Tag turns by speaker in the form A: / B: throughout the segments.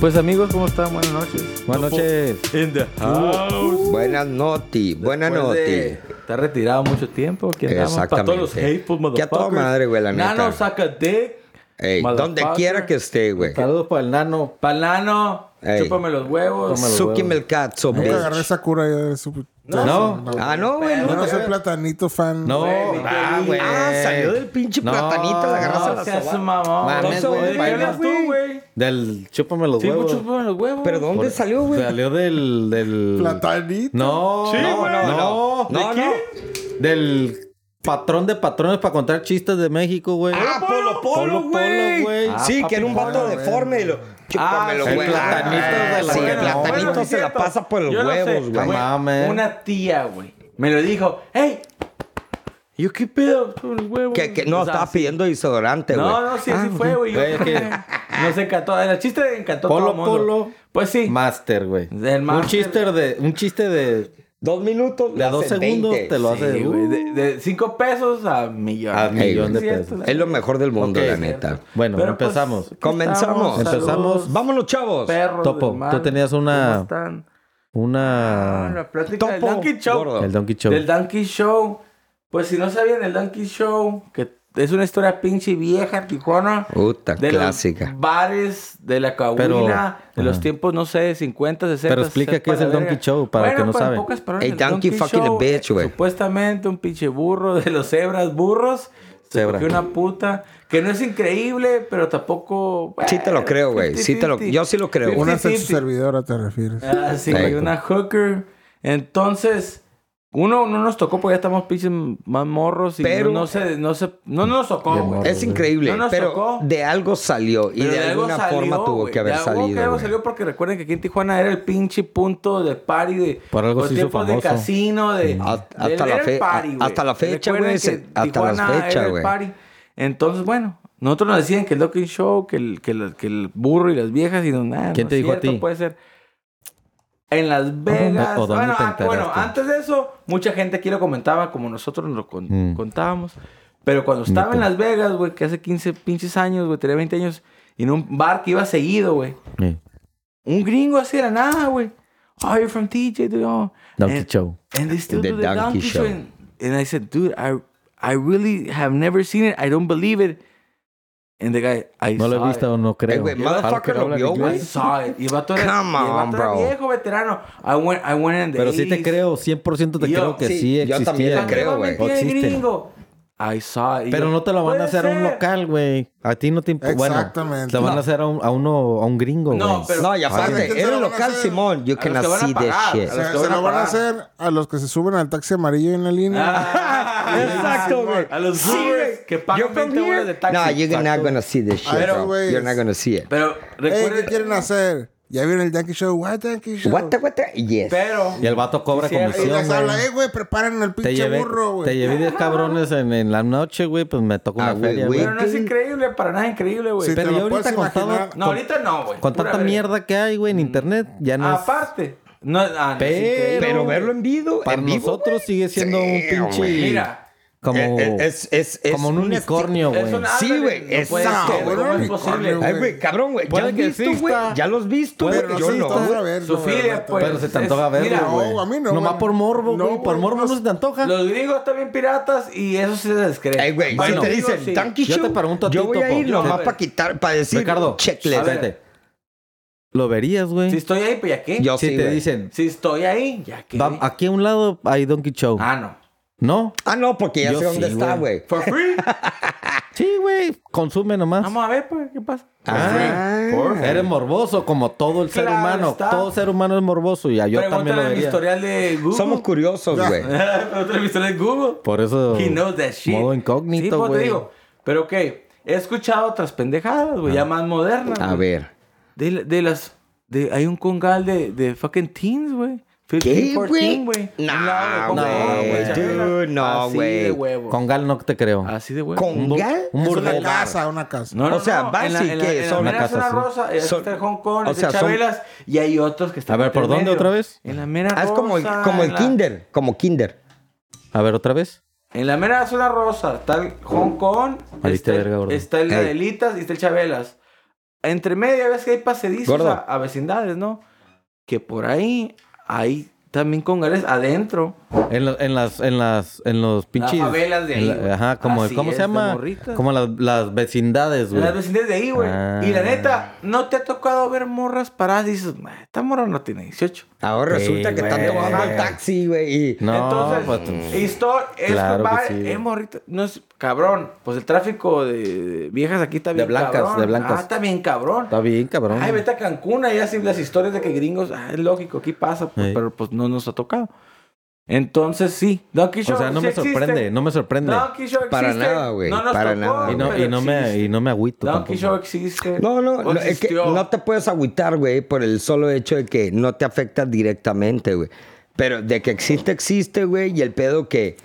A: Pues amigos, ¿cómo están? Buenas noches. Buenas noches.
B: In the house.
C: Buenas noti, buenas
A: Después
C: noti.
A: de estar retirado mucho tiempo. Aquí andamos.
B: Para todos los
C: Exactamente.
B: hateful motherfuckers.
C: Que a toda madre, güey, la neta.
B: Nano, saca dick.
C: Ey, donde
A: Motherfucker.
C: quiera que esté, güey.
A: Saludos para el nano.
B: Pa'l nano.
C: Ey.
B: Chúpame los huevos.
A: Chúpame los
C: Súqueme el cazo,
D: Nunca
C: bitch.
D: agarré Sakura. ya es su-
A: No. No.
C: Ah, no, güey.
D: Yo
C: no.
D: no soy platanito fan.
A: No,
C: Ah, güey. Ah, salió del pinche platanito, la agarraste a la
B: seas
C: soba.
B: un mamón.
C: Mames,
B: Entonces,
C: güey,
B: ¿de qué
C: bailas,
B: hablas tú, güey?
A: del chúpame los
B: Sí,
A: huevos.
B: chúpame los huevos.
C: ¿Pero dónde
A: Por-
C: salió, güey?
A: Salió del del
D: Platanito.
A: No,
B: Sí,
A: no,
B: güey.
A: no, no,
C: No, no, no.
A: Del patrón de patrones para contar chistes de México, güey.
C: Ah, Polo
A: Polo,
C: Polo,
A: Polo,
C: güey.
A: güey. Ah,
C: sí, que era un
A: papi,
C: vato
A: Polo,
C: deforme. y Lo... Chúpamelo,
B: Ah,
A: el
C: güey.
A: Ah, platanito de la-
C: Sí, el
A: Bueno,
C: platanito
B: bueno, sí,
C: se la
B: cierto.
C: pasa por los
B: Yo no sé, Ah,
C: huevos,
A: No
C: güey.
B: güey.
A: mames.
B: Una tía, güey, me lo dijo. ¡Ey! ¿Yo qué pedo con los huevos?
C: Que, que no,
B: O sea,
C: estaba
B: sí.
C: pidiendo desodorante, güey. Ah,
B: No, no, sí, así fue, güey. Yo-
A: Güey, es que-
B: Nos encantó. El chiste le encantó a todo
A: Polo
B: el mundo.
A: Polo.
B: Pues sí.
A: Master, güey.
B: Del
A: Un
B: máster.
A: chiste de un chiste de
C: Dos minutos.
A: de a dos segundos te lo
B: Sí,
A: hace.
B: güey, de, de cinco pesos a millón.
A: A millón
C: uh. de
B: Cierto,
A: pesos.
B: la-
C: Es lo mejor del mundo,
A: Ok.
C: la neta.
A: Bueno,
B: Pero, pues,
A: empezamos.
B: aquí
C: Comenzamos.
B: estamos.
A: Empezamos.
B: Saludos,
C: Vámonos, chavos.
B: perros
A: Topo,
B: del mar.
A: tú tenías una-
B: ¿Cómo están? Ah,
A: Una
B: la plática del
C: Topo,
B: Donkey Show.
C: gordo.
A: el Donkey Show.
B: Del Donkey Show. Pues si no sabían, el Donkey Show, que es una historia pinche vieja, Tijuana.
C: Puta,
B: de
C: clásica.
B: Los bares de la Coahuila,
A: Pero-
B: de
A: Ajá.
B: los tiempos, no sé, 50, 60.
A: Pero explica
B: sepa
A: qué es
B: la
A: el Donkey
B: verga.
A: Show, para el que
B: Bueno,
A: no
B: pues, en
A: sabe.
B: pocas palabras,
C: El Donkey fucking
B: Show,
C: bitch, güey.
B: Supuestamente un pinche burro de los cebras, burros. Se
A: Cebra.
B: cogió una puta. Que no es increíble, pero tampoco.
C: Sí te lo creo, güey. Sí te lo- yo sí lo creo.
D: Una
B: Fifty,
D: sexo
B: fifty.
D: servidora te refieres.
B: Ah, sí, güey,
C: Correcto.
B: una hooker. Entonces, uno no nos tocó porque ya estamos pinches más morros y
C: Pero-
B: no, no se, no se, no nos tocó,
A: De
B: güey.
A: morro.
C: Es increíble,
B: No nos
C: pero
B: tocó.
C: de algo salió y
B: Pero
C: de,
B: algo
C: alguna
B: salió,
C: forma tuvo
B: güey.
C: que haber
B: De algo
C: salido.
B: que algo
C: güey.
B: salió porque recuerden que aquí en Tijuana era el pinche punto de party de
A: Por algo
B: los
A: se hizo
B: tiempos de
A: famoso.
B: casino de
C: Ha-
B: del-
C: hasta la
B: era el
C: fe-
B: party,
C: ha-
B: güey.
C: hasta la fecha,
B: Recuerden
C: güey, se-
B: que
C: hasta la
B: Tijuana
C: fecha,
B: era el
C: güey.
B: party. Entonces, bueno, nosotros nos decían que el Donkey Show, que el, que, la- que el burro y las viejas y no, nada.
A: ¿Quién
B: no
A: te
B: es
A: dijo a
B: cierto,
A: ti?
B: Puede ser. En Las Vegas.
A: ¿O dónde
B: bueno,
A: te
B: ah, bueno,
A: enteraste?
B: antes de eso, mucha gente aquí lo comentaba como nosotros lo con-
A: Mm.
B: contábamos. Pero cuando estaba en
A: Neta.
B: Las Vegas, güey, que hace 15 pinches años, güey, tenía 20 años, y en un bar que iba seguido, güey.
A: Sí.
B: Un gringo así era nada, güey. Oh, you're from TJ, dude. oh.
C: Eh,
A: Donkey
B: and,
A: Show.
B: And they still
C: The
B: do the
C: Donkey
B: Donkey, Show.
C: Show.
B: And, and I said, dude, I, I really have never seen it. I don't believe it. And the guy, I
A: No lo he
B: saw
A: visto, no creo.
C: Eh, güey,
A: Claro que
C: motherfucker
A: no
C: lo
A: hablan
C: vio,
B: it. I
A: inglés.
C: güey.
B: saw it. Y el vato era,
C: Come
B: y el vato
C: on,
B: era
C: bro.
B: viejo veterano. I went, I went in the
A: Pero sí te
B: 80s.
A: creo, 100% te
B: Yo-
A: creo que sí,
C: sí, yo también
A: existía,
C: la creo,
A: güey.
C: güey.
B: Exactamente,
A: O existen.
B: gringo. I saw it. Y
A: Pero
B: yo,
A: no te lo van a
B: "Puede
A: hacer a un
B: ser".
A: local, güey. A ti no te importa. Bueno,
D: Exactamente.
A: te van a
D: No.
A: hacer a, un, a uno, a un gringo, güey.
B: No, pero-
C: No, y
D: ¿Saben quién
C: aparte,
D: se
C: era
D: lo van a
C: local,
D: hacer?
C: Simón. You
B: A los
C: can
B: que van a
C: see this
B: pagar,
C: shit.
B: a
D: Se,
B: los que
D: se
B: van a
D: lo van a
B: pagar.
D: hacer a los que se suben al taxi amarillo en la línea.
B: Ah,
C: Exacto, güey.
B: A los
C: Sí,
B: Ubers
C: güey.
B: que pagan
C: You're from
B: 20
C: here.
B: horas de taxi.
C: No, you're not
B: Exacto.
C: gonna see this shit,
D: A ver,
C: bro.
D: güey.
C: You're not gonna see it.
B: Pero
D: Ey, ¿Qué
B: recuerden...
D: quieren hacer? Ya viene el Yankee Show. What Yankee Show?
C: What the, what the? Yes.
B: pero...
A: Y el vato cobra
B: Sí, sí,
D: Y
A: comisión,
D: les habla,
A: güey.
D: eh, güey, preparen el
A: Te
D: pinche
A: llevé,
D: burro,
A: te
D: güey.
A: llevé 10 cabrones en, en la noche, güey, pues me tocó una
C: Ah, güey,
A: feria,
C: güey.
A: güey.
B: Pero no es increíble, para nada increíble, güey.
D: Sí,
A: Pero
D: te
A: ya
D: lo
A: ahorita
D: puedes
A: contado-
D: imaginar.
B: No, ahorita no, güey.
A: Con
B: Pura
A: tanta
B: verga.
A: mierda que hay, güey, en internet, ya no es-
B: Aparte. No, ah, no, es increíble.
C: Pero verlo en vivo.
A: Para
C: en vivo,
A: nosotros
C: güey.
A: sigue siendo un
C: Sí,
A: pinche...
C: güey.
B: Mira.
A: Como,
C: Eh, eh, es- es- es
A: como un
C: un
A: unicornio,
B: es
A: güey.
B: un-
C: Sí,
B: ándale,
C: güey,
B: No puede
C: exacto,
B: ser,
D: güey,
B: ¿cómo es
D: unicornio,
B: posible?
D: güey.
C: Ay, güey, cabrón, güey. ¿Ya
A: Puede
C: has
A: que
C: visto,
A: exista.
C: güey? ¿Ya los visto, güey?
D: Pero
C: Yo
D: sí,
C: no,
D: estás
C: güey.
D: a verlo,
B: Su
D: güey,
B: filia,
D: vato.
B: pues.
A: Pero se te
B: es-
A: antoja
B: mira,
A: verlo, güey.
D: no, a mí no,
A: Nomás
D: güey.
A: por morbo,
D: No,
A: güey. por
D: güey,
A: morbo no
D: no
A: se te antoja.
B: Los gringos también piratas y eso sí se les cree.
C: Ay, güey,
A: Bueno,
C: si te dicen
B: sí.
C: Donkey
A: Yo
C: Show,
A: te pregunto a ti,
C: yo voy a
A: Topo.
C: ir
A: Yo
C: nomás
B: te-
C: para quitar, para decir
A: Ricardo,
C: checklist.
B: a ver.
A: espérate. Lo verías, güey.
B: Si estoy ahí, pues ya qué.
C: Yo
A: si
C: sí,
A: te
C: güey.
A: dicen,
B: Si estoy ahí, ya qué.
A: "Va- aquí a un lado hay Donkey Show.
B: Ah, no.
A: ¿No?
C: Ah, no, porque ya
A: Yo
C: sé dónde
A: sí,
C: está,
A: güey.
C: güey.
B: For free.
A: Sí, güey. Consume nomás.
B: Vamos a ver, pues, ¿qué pasa?
C: Ah.
A: Eres morboso como todo el ser
B: Claro
A: humano.
B: está.
A: Todo ser humano es morboso y a yo también
B: Pregúntale
A: lo
B: mi
A: vería.
B: historial de Google.
C: Somos curiosos, güey.
B: Pregúntale mi historial de Google.
A: Por eso
B: He knows that shit.
A: modo
B: Sí,
A: incógnito,
B: pues, te
A: güey.
B: digo, Pero ok, he escuchado otras pendejadas,
A: Ah.
B: güey, ya más modernas.
C: A
B: güey.
C: ver.
B: De, la- de las. De, hay un congal de, de fucking teens, güey. 15,
C: ¿Qué,
B: 14,
C: güey?
B: Un
C: Nah,
B: lado de Congal,
A: güey,
B: Chabela.
C: dude, no,
B: Así
C: güey.
B: de huevo.
A: Con Gal no te creo.
B: Así de huevo.
A: Un, bur-
C: ¿Congal?
A: un
D: Es una
A: burdel.
D: casa, una casa.
B: No, no,
C: O sea,
B: no.
C: vas
B: en la-
C: y
B: en la- en
C: qué, son-
B: la
A: Una
B: mera
A: casa,
B: zona
A: sí.
B: rosa, es
C: Son-
B: Hong Kong,
C: o
B: es
C: sea, son-
B: Chabelas, y hay otros que están.
A: A ver, ¿por dónde
B: intermedio.
A: otra vez?
B: En la mera
C: Ah, es como el,
B: rosa,
C: como el
B: en la-
C: Kinder. Como Kinder.
A: A ver, otra vez.
B: En la mera zona rosa está el Hong Kong,
A: Valiste
B: está, el-
A: verga, gordo.
B: está el
C: Ey.
B: Adelitas y está el Chabelas. entre media ves que hay pasedizos
A: Gordo.
B: a, a vecindades, ¿no? Que por ahí hay también congales adentro.
A: En, lo- en las, en las, en los pinches.
B: favelas de ahí,
A: en la-
B: güey.
A: ajá, como,
B: Así
A: ¿cómo
B: es,
A: se
B: de
A: llama?
B: morritas.
A: Como las, las vecindades,
B: En
A: güey.
B: las vecindades de ahí, güey.
A: Ah.
B: Y la neta, ¿no te ha tocado ver morras paradas? Y dices, "Ma, esta morra no tiene 18.
C: Ahora
A: Sí,
C: resulta que
A: güey.
C: tanto va el taxi, güey. y-
A: No,
B: Entonces, eh,
A: pues, tú-
B: esto es
A: Claro
B: va-
A: que sí.
B: eh, morrito, no es cabrón. Pues el tráfico de viejas aquí está
A: De
B: bien
A: blancas,
B: cabrón.
A: de blancas.
B: Ah, está bien cabrón.
A: Está bien, cabrón.
B: Ay, vete a Cancún, ahí así las historias de que gringos, ah, es lógico, aquí pasa, pues,
A: Sí.
B: pero pues no nos ha tocado. Entonces sí, Donkey Show.
A: o sea, no
B: sí
A: me
B: existe.
A: sorprende, no me sorprende.
B: Donkey Show existe.
C: Para nada, güey,
B: No nos
C: para
B: tocó,
C: nada.
A: y no,
B: pero
A: y no me,
B: existe.
A: y no me agüito
B: Donkey Show
A: tampoco.
B: existe.
C: No, no, no, es que
B: existió.
C: no te puedes agüitar, güey, por el solo hecho de que no te afecta directamente, güey. Pero de que existe, existe, güey, y el pedo que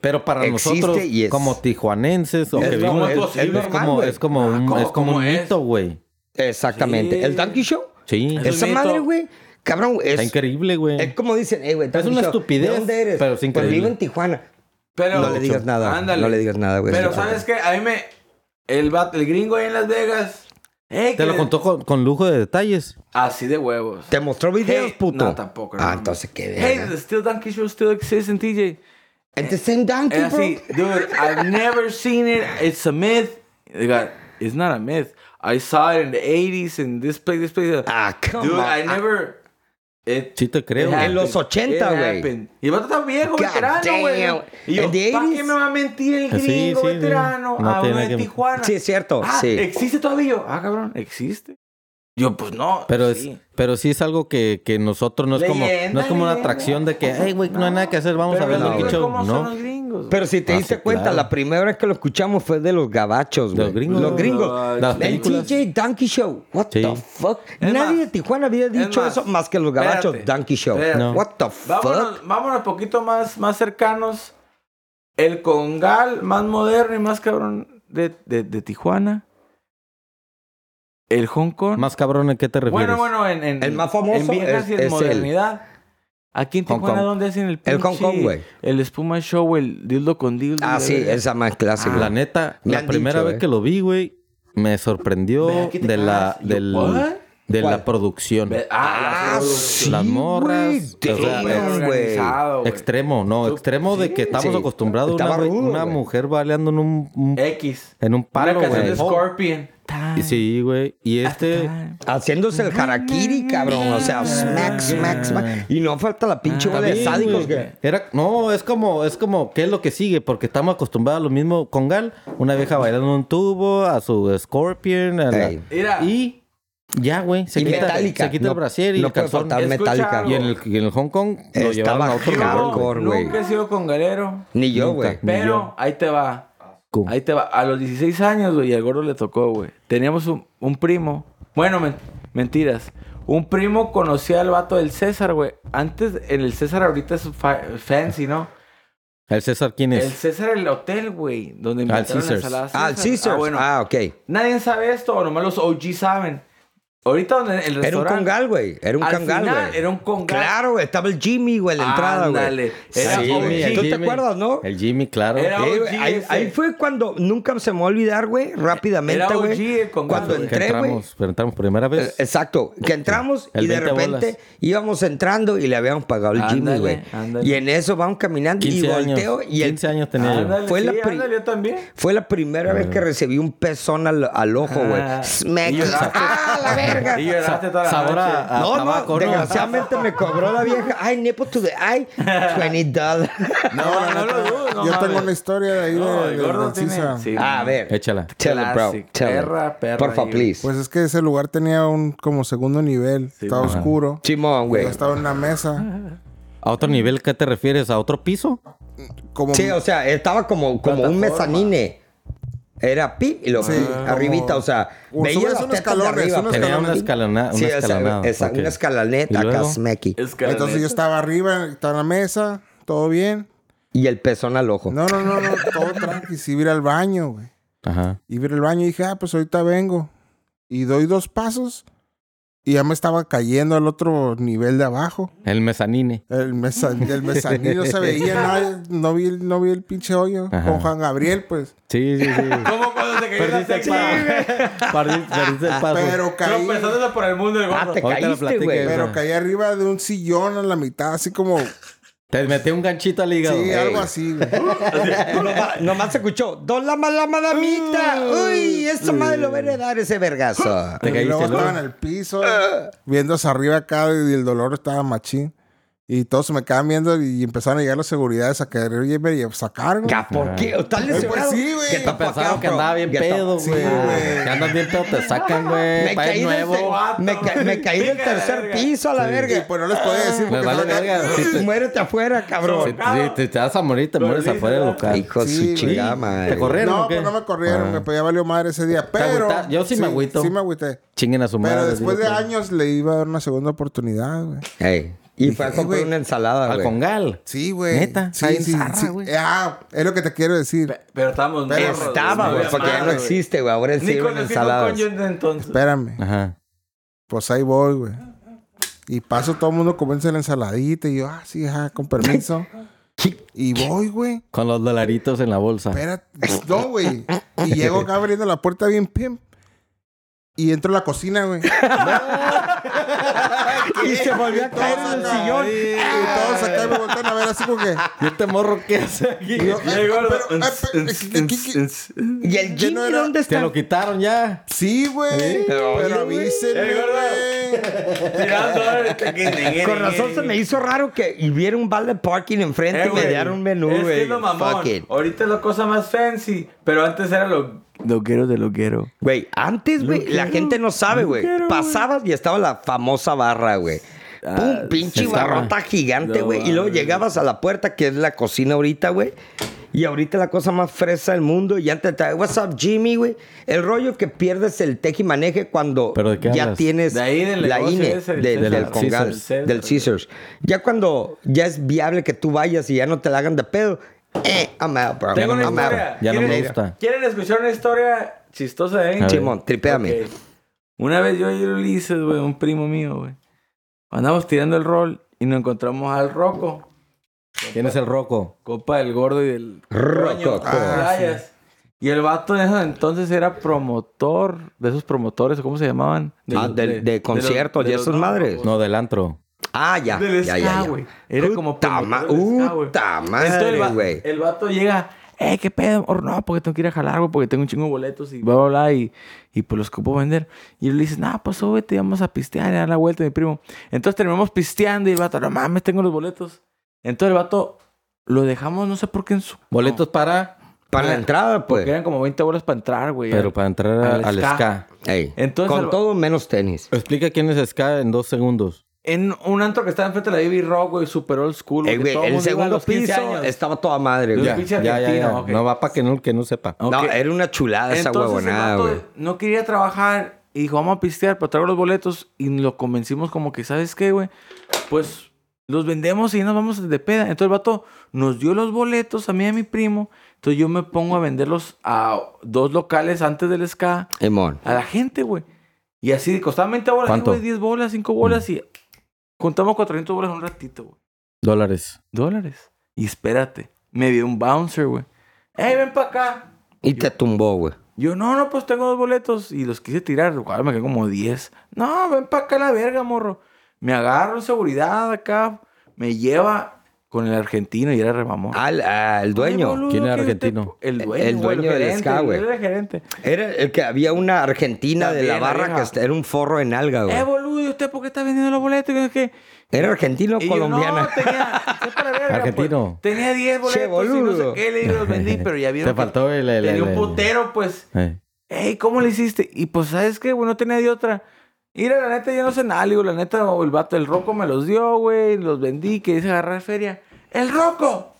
A: Pero para
C: Existe
A: nosotros,
C: y es-
A: como tijuanenses, o
C: Es
A: que
C: como-
A: vivimos-
C: es-
A: es,
C: es normal,
A: como,
C: güey.
A: es como
B: Ah,
A: un,
B: ¿cómo-
A: es como
B: cómo
A: un
B: es?
A: mito, güey.
C: Exactamente.
B: Sí.
C: El Donkey Show.
A: Sí,
B: Es
A: es,
C: Esa
B: un mito.
C: madre, güey. Cabrón,
A: está
C: es,
A: increíble, güey.
C: es como dicen, eh, güey,
A: Es una
C: Donkey Show,
A: estupidez,
C: ¿De dónde eres?
A: pero es
C: Pues
A: increíble.
C: vivo en Tijuana.
B: Pero,
C: No le digas nada, no le digas nada, güey.
B: Pero
C: Sí,
B: sabes que a mí me. El, vato- el gringo ahí en Las Vegas. ey,
A: Te
B: que-
A: lo contó con, con lujo de detalles.
B: Así de huevos.
C: ¿Te mostró videos,
B: Hey,
C: puto?
B: no, tampoco, no,
C: Ah,
B: no.
C: entonces qué
B: Hey,
C: verga.
B: the still donkey show still exists in TJ.
C: And the same donkey,
B: And I
C: bro.
B: see, dude, I've never seen it. It's a myth. They got, it's not a myth. I saw it in the 80s and this place, this place.
C: Ah, come
B: dude,
C: on.
B: I never. It,
A: Sí te creo.
B: it
A: güey.
C: En los
B: happened.
C: 80,
B: It
C: güey.
B: happened. Y el vato está viejo,
C: God
B: veterano, güey.
C: damn.
B: Y yo,
C: In the
B: ¿para qué
C: 80s?
B: me va a mentir el
A: Sí,
B: gringo
A: sí, sí.
B: veterano
A: No
B: a
A: tiene
B: uno
A: que-
B: de Tijuana?
C: Sí, es cierto,
B: Ah,
C: sí.
B: ¿existe todavía? Yo, Ah, cabrón, ¿existe? Yo, pues no.
A: Pero
B: sí.
A: es, pero sí es algo que, que nosotros no es como,
B: Leyenda,
A: no es como una
B: leyenda.
A: atracción de que, hey, güey, no, hay nada que hacer, vamos
B: Pero
A: a ver
B: no,
A: Donkey
B: güey,
A: Show.
B: ¿Cómo son
A: No,
B: los gringos?
C: Pero si te
A: Ah,
C: diste
A: sí,
C: cuenta,
A: claro.
C: la primera vez que lo escuchamos fue de los gabachos, güey.
A: Los gringos.
C: Los
B: Ay,
C: gringos.
A: las
B: sí.
C: El
A: películas.
C: TJ Donkey Show. What
A: Sí.
C: the fuck?
B: Es
C: Nadie
B: más,
C: de Tijuana había
B: es
C: dicho
B: más,
C: eso más que los gabachos
B: espérate,
C: Donkey Show.
B: espérate.
A: No.
C: What the fuck?
B: Vámonos, vámonos un poquito más, más cercanos. El congal más moderno y más cabrón de, de, de Tijuana. El Hong Kong.
A: más cabrón, ¿en qué te refieres?
B: bueno, bueno, en, en-
C: El más famoso
B: en viejas
C: es-
B: y en
C: es el-
B: modernidad. Aquí en
C: Hong
B: Tijuana,
C: Kong.
B: ¿dónde hacen el
C: El Hong
B: pinche-
C: Kong, güey.
B: El espuma show, el dildo con dildo.
C: Ah,
B: la
C: sí,
B: verga?
C: esa más clásica.
A: La neta,
C: Me
A: la
C: han
A: primera
C: dicho,
A: vez
C: eh.
A: que lo vi, güey, me sorprendió
B: Ve, aquí te
A: de la,
B: cagas. Yo,
A: del,
B: ¿what?
A: de la
C: ¿Cuál?
A: producción.
B: Ve- Ah,
C: Ah,
B: la-
C: sí,
A: Las morras,
C: güey.
A: o sea,
C: Damn,
B: Súper
C: güey.
B: organizado, güey.
A: Extremo, no,
B: Tú-
A: extremo de que estamos
C: Sí.
A: acostumbrados a una,
C: Estaba
A: güey-
C: rudo,
A: una
C: güey.
A: mujer baleando en un, un-
B: X.
A: en un
B: Eh, Una
A: palo,
B: canción
A: güey.
B: de Scorpion.
A: Y sí, güey. Y este,
C: Haciéndose el
B: Mm.
C: harakiri, cabrón. O sea, smack, smack, smack. Y no falta la pinche bola de
A: Mm. Ah, Está bien,
C: sádicos
A: güey.
C: que...
A: Era, no, es como, es como, ¿qué es lo que sigue? Porque estamos acostumbrados a lo mismo con Gal, una vieja bailando un tubo, a su Scorpion, a la-
C: Ey.
B: Mira.
A: y ya, güey, se
C: Y
A: quita,
C: metálica.
A: se quita
C: No-
A: el brasier y
C: no
A: el
C: puede
A: calzón.
C: faltar
B: Escucha
C: metálica.
B: algo.
A: Y en el, y en el Hong Kong lo
C: Estaba
A: llevaron a
C: hardcore,
A: otro nivel, güey.
C: Hardcore, güey.
B: Nunca he sido congalero.
C: Ni yo,
A: Nunca.
C: güey.
A: Ni
B: Pero
A: yo.
B: ahí te va.
A: Cum.
B: Ahí te va. A los 16 años, güey, al gordo le tocó, güey. Teníamos un, un primo. Bueno, men- mentiras. Un primo conocía al vato del César, güey. Antes, en el César ahorita es fa- fancy, ¿no?
A: ¿El César quién
B: El
A: es?
B: César, el hotel, güey. Donde
A: Al
B: inventaron la
A: Caesars.
B: ensalada César.
C: Ah, el Caesar.
B: Ah, bueno.
C: Ah, ok.
B: Nadie sabe esto, o nomás los OG saben. Ahorita donde el restaurante...
C: Era un congal, güey. Era un
B: Al
C: congal,
B: final,
C: güey.
B: era un congal.
C: Claro, güey. Estaba el Jimmy, güey, en la entrada,
B: Ándale.
C: güey.
B: Era
C: Sí,
B: OG.
C: güey. ¿Tú te acuerdas, no?
A: El Jimmy, claro.
B: Era-
C: Eh, güey,
B: OG
C: ahí,
B: ese.
C: ahí fue cuando nunca se me va a olvidar, güey, rápidamente,
B: Era OG
C: güey.
B: el Congal,
C: Cuando
B: güey.
A: que
C: entré, güey.
A: Pues, entramos, pero entramos primera
C: eh,
A: vez.
C: Exacto, que entramos
A: El
C: y de
A: 20
C: repente
A: bolas.
C: íbamos entrando y le habíamos pagado el Jimmy,
B: Ándale,
C: güey.
B: ándale.
C: Y en eso vamos caminando y
A: 15 años.
C: volteo y el-
A: 15 años tenía yo.
B: Ándale,
C: Fue
B: sí,
C: la pri-
B: ándale, yo también.
C: fue la primera vez que recibí un pezón al, al ojo, güey.
B: Ah.
C: Smack.
B: Y lloraste.
C: ¡Ah, la verga!
B: Y lloraste toda la
A: Sabor
B: noche.
A: a, a
C: no,
A: tabaco,
C: no,
A: ¿no?
C: desgraciadamente me cobró la vieja. Ay, nipple to the eye, 20 dólares.
B: No, no, no lo dudo, no
D: Yo tengo
B: mames.
D: una historia de ahí
B: No,
D: de,
B: el
D: de
B: gordo
D: Don
B: tiene-
D: Cisa.
B: sí.
C: Ah, a ver.
A: Échala.
C: Tell it, bro.
B: Classic.
C: Tell it.
B: Perra, perra,
C: Porfa,
B: y-
C: please.
D: Pues es que ese lugar tenía un como segundo nivel. estaba
A: ajá.
D: oscuro.
C: Simón,
D: Yo
C: güey.
D: estaba en una
B: Ah.
D: mesa.
A: ¿A otro nivel qué te refieres? ¿A otro piso?
D: Como
C: Sí, o sea, estaba como, como un mezzanine. Era pi y lo
D: Sí, como-
C: arribita, o sea,
D: Como subes
C: las
D: unos
C: tetas de
D: escalones,
C: arriba,
D: unos
C: pero-
A: Tenía una
D: escalones.
A: escalonada. Una
C: Sí, o sea,
A: escalonada.
C: esa-
A: ok.
C: una escalaneta
A: ¿Y luego?
C: acá, smecky.
B: Es que la
D: Entonces yo
B: neta-
D: estaba arriba, estaba en la mesa, todo bien.
C: Y el pezón al ojo.
D: No, no, no, no, todo tranqui. Si iba a ir al baño, güey.
A: Ajá.
D: Y ir al baño y dije, ah, pues ahorita vengo. Y doy dos pasos y ya me estaba cayendo al otro nivel de abajo.
A: El mezanine.
D: El, mesa, el mezanino no se veía, no, no, vi, el- no vi el pinche hoyo.
A: Ajá.
D: Con Juan Gabriel, pues.
A: Sí, sí, sí.
B: Como cuando te caí en la
A: Perdiste el
B: sexta.
A: paso. Perdiste- Perdiste el
B: Ah,
A: paso.
D: Ah,
B: pues,
D: Pero caí,
B: Tropezándola por el mundo el gordo.
C: Ah, te
A: Ahorita lo
C: caíste,
A: platico,
C: güey.
A: güey.
D: pero caí arriba de un sillón a la mitad, así como.
A: Te metí un ganchito al hígado.
D: Sí, algo así, güey.
C: Nomás- Nomás se escuchó. Don la mala madamita. Uy, esa madre lo va a heredar ese vergazo.
A: Te
D: Y
A: caíste,
D: luego
A: ¿no?
D: estaba en el piso, viendo hacia arriba acá y el dolor estaba machín. Y todos se me quedaban viendo y empezaron a llegar las seguridades a querer irme y a sacar, güey.
C: Ca- ¿Por qué? ¿Estás lesionado?
D: pues sí, güey.
C: Que está
A: Pensaron
C: acá,
A: que
C: bro.
A: andaba bien
C: Que está-
A: pedo,
D: Sí,
A: güey.
D: güey.
A: Que andas bien pedo, te sacan,
C: Me
A: güey. Pa'
C: caí,
A: el
C: del,
A: nuevo.
C: te- me ca- me caí del
B: Pica la
C: tercer
B: verga.
C: piso a la
D: Y
C: verga.
D: pues no les podía decir
A: Me
D: porque
A: vale
D: no-
A: verga. Si te,
C: Muérete afuera,
A: si-
C: cabrón.
A: si te- te vas a morir, te mueres
B: Dolido,
A: afuera del
B: ¿no?
A: local.
C: Hijo de
D: Sí,
C: su
D: güey.
C: chingada madre.
A: Te corrieron.
D: No,
A: o qué? Ah.
D: pues no me corrieron, güey, pues ya valió madre ese día. Pero.
A: agüita- yo sí me agüito.
D: Sí, me agüité.
A: Chinguen a su madre.
D: Pero después de
A: digo,
D: años le iba a dar una segunda oportunidad, güey.
C: Ey, Y fue a
D: Dije,
C: comprar
D: güey,
C: una ensalada,
A: Al
C: güey.
A: congal.
D: Sí, güey.
A: Neta,
D: Sí,
A: ahí en
D: sí,
A: Zarra,
D: sí.
A: güey.
D: Ah, es lo que te quiero decir.
B: Pe- Pero estábamos
D: Pero
B: morros,
C: Estaba,
B: güey,
C: güey,
B: no
C: porque ya no
B: mames,
C: existe, güey. Ahora
B: Ni
C: sí
B: con el
C: ensaladas.
B: Simón Coño entonces.
D: Espérame.
A: Ajá.
D: Pues ahí voy, güey. Y paso todo el mundo comienza la ensaladita y yo, ah, sí, ajá, con permiso. y voy, güey.
A: Con los dolaritos en la bolsa.
D: Espérate. No, güey. Y llego acá abriendo la puerta bien pimp. Y entro a la cocina, güey.
C: Y se volvió a
D: Todos
C: caer en el
D: acá,
C: sillón.
D: Y todos acá y me voltean a ver así como que.
A: ¿Y este morro qué hace aquí?
D: Y yo, "Ah,
B: Llegó el-
D: pero, ah, pero, ¿qué- qué- qué-
C: ¿Y el
D: Ya no
C: Jimmy
D: era-
C: dónde
A: Te
C: está?
A: lo quitaron ya.
D: Sí, güey. Pero,
C: Pero,
D: avísenme,
B: Eh, gordo.
D: güey.
B: Tirando, eh, que- que- que-
C: Con razón
B: que-
C: se me hizo raro que hubiera un balde parking enfrente
B: Eh,
C: y me
B: güey,
C: dieron un menú,
B: Es
C: güey.
B: que es lo mamón.
C: Fuck it.
B: Ahorita es la cosa más fancy. Pero antes era lo... Loquero de loquero.
C: Güey, antes, güey, la gente no sabe, güey. Pasabas y estaba la famosa barra, güey.
B: Ah,
C: Pum, pinche
A: estaba.
C: barrota gigante,
B: No
C: güey. y luego
B: mames.
C: llegabas a la puerta, que es la cocina ahorita, güey. Y ahorita la cosa más fresa del mundo. Y antes te what's up, Jimmy, güey. El rollo que pierdes el teje y maneje cuando
A: ¿Pero de qué
C: ya
A: hablas?
C: tienes
B: De ahí del
C: la
B: negocio
C: INE,
B: ese, del
C: de-
B: César.
C: del
A: Del
C: Congal,
B: César.
C: del Caesars. Ya cuando ya es viable que tú vayas y ya no te la hagan de pedo. Eh, I'm out, bro.
B: Tengo una
C: I'm out.
B: historia.
A: Ya no
B: ¿Quieren-
A: me gusta.
B: ¿Quieren escuchar una historia chistosa de
A: A ver.
C: Simón, tripéame.
B: Ok. Una vez yo y Ulises, güey, un primo mío, güey. Andamos tirando el rol y nos encontramos al Rocco.
A: ¿Quién es el roco?
B: Copa del gordo y del
C: Rocco,
B: Coño,
C: Copa.
D: Ah,
B: Rayas. Y el vato de esos entonces era promotor, de esos promotores, ¿cómo se llamaban?
C: Ah,
B: los-
C: de- de
B: los-
C: conciertos y
B: de los-
C: esas madres.
A: No, del antro.
C: Ah, ya.
B: Del
C: ya,
B: ska,
C: ya, ya.
B: güey. Era como
C: Puta ma-
B: promotor del ska, güey.
C: puta
B: Entonces el
C: madre,
B: va-
C: güey.
B: El vato llega, eh, qué pedo, or no, porque tengo que ir a jalar, güey, porque tengo un chingo de boletos y bla, bla, bla, y, y pues los cupo vender. Y él le dice, no, pues súbete, vamos a pistear, y a dar la vuelta, mi primo. Entonces terminamos pisteando y el vato, no mames, tengo los boletos. Entonces el vato lo dejamos, no sé por qué en su.
A: Boletos para.
C: Para la entrada,
B: Porque
C: pues.
B: eran como 20 bolas para entrar, güey.
A: Pero para entrar a-
B: Al
A: al
B: ska.
A: ska.
C: Ey,
B: Entonces,
C: con
B: el-
C: todo menos tenis.
A: Explica quién es ska en dos segundos.
B: En un antro que estaba enfrente de la Baby Rock, güey, super old school. que
C: Ey, Eh, güey,
B: todo
C: el
B: mundo iba a
C: segundo
B: los 15
C: piso
B: años.
C: estaba toda madre, güey.
A: Ya,
B: pinche
A: ya, ya, ya.
B: argentino, ok.
A: No va para que no, que no sepa.
B: Ok.
C: No, era una chulada esa
B: Entonces,
C: huevonada,
B: el vato
C: güey.
B: No quería trabajar y dijo, vamos a pistear, pero traigo los boletos y lo convencimos como que, ¿sabes qué, güey? Pues los vendemos y nos vamos de peda. Entonces el vato nos dio los boletos a mí y a mi primo. Entonces yo me pongo a venderlos a dos locales antes del SK
C: Emón.
B: a la gente, güey. Y así costaban 20 bolas,
A: ¿Cuánto?
B: güey, 10 bolas, 5 bolas
C: Mm.
B: y contamos 400 bolas en un ratito, güey
A: Dólares.
B: dólares. Y espérate, me vio un bouncer, güey. ¡Ey, ven para acá!
C: Y te tumbó, güey.
B: Yo, no, no, pues tengo dos boletos. Y los quise tirar, güey, me quedé como 10. No, ven para acá a la verga, morro. Me agarro en seguridad acá, me lleva con el argentino y era remamón.
C: Al, al
B: Ay,
C: Ah, dueño.
B: boludo,
A: ¿Quién era
B: ¿qué
A: argentino?
B: te- El
C: El-
B: dueño,
C: el
B: güey,
C: dueño del
B: gerente,
C: ska,
B: el
C: güey. Ah,
B: dueño del gerente.
C: Era el que había una argentina de
B: También,
C: la
B: la
C: barra
B: vieja.
C: que hasta era un forro en alga,
B: Eh,
C: güey.
B: boludo, ¿y usted por qué está vendiendo los boletos? Y yo, ¿qué?
C: Era argentino o
B: Y yo,
C: colombiana.
B: no, tenía, sé para la verga,
A: Argentino.
B: pues. tenía 10 boletos y no sé
C: boludo.
B: qué, le digo, los vendí, pero ya vieron
A: Te faltó el- el-
B: tenía
A: el-
B: un
A: el-
B: putero, pues.
A: Eh.
B: Ey, ¿cómo le hiciste? Y pues, ¿sabes qué, güey? No tenía de otra. Mira, la neta, yo no sé nada, le digo, la neta, o el vato, el roco me los dio, güey, los vendí, que dice agarrar feria. ¡El roco!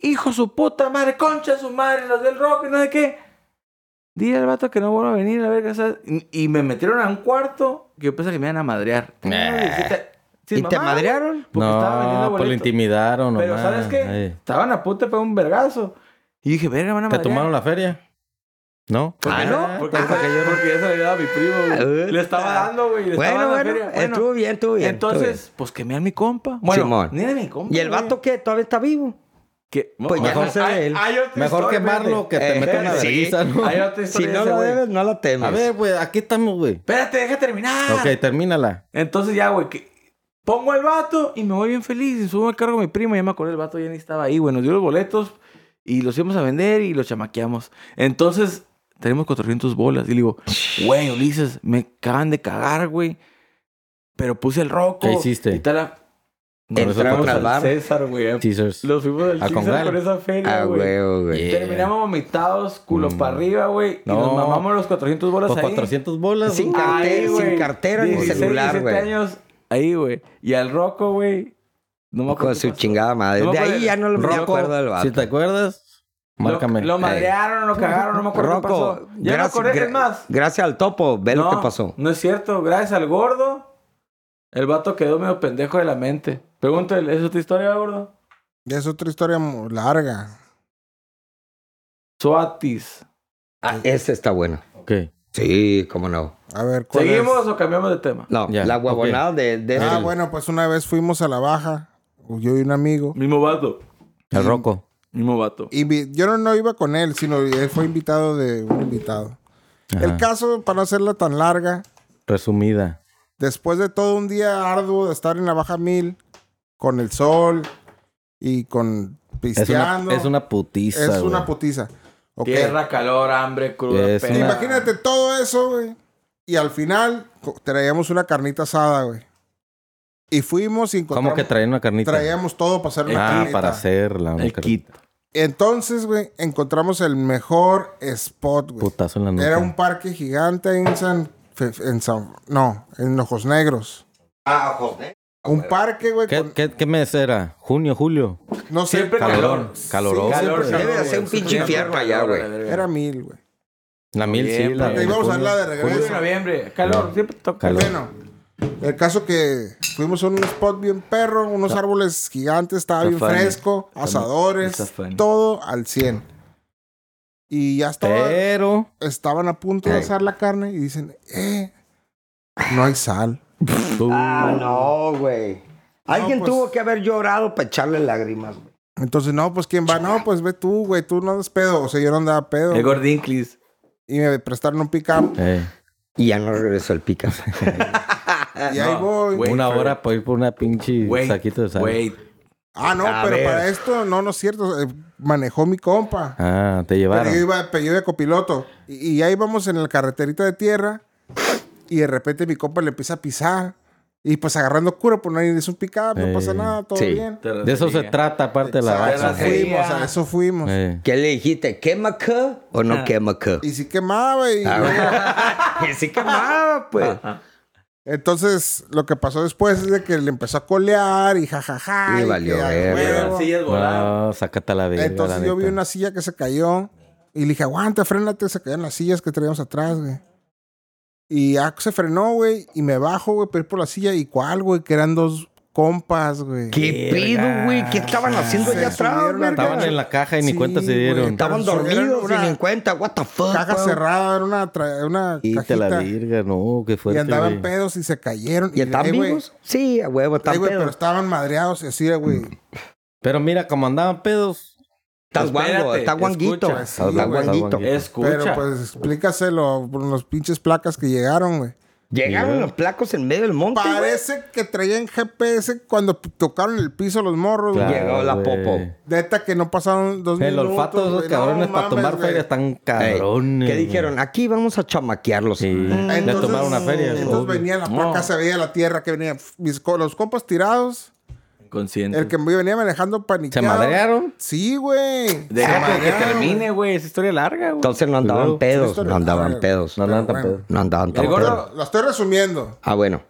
B: ¡Hijo de su puta madre, concha de su madre, los del roco y no sé qué! Dile al vato que no vuelva a venir, a ver qué haces. Y y me metieron a un cuarto que yo pensé que me iban a madrear. Tenía
C: Nah.
B: 17 sin
C: ¿Y te
B: mamá, güey,
C: madrearon?
B: Porque estaba vendiendo
A: No, pues lo
B: boletos.
A: intimidaron.
B: Pero,
A: nomás.
B: ¿sabes qué?
A: Eh.
B: Estaban a punto de pegar un vergazo. Y dije, verga, me van a
A: ¿Te
B: madrear.
A: tomaron la feria? ¿No? Pues
C: Ah, no,
B: Porque, yo, porque ya se le daba a mi primo, güey. Le estaba dando, güey. Le estaba
C: Ah, Bueno,
B: dando
C: bueno,
B: feria. Bueno,
C: estuvo bien, estuvo bien. estuvo
B: Entonces, pues quemé a mi compa. Bueno,
C: Simón.
B: ni era mi compa.
C: bien. ¿Y el
B: güey.
C: vato qué? ¿Todavía está vivo?
B: Que,
C: Pues ya
B: Mejor-
C: no sé de
B: hay-
C: él.
B: hay otra
A: Mejor
B: historia,
A: quemarlo
B: espérate.
A: que te
C: Eh,
A: metan una
C: sí.
A: vergüenza, ¿no?
B: Hay otra
C: Si
B: historia. de
C: no
B: ese
C: la
B: güey.
C: debes, no la temes.
A: A ver, güey, aquí estamos, güey.
B: Espérate, deja terminar.
A: Ok, termínala.
B: Entonces ya, güey, que pongo el vato y me voy bien feliz. Y subo al cargo a mi primo. Ya me acordé, el vato ya ni estaba ahí, güey. Nos dio los boletos y los íbamos a vender y los chamaqueamos. Entonces, tenemos 400 bolas. Y le digo, güey, Ulises, me acaban de cagar, güey. Pero puse el roco.
A: ¿Qué hiciste?
B: Y tal, la-
A: Con esos
C: Entraron
A: patos.
C: al bar.
B: César, güey.
A: Teasers.
B: Los fuimos del
A: A
B: César
A: Congal.
B: con esa feria,
C: Ah,
B: güey.
C: huevo, güey.
A: Yeah.
B: Terminamos vomitados, culo
A: Mm.
B: para arriba, güey. Y nos
A: No. Pues
B: mamamos los 400 bolas
A: Por
B: ahí.
A: 400 bolas.
C: Sin
A: güey.
C: ca- cartera- sin
B: güey.
C: cartera ni
B: 16,
C: celular,
B: 17
C: güey.
B: años ahí, güey. Y al Rocco, güey. No me acuerdo.
C: Con
B: qué
C: su
B: pasó.
C: chingada madre.
B: No me
C: De
B: acuerdo.
C: ahí ya no lo me
B: Rocco,
C: acuerdo del
A: Si
C: vato.
A: te acuerdas, márcame.
B: Lo, lo madrearon, lo cagaron, no me acuerdo qué
C: Rocco,
B: pasó. Ya no acordé,
C: gra-
B: es más.
C: gracias al topo, ve
B: no,
C: lo que pasó.
B: No es cierto. Gracias al gordo, el vato quedó medio pendejo de la mente. Pregúntale, ¿es otra historia, gordo?
D: Ya es otra historia mu- larga.
B: Suatis.
C: Ah, ese está bueno.
A: Ok.
C: Sí, cómo no.
D: A ver, ¿cuál es?
B: ¿Seguimos o cambiamos de tema?
C: No,
A: Ya,
C: la
A: ok.
C: huevonada de, de
D: Ah,
C: del-
D: bueno, pues una vez fuimos a la baja, yo y un amigo.
B: Mismo vato.
A: El roco.
B: Mismo vato.
D: Y vi- yo no, no iba con él, sino él fue invitado de un invitado. El caso, para no hacerla tan larga,
A: Resumida.
D: después de todo un día arduo de estar en la baja mil, con el sol y con
A: Es una,
D: pisteando.
A: es una putiza.
D: es una
A: güey.
D: putiza. Ok.
B: Tierra, calor, hambre, cruda,
A: Es
B: pena.
A: una-
D: Imagínate todo eso, güey. Y al final co- traíamos una carnita asada, güey. Y fuimos y encontramos.
A: ¿Cómo que traían una carnita?
D: Traíamos todo para hacer una
A: Ah,
D: carnita.
A: para hacerla. una
B: El
A: carnita.
B: kit.
D: Entonces, güey, encontramos el mejor spot, güey.
A: Putazo en la nuca.
D: Era un parque gigante ahí en San, fe- en San- No, en Ojos Negros.
C: Ah, joder.
D: Un parque, güey,
A: ¿Qué,
D: con-
A: qué, qué mes era? ¿Junio, julio?
D: no sé.
B: Siempre calor.
A: Calorón.
D: Sí,
B: Calor,
D: siempre.
B: calor,
C: Debe de
B: güey.
C: ser un
B: Sí,
C: pinche infierno
B: calor,
C: allá,
B: la
C: güey.
B: verga.
D: Era mil, güey.
A: La mil, sí.
B: Bien,
A: La
B: pues.
D: Te
A: de
D: íbamos a
A: junio.
D: hablar de
B: Julio,
D: regreso.
B: noviembre. Calor,
A: No.
B: siempre toca.
A: Calor.
D: Bueno, el caso que fuimos a un spot bien perro, unos árboles gigantes, estaba
B: Ah. Está
D: bien
B: funny.
D: fresco,
B: Está muy- está
D: asadores,
B: funny.
D: todo al 100. Y ya estaba,
A: Pero.
D: estaban a punto de
C: Ey.
D: asar la carne y dicen, eh, no hay sal.
C: Ah, no, güey. Alguien
D: pues-
C: tuvo que haber llorado para echarle lágrimas, güey.
D: Entonces, no, pues ¿quién va? No, pues ve tú, güey, tú no andas pedo. O sea, yo no andaba pedo.
B: El Gordinclis.
D: Y me prestaron un pick-up
A: eh,
C: Y ya no regresó el pica.
D: y ahí
B: no,
D: voy.
B: Güey,
A: una
B: Fer.
A: hora para ir por una pinche
B: Güey.
A: saquito de sal.
B: Güey.
D: Ah, no,
C: A
D: pero
C: ver.
D: para esto, no, no es cierto. eh, manejó mi compa.
A: Ah, te
D: Pero
A: llevaron.
D: yo iba, pero yo de copiloto. Y, y ahí vamos en la carreterita de tierra. Y de repente mi compa le empieza a pisar. Y pues agarrando cura, pues nadie es un picado, no
A: Eh,
D: pasa nada, todo
C: sí.
D: bien.
A: De eso se trata, aparte de la
D: O sea,
A: raza.
D: a eso
B: terracería.
D: fuimos, a eso fuimos.
A: Eh,
C: ¿Qué le dijiste? ¿Quema que o
B: Ah.
C: no quema que?
D: Y si quemaba y...
C: Ah, güey. Y sí quemaba, pues.
B: Ah.
D: Entonces, lo que pasó después es de que le empezó a colear y jajaja.
C: Y
D: que
C: valió
D: a
C: verga.
D: huevo.
B: Sillas voladas.
A: No, sácate a la verga.
D: Entonces
A: la
D: yo vi
A: neta.
D: una silla que se cayó y le dije, aguanta, frénate, se cayeron las sillas que traíamos atrás, güey. Y ya se frenó, güey, y me bajo, güey, pero por la silla y cuál, güey, que eran dos compas, güey.
C: ¿Qué pedo, güey? ¿Qué estaban haciendo
D: Se
C: allá atrás,
D: subieron a-
C: verga?
A: Estaban en la caja y ni
D: Sí,
A: cuenta se
D: güey,
A: dieron.
D: estaba-
C: Estaban
D: Pero subieron
C: dormidos
D: una-
C: sin cuenta. What the fuck,
D: Caja
C: güey?
D: cerrada, era una, tra- una
A: Quita la
D: cajita.
A: verga, no, qué
D: Y
A: fuerte.
D: andaban
A: güey.
D: pedos y se cayeron.
C: ¿Y están
D: eh, güey,
C: vivos? Sí, a huevo,
D: eh,
C: están
D: güey, pero
C: pedos.
D: estaban madreados y así, eh, güey.
A: Pero mira, como andaban pedos.
C: Estás guango,
B: Espérate,
C: está guanguito.
B: escucha.
D: Sí,
C: Está
D: güey.
C: guanguito.
A: Está
D: Pero
B: Escucha.
D: pues explícaselo por los pinches placas que llegaron, güey.
C: Llegaron
A: Mira.
C: los placos en medio del monte, güey.
D: Parece que traían GPS cuando p- tocaron el piso los morros, güey.
A: Claro,
C: Llegó la
A: güey.
C: popo.
D: Neta que no pasaron dos
A: El
D: minutos.
A: olfato de esos
D: güey. No
A: cabrones para
D: mames,
A: tomar
D: güey.
A: feria están
C: Ey,
A: cabrones.
C: que
A: güey.
C: dijeron, aquí vamos a chamaquearlos.
A: Sí.
C: Mm,
A: Le tomaron una feria.
D: Entonces
A: obvio.
D: venía la
B: No.
D: placa, se veía la tierra que venía. mis co- los compas tirados.
B: Consciente.
D: El que me venía manejando
A: ¿Se
D: paniqueado.
A: madrearon?
D: Sí, güey.
B: Déjate
D: Se
B: que
D: madrearon, güey.
B: termine, güey. Es historia larga, güey.
C: Entonces no andaban
A: Luego,
C: pedos,
D: esto
C: no
D: no- a
C: andaban
D: ver.
C: pedos.
A: No andaban tan
D: bueno.
A: pedos.
C: No andaban tan
B: El gordo-
C: pedos.
D: Bueno, lo estoy resumiendo.
C: Ah, bueno.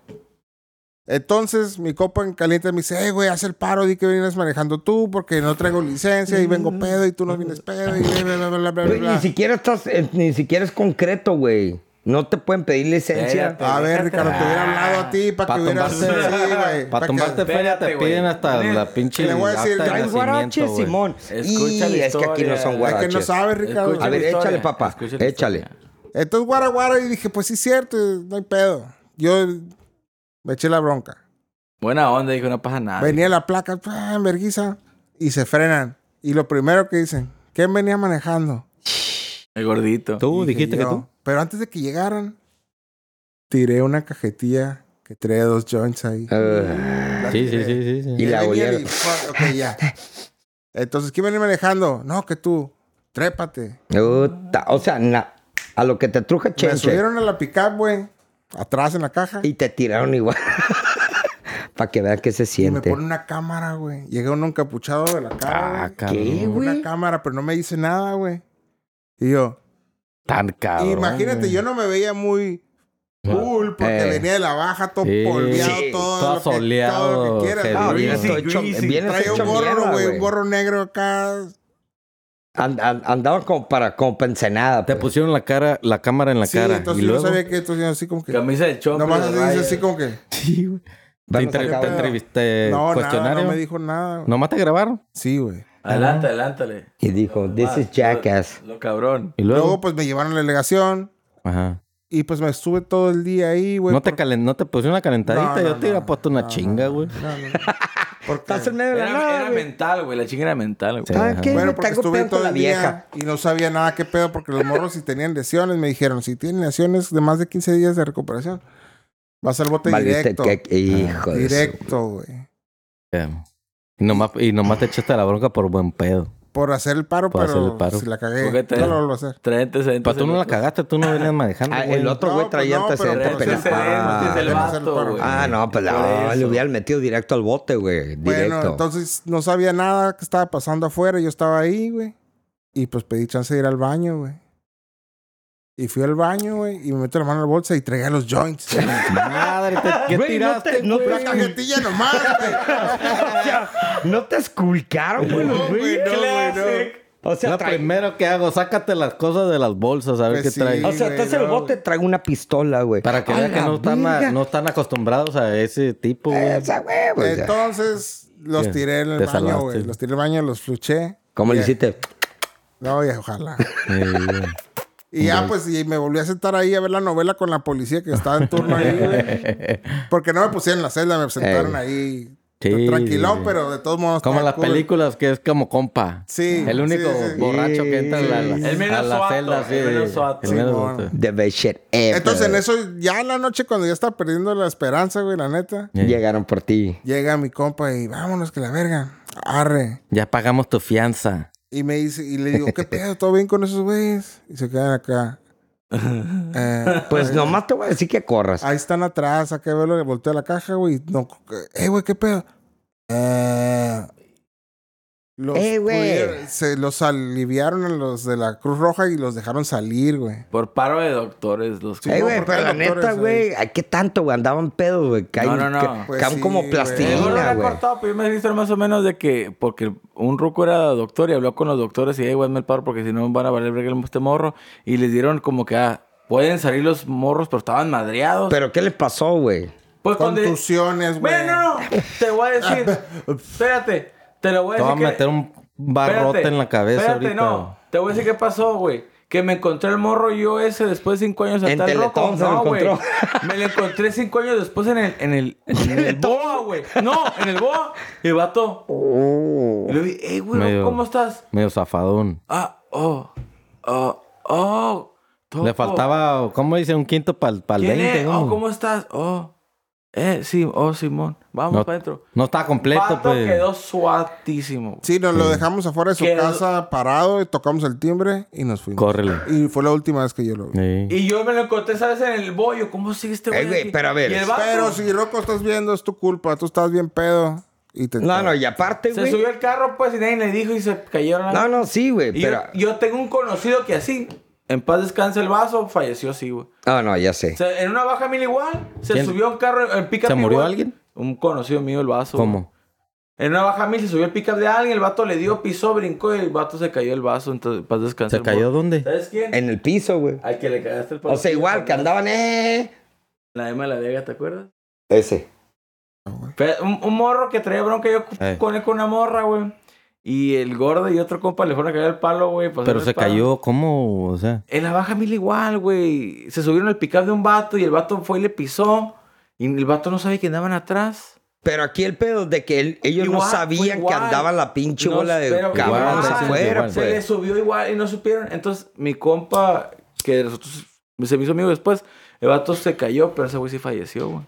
D: Entonces, mi copa en caliente me dice, hey, güey, haz el paro, di que vienes manejando tú, porque no traigo licencia y vengo pedo y tú no vienes pedo y bla, bla, bla, bla, bla,
C: Güey,
D: bla.
C: ni siquiera estás, eh, ni siquiera es concreto, güey. No te pueden pedir licencia.
B: Espérate.
D: A ver, Ricardo, te hubiera hablado a ti para
A: Ah,
D: que
A: Pa'
D: hubieras... Sí,
A: tomarte-
D: güey.
A: Para
D: que-
A: tumbarte feria te
B: Espérate, güey.
A: piden hasta
B: Tienes-
A: la pinche.
D: Le voy a decir,
A: acta de
D: traes
C: Traes
A: nacimiento,
C: guaraches,
A: güey.
C: Simón.
B: Escucha
C: y
B: la
C: es que aquí no
B: historia.
C: son
D: Es que
C: guaraches.
D: no sabes, Ricardo.
B: Escucha
C: A ver,
B: la historia,
C: échale, papá.
B: escucha la
C: Échale.
B: historia.
D: Entonces, guara, guara, y dije, pues sí, cierto, no hay pedo. Yo me eché la bronca.
A: Ah,
B: Buena onda, dijo, no pasa nada.
D: Venía la placa, ¡pam! verguiza, y se frenan. Y lo primero que dicen, ¿quién venía manejando?
B: El gordito.
A: Tú
D: Dije
A: dijiste que
D: yo.
A: tú.
D: Pero antes de que llegaran, tiré una cajetilla que traía dos joints ahí.
C: Ah,
D: La
A: Sí, sí,
D: tiré.
A: sí, sí. sí.
C: Y la
D: Venía
C: olieron.
D: y, fuck, Ok, ya. Entonces, ¿quién venía manejando? No, que tú. Trépate.
C: puta, o sea, na- a lo que te truje
D: Me
C: chenche.
D: subieron a la pickup, güey. Atrás en la caja. Y,
C: Y te tiraron igual. Para que veas qué se
D: me
C: siente.
D: pone una cámara, güey. Llega un encapuchado de la cara.
A: Ah,
D: güey.
C: ¿Qué,
A: cabrón.
D: una
C: güey?
D: cámara, pero no me dice nada, güey. Y yo,
A: Tan cabrón.
D: imagínate,
A: güey.
D: yo no me veía muy cool porque
C: Eh.
D: venía de la baja, todo
A: Sí.
D: polveado,
C: Sí.
D: todo,
A: Todo
D: lo que- todo lo
A: soleado,
D: que quieras.
A: heavy.
C: Ah,
D: güey.
C: vienes
B: Greasy,
C: hecho,
B: greasy.
C: vienes
D: Traía
C: hecho
D: un gorro,
C: mierda,
D: güey,
C: güey.
D: un gorro negro acá.
C: And- and- andaban como para como pa' ensenada,
A: Te
C: pues.
A: pusieron la cara, la cámara en la
D: sí,
A: cara.
D: entonces
A: y
D: yo no
A: luego,
D: sabía que esto así como que...
B: Camisa de chompa.
D: Nomás
B: de
D: así dice
B: rayas.
D: así como que...
A: Sí, güey. Te,
C: Vamos a
A: entre-
C: sacar
A: te
C: una-
A: entrevisté
D: No, nada,
A: Eh, cuestionario.
D: no me dijo nada. güey.
A: Nomás te grabaron.
D: Sí, güey.
B: Adelante, adelántale.
C: Y dijo, this is jackass.
B: Lo cabrón.
A: Y luego.
D: Luego pues me llevaron a la delegación
A: Ajá.
D: y pues me estuve todo el día ahí, güey.
A: No te,
D: porque-
A: calen- no te pusieron una calentadita.
D: No, no,
A: yo te hubiera
D: no,
A: puesto una
D: no,
A: chinga,
D: no,
A: güey.
D: no, no, no. Porque-
C: Estás en medio de la nada,
B: Era, era
C: güey.
B: mental, güey. La chinga era mental, güey.
A: Sí.
C: Ah,
A: Ajá.
C: ¿qué?
D: Bueno,
C: Me
D: porque
C: traigo
D: estuve
C: pedo
D: todo
C: con la
D: el día
C: vieja.
D: y no sabía nada qué pedo porque los morros si tenían lesiones me dijeron, si tienen lesiones de más de 15 días de recuperación, vas al bote
C: Valiste
D: directo. Ah,
C: que- Hijo de su-
D: Directo, güey.
A: Eh, Y nomás, y nomás te echaste la bronca por buen pedo.
D: Por hacer el paro,
A: Por
D: pero
A: hacer el paro.
D: si la cagué,
B: Porque te-
D: no lo vuelvo a hacer.
B: Trae antecedentes.
A: Pero tú no la
B: cagaste.
A: cagaste, tú no venías manejando.
C: Ah,
A: güey.
C: el otro güey
D: No,
C: traía
D: pues no, pero
C: antecedentes
D: por
C: penales.
D: eso
B: antecedentes del
D: Ah,
B: vato, güey.
C: Ah, no, pues no,
B: Por
C: le
B: eso.
C: hubieran metido directo al bote, güey. Directo.
D: Bueno, entonces no sabía nada que estaba pasando afuera, yo estaba ahí, güey. Y pues pedí chance de ir al baño, güey. Y fui al baño, güey, y me meto la mano en la bolsa y traía los joints.
A: Madre, te- ¿qué
C: Güey, no
A: tiraste?
C: te, no,
D: Una
C: te,
D: cajetilla nomás, güey.
C: o sea, no te esculcaron, güey, los
D: No, güey,
C: güeyes.
D: no, güey, no.
C: O sea,
A: Lo
C: trae-
A: primero que hago, sácate las cosas de las bolsas, a ver
D: Pues sí.
A: qué traes.
C: o sea, estás en el
D: güey, no,
C: bote, traigo una pistola, güey.
A: Para que
C: A
A: vean que
C: la
A: no están, a-
C: verga.
A: no están acostumbrados a ese tipo, güey.
C: Esa, güey, pues, ya.
D: Entonces los
A: ¿Qué?
D: tiré en el
A: Te
D: baño,
A: salvaste.
D: güey. Los tiré en el baño, los fluché.
C: ¿Cómo le
D: Ya.
C: hiciste?
D: No, ya, ojalá.
A: Sí, güey.
D: Y ya, pues, y me volví a sentar ahí a ver la novela con la policía que estaba en turno ahí, güey. Porque no me pusieron en la celda, me sentaron ahí.
A: Sí,
D: tranquilón,
A: güey.
D: pero de todos modos.
A: Como
D: estaba
A: las
D: cool.
A: películas que es como compa.
D: Sí,
A: El único
D: sí, sí.
A: borracho que entra a la,
B: Sí.
A: a
B: El menos
A: la
B: suato,
A: celda. así
B: el
A: de-
B: menos suato.
A: el menos
D: Simón.
A: suato.
C: The best shit ever.
D: Entonces, en eso, ya en la noche, cuando ya estaba perdiendo la esperanza, güey, la neta,
A: Eh,
C: Llegaron por ti.
D: llega mi compa y vámonos que la verga. Arre.
A: Ya pagamos tu fianza.
D: Y me dice, y le digo, ¿qué pedo? ¿Todo bien con esos güeyes? Y se quedan acá. Eh,
C: Pues nomás te voy a decir que corras.
D: Ahí están atrás, acá veo lo volteo la caja, güey. No, eh, güey, qué pedo. Eh, los
C: Eh, güey.
D: pudieron- Se los aliviaron a los de la Cruz Roja y los dejaron salir, güey.
B: Por paro de doctores, los
D: Sí,
C: Eh,
D: no,
C: güey,
D: porque
C: pero la
D: hay doctores
C: neta,
D: ahí.
C: güey, ay, ¿qué tanto, güey? Andaban pedos, güey. Caen,
B: No, no, no.
C: ca-
D: Pues
C: caen
D: sí,
C: como
D: güey.
B: El gordo
C: plastilina,
B: Eh, era
C: güey.
B: cortado, pero yo me registro más o menos de que, porque un ruco era doctor y habló con los doctores y, "Ey, güey, hazme el paro porque si no van a valer verga este morro. Y les dieron como que, ah, pueden salir los morros, pero estaban madreados.
C: Pero ¿qué les pasó, güey?
B: pues cuando-
D: Contusiones, güey.
B: Bueno, no, te voy a decir, espérate, te lo voy a
A: Te
B: decir.
A: voy a
B: que-
A: meter un barrote
B: Espérate,
A: en la cabeza
B: espérate,
A: ahorita.
B: no. Te voy a decir qué pasó, güey. Que me encontré el morro yo ese después de cinco años
C: En
B: atrás.
C: Teletón
B: loco.
C: se lo
B: No, güey.
C: encontró.
B: Me lo encontré cinco años después en el, en el, en el boa, güey. No, en el boa. Y el vato. Y le dije, hey, güey,
A: Oh. Medio-
B: ¿cómo estás?
A: Medio zafadón.
B: Ah, oh, oh, oh.
A: Le
B: topo.
A: faltaba, ¿cómo dice? Un quinto para el
B: ¿Quién
A: 20,
B: es?
A: ¿no?
B: Oh, ¿cómo estás? Oh, eh, sí, oh, Simón. Vamos
A: No,
B: para adentro.
A: no estaba completo,
B: Vato
A: pues.
B: quedó suatísimo. güey.
D: Sí, nos lo dejamos afuera de su
B: Que-
D: casa parado y tocamos el timbre y nos fuimos.
A: Córrele.
D: Y fue la última vez que yo lo vi.
A: Sí.
B: Y yo me lo encontré, ¿sabes? En el bollo. ¿Cómo sigue este
C: Eh,
B: güey?
C: güey,
B: aquí?
C: pero a ver,
B: Y el vato
D: Pero si Rocco estás viendo, es tu culpa. Tú estás bien pedo. Y te
C: No, no, y aparte,
B: se
C: güey.
B: subió al carro, pues, y nadie le dijo y se cayeron. a la-
C: No, no, sí, güey,
B: Y yo,
C: pero...
B: yo tengo un conocido que así, en paz descansa el vaso, falleció así, güey.
C: Ah, no, ya sé.
B: O sea, en una baja mil igual, se
A: ¿Quién?
B: subió a un carro, en pickup
A: ¿Se murió
B: igual.
A: alguien?
B: Un conocido mío, el vaso. güey.
A: ¿Cómo?
B: En una baja mil se subió el pickup de alguien, el vato le dio, pisó, brincó y el vato se cayó el vaso, entonces en paz descansa.
A: ¿Se
B: el
A: cayó
B: morro.
A: dónde?
B: ¿Sabes quién?
C: En el piso, güey.
B: Al que le cagaste el
C: O sea, igual que andaban, eh.
B: La de la Vega, ¿te acuerdas?
C: Ese.
B: Fe- Un, un morro que traía bronca yo cu-
A: Eh.
B: con él con una morra, güey. Y el gordo y otro compa le fueron a caer el palo, güey. pues, para
A: Pero
B: hacerle
A: se
B: el paro.
A: cayó, ¿cómo? O sea,
B: En la baja mil igual, güey. Se subieron al pickup de un vato y el vato fue y le pisó. Y el vato no sabe que andaban atrás.
C: Pero aquí el pedo de que él- ellos no
B: Igual,
C: sabían
B: fue igual.
C: que andaba la pinche
B: No,
C: bola de
B: pero
C: cabrones
A: igual,
C: afuera,
A: igual.
B: Se le
C: pues.
B: subió igual y no supieron. Entonces, mi compa, que nosotros se me hizo amigo después, el vato se cayó, pero ese güey sí falleció, güey.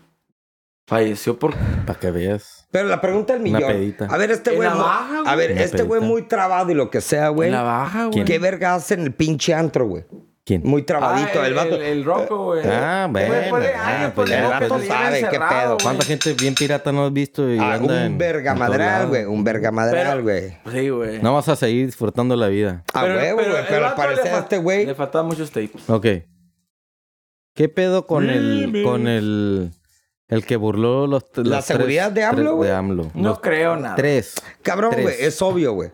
B: Falleció por.
A: Para que veas.
C: Pero la pregunta del
A: Una
C: millón.
A: pedita.
C: A ver, este
B: En
C: güey.
B: la
C: mu-
B: baja,
C: A
B: güey.
C: ver,
A: Una
C: este güey
A: pedita.
C: muy trabado y lo que sea, güey.
B: En la baja, güey.
C: ¿Qué verga hace en el pinche antro, güey?
A: ¿Quién?
C: Muy
B: Ah,
C: trabadito el vato.
B: El, el roco, güey.
A: Ah,
B: Güey,
A: bueno,
B: ponle
A: ah,
B: años,
A: pues
B: ponle
A: el
B: roco,
A: vato
B: lo llevan
C: sabe qué
B: encerrado,
C: pedo.
B: güey.
A: ¿Cuánta gente bien pirata no has visto? Y
C: Ah,
A: anda en-
C: un verga
A: en todos
C: madral,
A: lados?
C: güey. Un verga
B: Pero-
C: madral, güey.
B: Sí, güey.
A: No vas a seguir disfrutando la vida.
C: A huevo, güey. Pero,
B: el
C: al
B: vato le
C: parecer a
B: fal-
C: este güey.
B: Le faltaban muchos tapes.
A: Ok. ¿Qué pedo con el. con el. el que burló los. los
C: ¿La seguridad de AMLO,
A: tres-
C: güey?
A: De AMLO.
B: No
A: Los
B: creo nada.
A: tres.
C: Cabrón,
A: Tres.
C: güey. Es obvio, güey.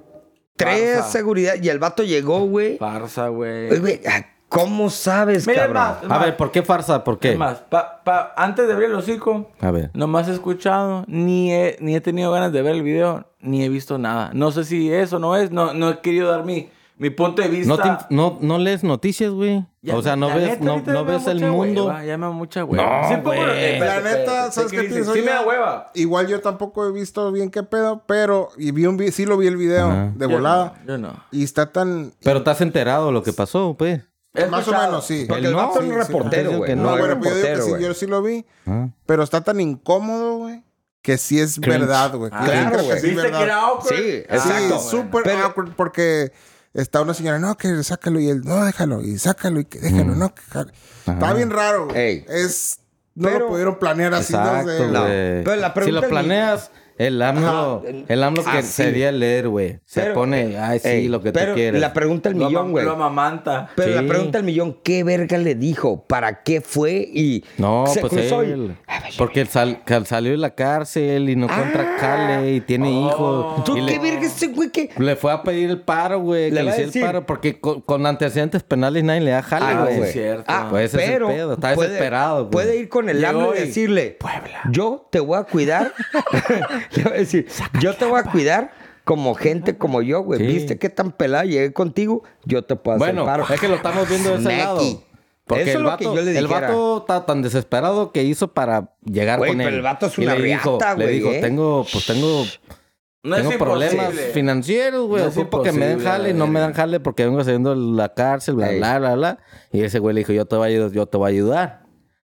C: Tres
B: Farsa.
C: seguridad. Y el vato llegó, güey.
B: Farsa, güey.
C: Oye, güey, ah, ¿cómo sabes,
B: Mira, el
C: cabrón?
B: más, el
A: A
B: más,
A: ver, ¿por qué farsa? ¿Por qué?
B: el más. Pa- pa- antes de abrir el hocico,
A: A ver.
B: No más he escuchado, ni he, ni he tenido ganas de ver el video, ni he visto nada. No sé si es o no es, no, no he querido dar mi, mi punto de vista.
A: No, te inf- no, no lees noticias, güey.
B: Ya,
A: O sea, no
B: la
A: ves,
B: neta,
A: no,
B: ahorita
A: no
B: me da
A: ves el
B: mucha
A: mundo.
B: hueva, ya me da mucha hueva.
A: No,
B: pongo-
A: güey.
B: espérate,
D: La
B: espérate,
D: neta,
B: espérate,
D: ¿sabes qué
B: dices?
D: pienso
B: Sí
D: yo?
B: me da hueva.
D: Igual yo tampoco he visto bien qué pedo, pero y vi un vi- sí lo vi el video
A: Ajá.
D: de
B: Yo
D: volada.
B: no, Yo no.
D: Y está tan...
A: Pero te has enterado de lo que pasó, pues.
B: He
D: Más o
B: escuchado.
D: menos, sí.
C: Porque
A: Él
C: el
A: no,
C: vato
A: sí,
C: es
A: sí,
C: reportero,
A: sí,
C: güey.
A: que
C: no,
A: no.
D: No,
C: es
D: bueno, pues yo digo
C: reportero,
D: que sí,
C: güey.
D: yo sí lo vi.
A: Ah.
D: Pero está tan incómodo, güey, que sí es
A: Cringe.
D: verdad, güey.
B: Ah,
C: Claro,
D: Creo que
C: güey.
D: sí es
B: ¿Viste que
D: verdad.
B: era awkward?
C: Sí,
B: Ah,
D: Sí,
C: Exacto.
B: bueno.
D: es súper
C: Pero-
D: awkward porque está una señora, no, que sácalo y él, no, déjalo, y sácalo y que déjalo, no, que jale". Está bien raro, güey.
C: Ey.
D: Es. No
C: Pero-
D: lo pudieron planear así, no sé,
A: Exacto,
D: güey.
A: güey.
C: Pero la
A: si
C: pregunta
A: lo
C: es-
A: planeas, el AMLO,
C: Ajá.
A: el AMLO que
C: Ah, sí.
A: sería leer, güey. Se
C: Pero- eh,
A: pone, ay, sí,
C: Ey,
A: lo que
C: pero
A: tú quieres.
C: La pregunta del
B: Lo
C: millón,
B: ama-
C: güey.
B: Lo amamanta.
C: Pero
A: Sí.
C: la pregunta del millón, ¿qué verga le dijo? ¿Para qué fue? Y
A: No,
C: se
A: pues
C: cruzó y- Ah,
A: él.
C: A ver,
A: Porque sal- cal- salió de la cárcel y no encuentra cale y tiene hijos.
C: Ah. ¿Tú
A: y
C: qué
A: le,
C: verga ese güey que
A: le fue a pedir el paro,
C: Le
A: güey. Que
C: va
A: le
C: a
A: hiciera el
C: decir-
A: paro. Porque con, con antecedentes penales nadie le da
C: Ah,
A: jale,
B: sí,
A: güey.
B: es cierto.
A: Pues ese es el pedo, está desesperado, güey.
C: Puede ir con el
B: Llegó
C: AMLO y
B: y-
C: decirle,
B: Puebla.
C: yo te voy a cuidar. Le va a decir, yo te voy a cuidar como gente como yo, güey.
A: Sí.
C: ¿Viste qué tan pelada llegué contigo? Yo te puedo hacer
A: Bueno,
C: paro.
A: es que lo estamos viendo de ese
C: Snacky.
A: lado. Porque
C: Eso es
A: el,
C: lo que
A: vato,
C: yo le
A: el
C: dijera.
A: vato está tan desesperado que hizo para llegar
C: Güey,
A: con él.
C: pero el vato es
A: Y
C: una
A: le dijo,
C: riata,
A: Le
C: güey,
A: dijo,
C: ¿eh?
A: tengo, pues tengo,
B: No es
A: tengo problemas
B: imposible.
A: financieros, güey.
B: No es
A: ocupo que me den
B: imposible,
A: jale y
B: la
A: no me
B: verga.
A: dan jale porque vengo saliendo de la cárcel, bla,
C: Ey.
A: bla, bla, bla. Y ese güey le dijo, yo te voy a ayudar, yo te voy a ayudar.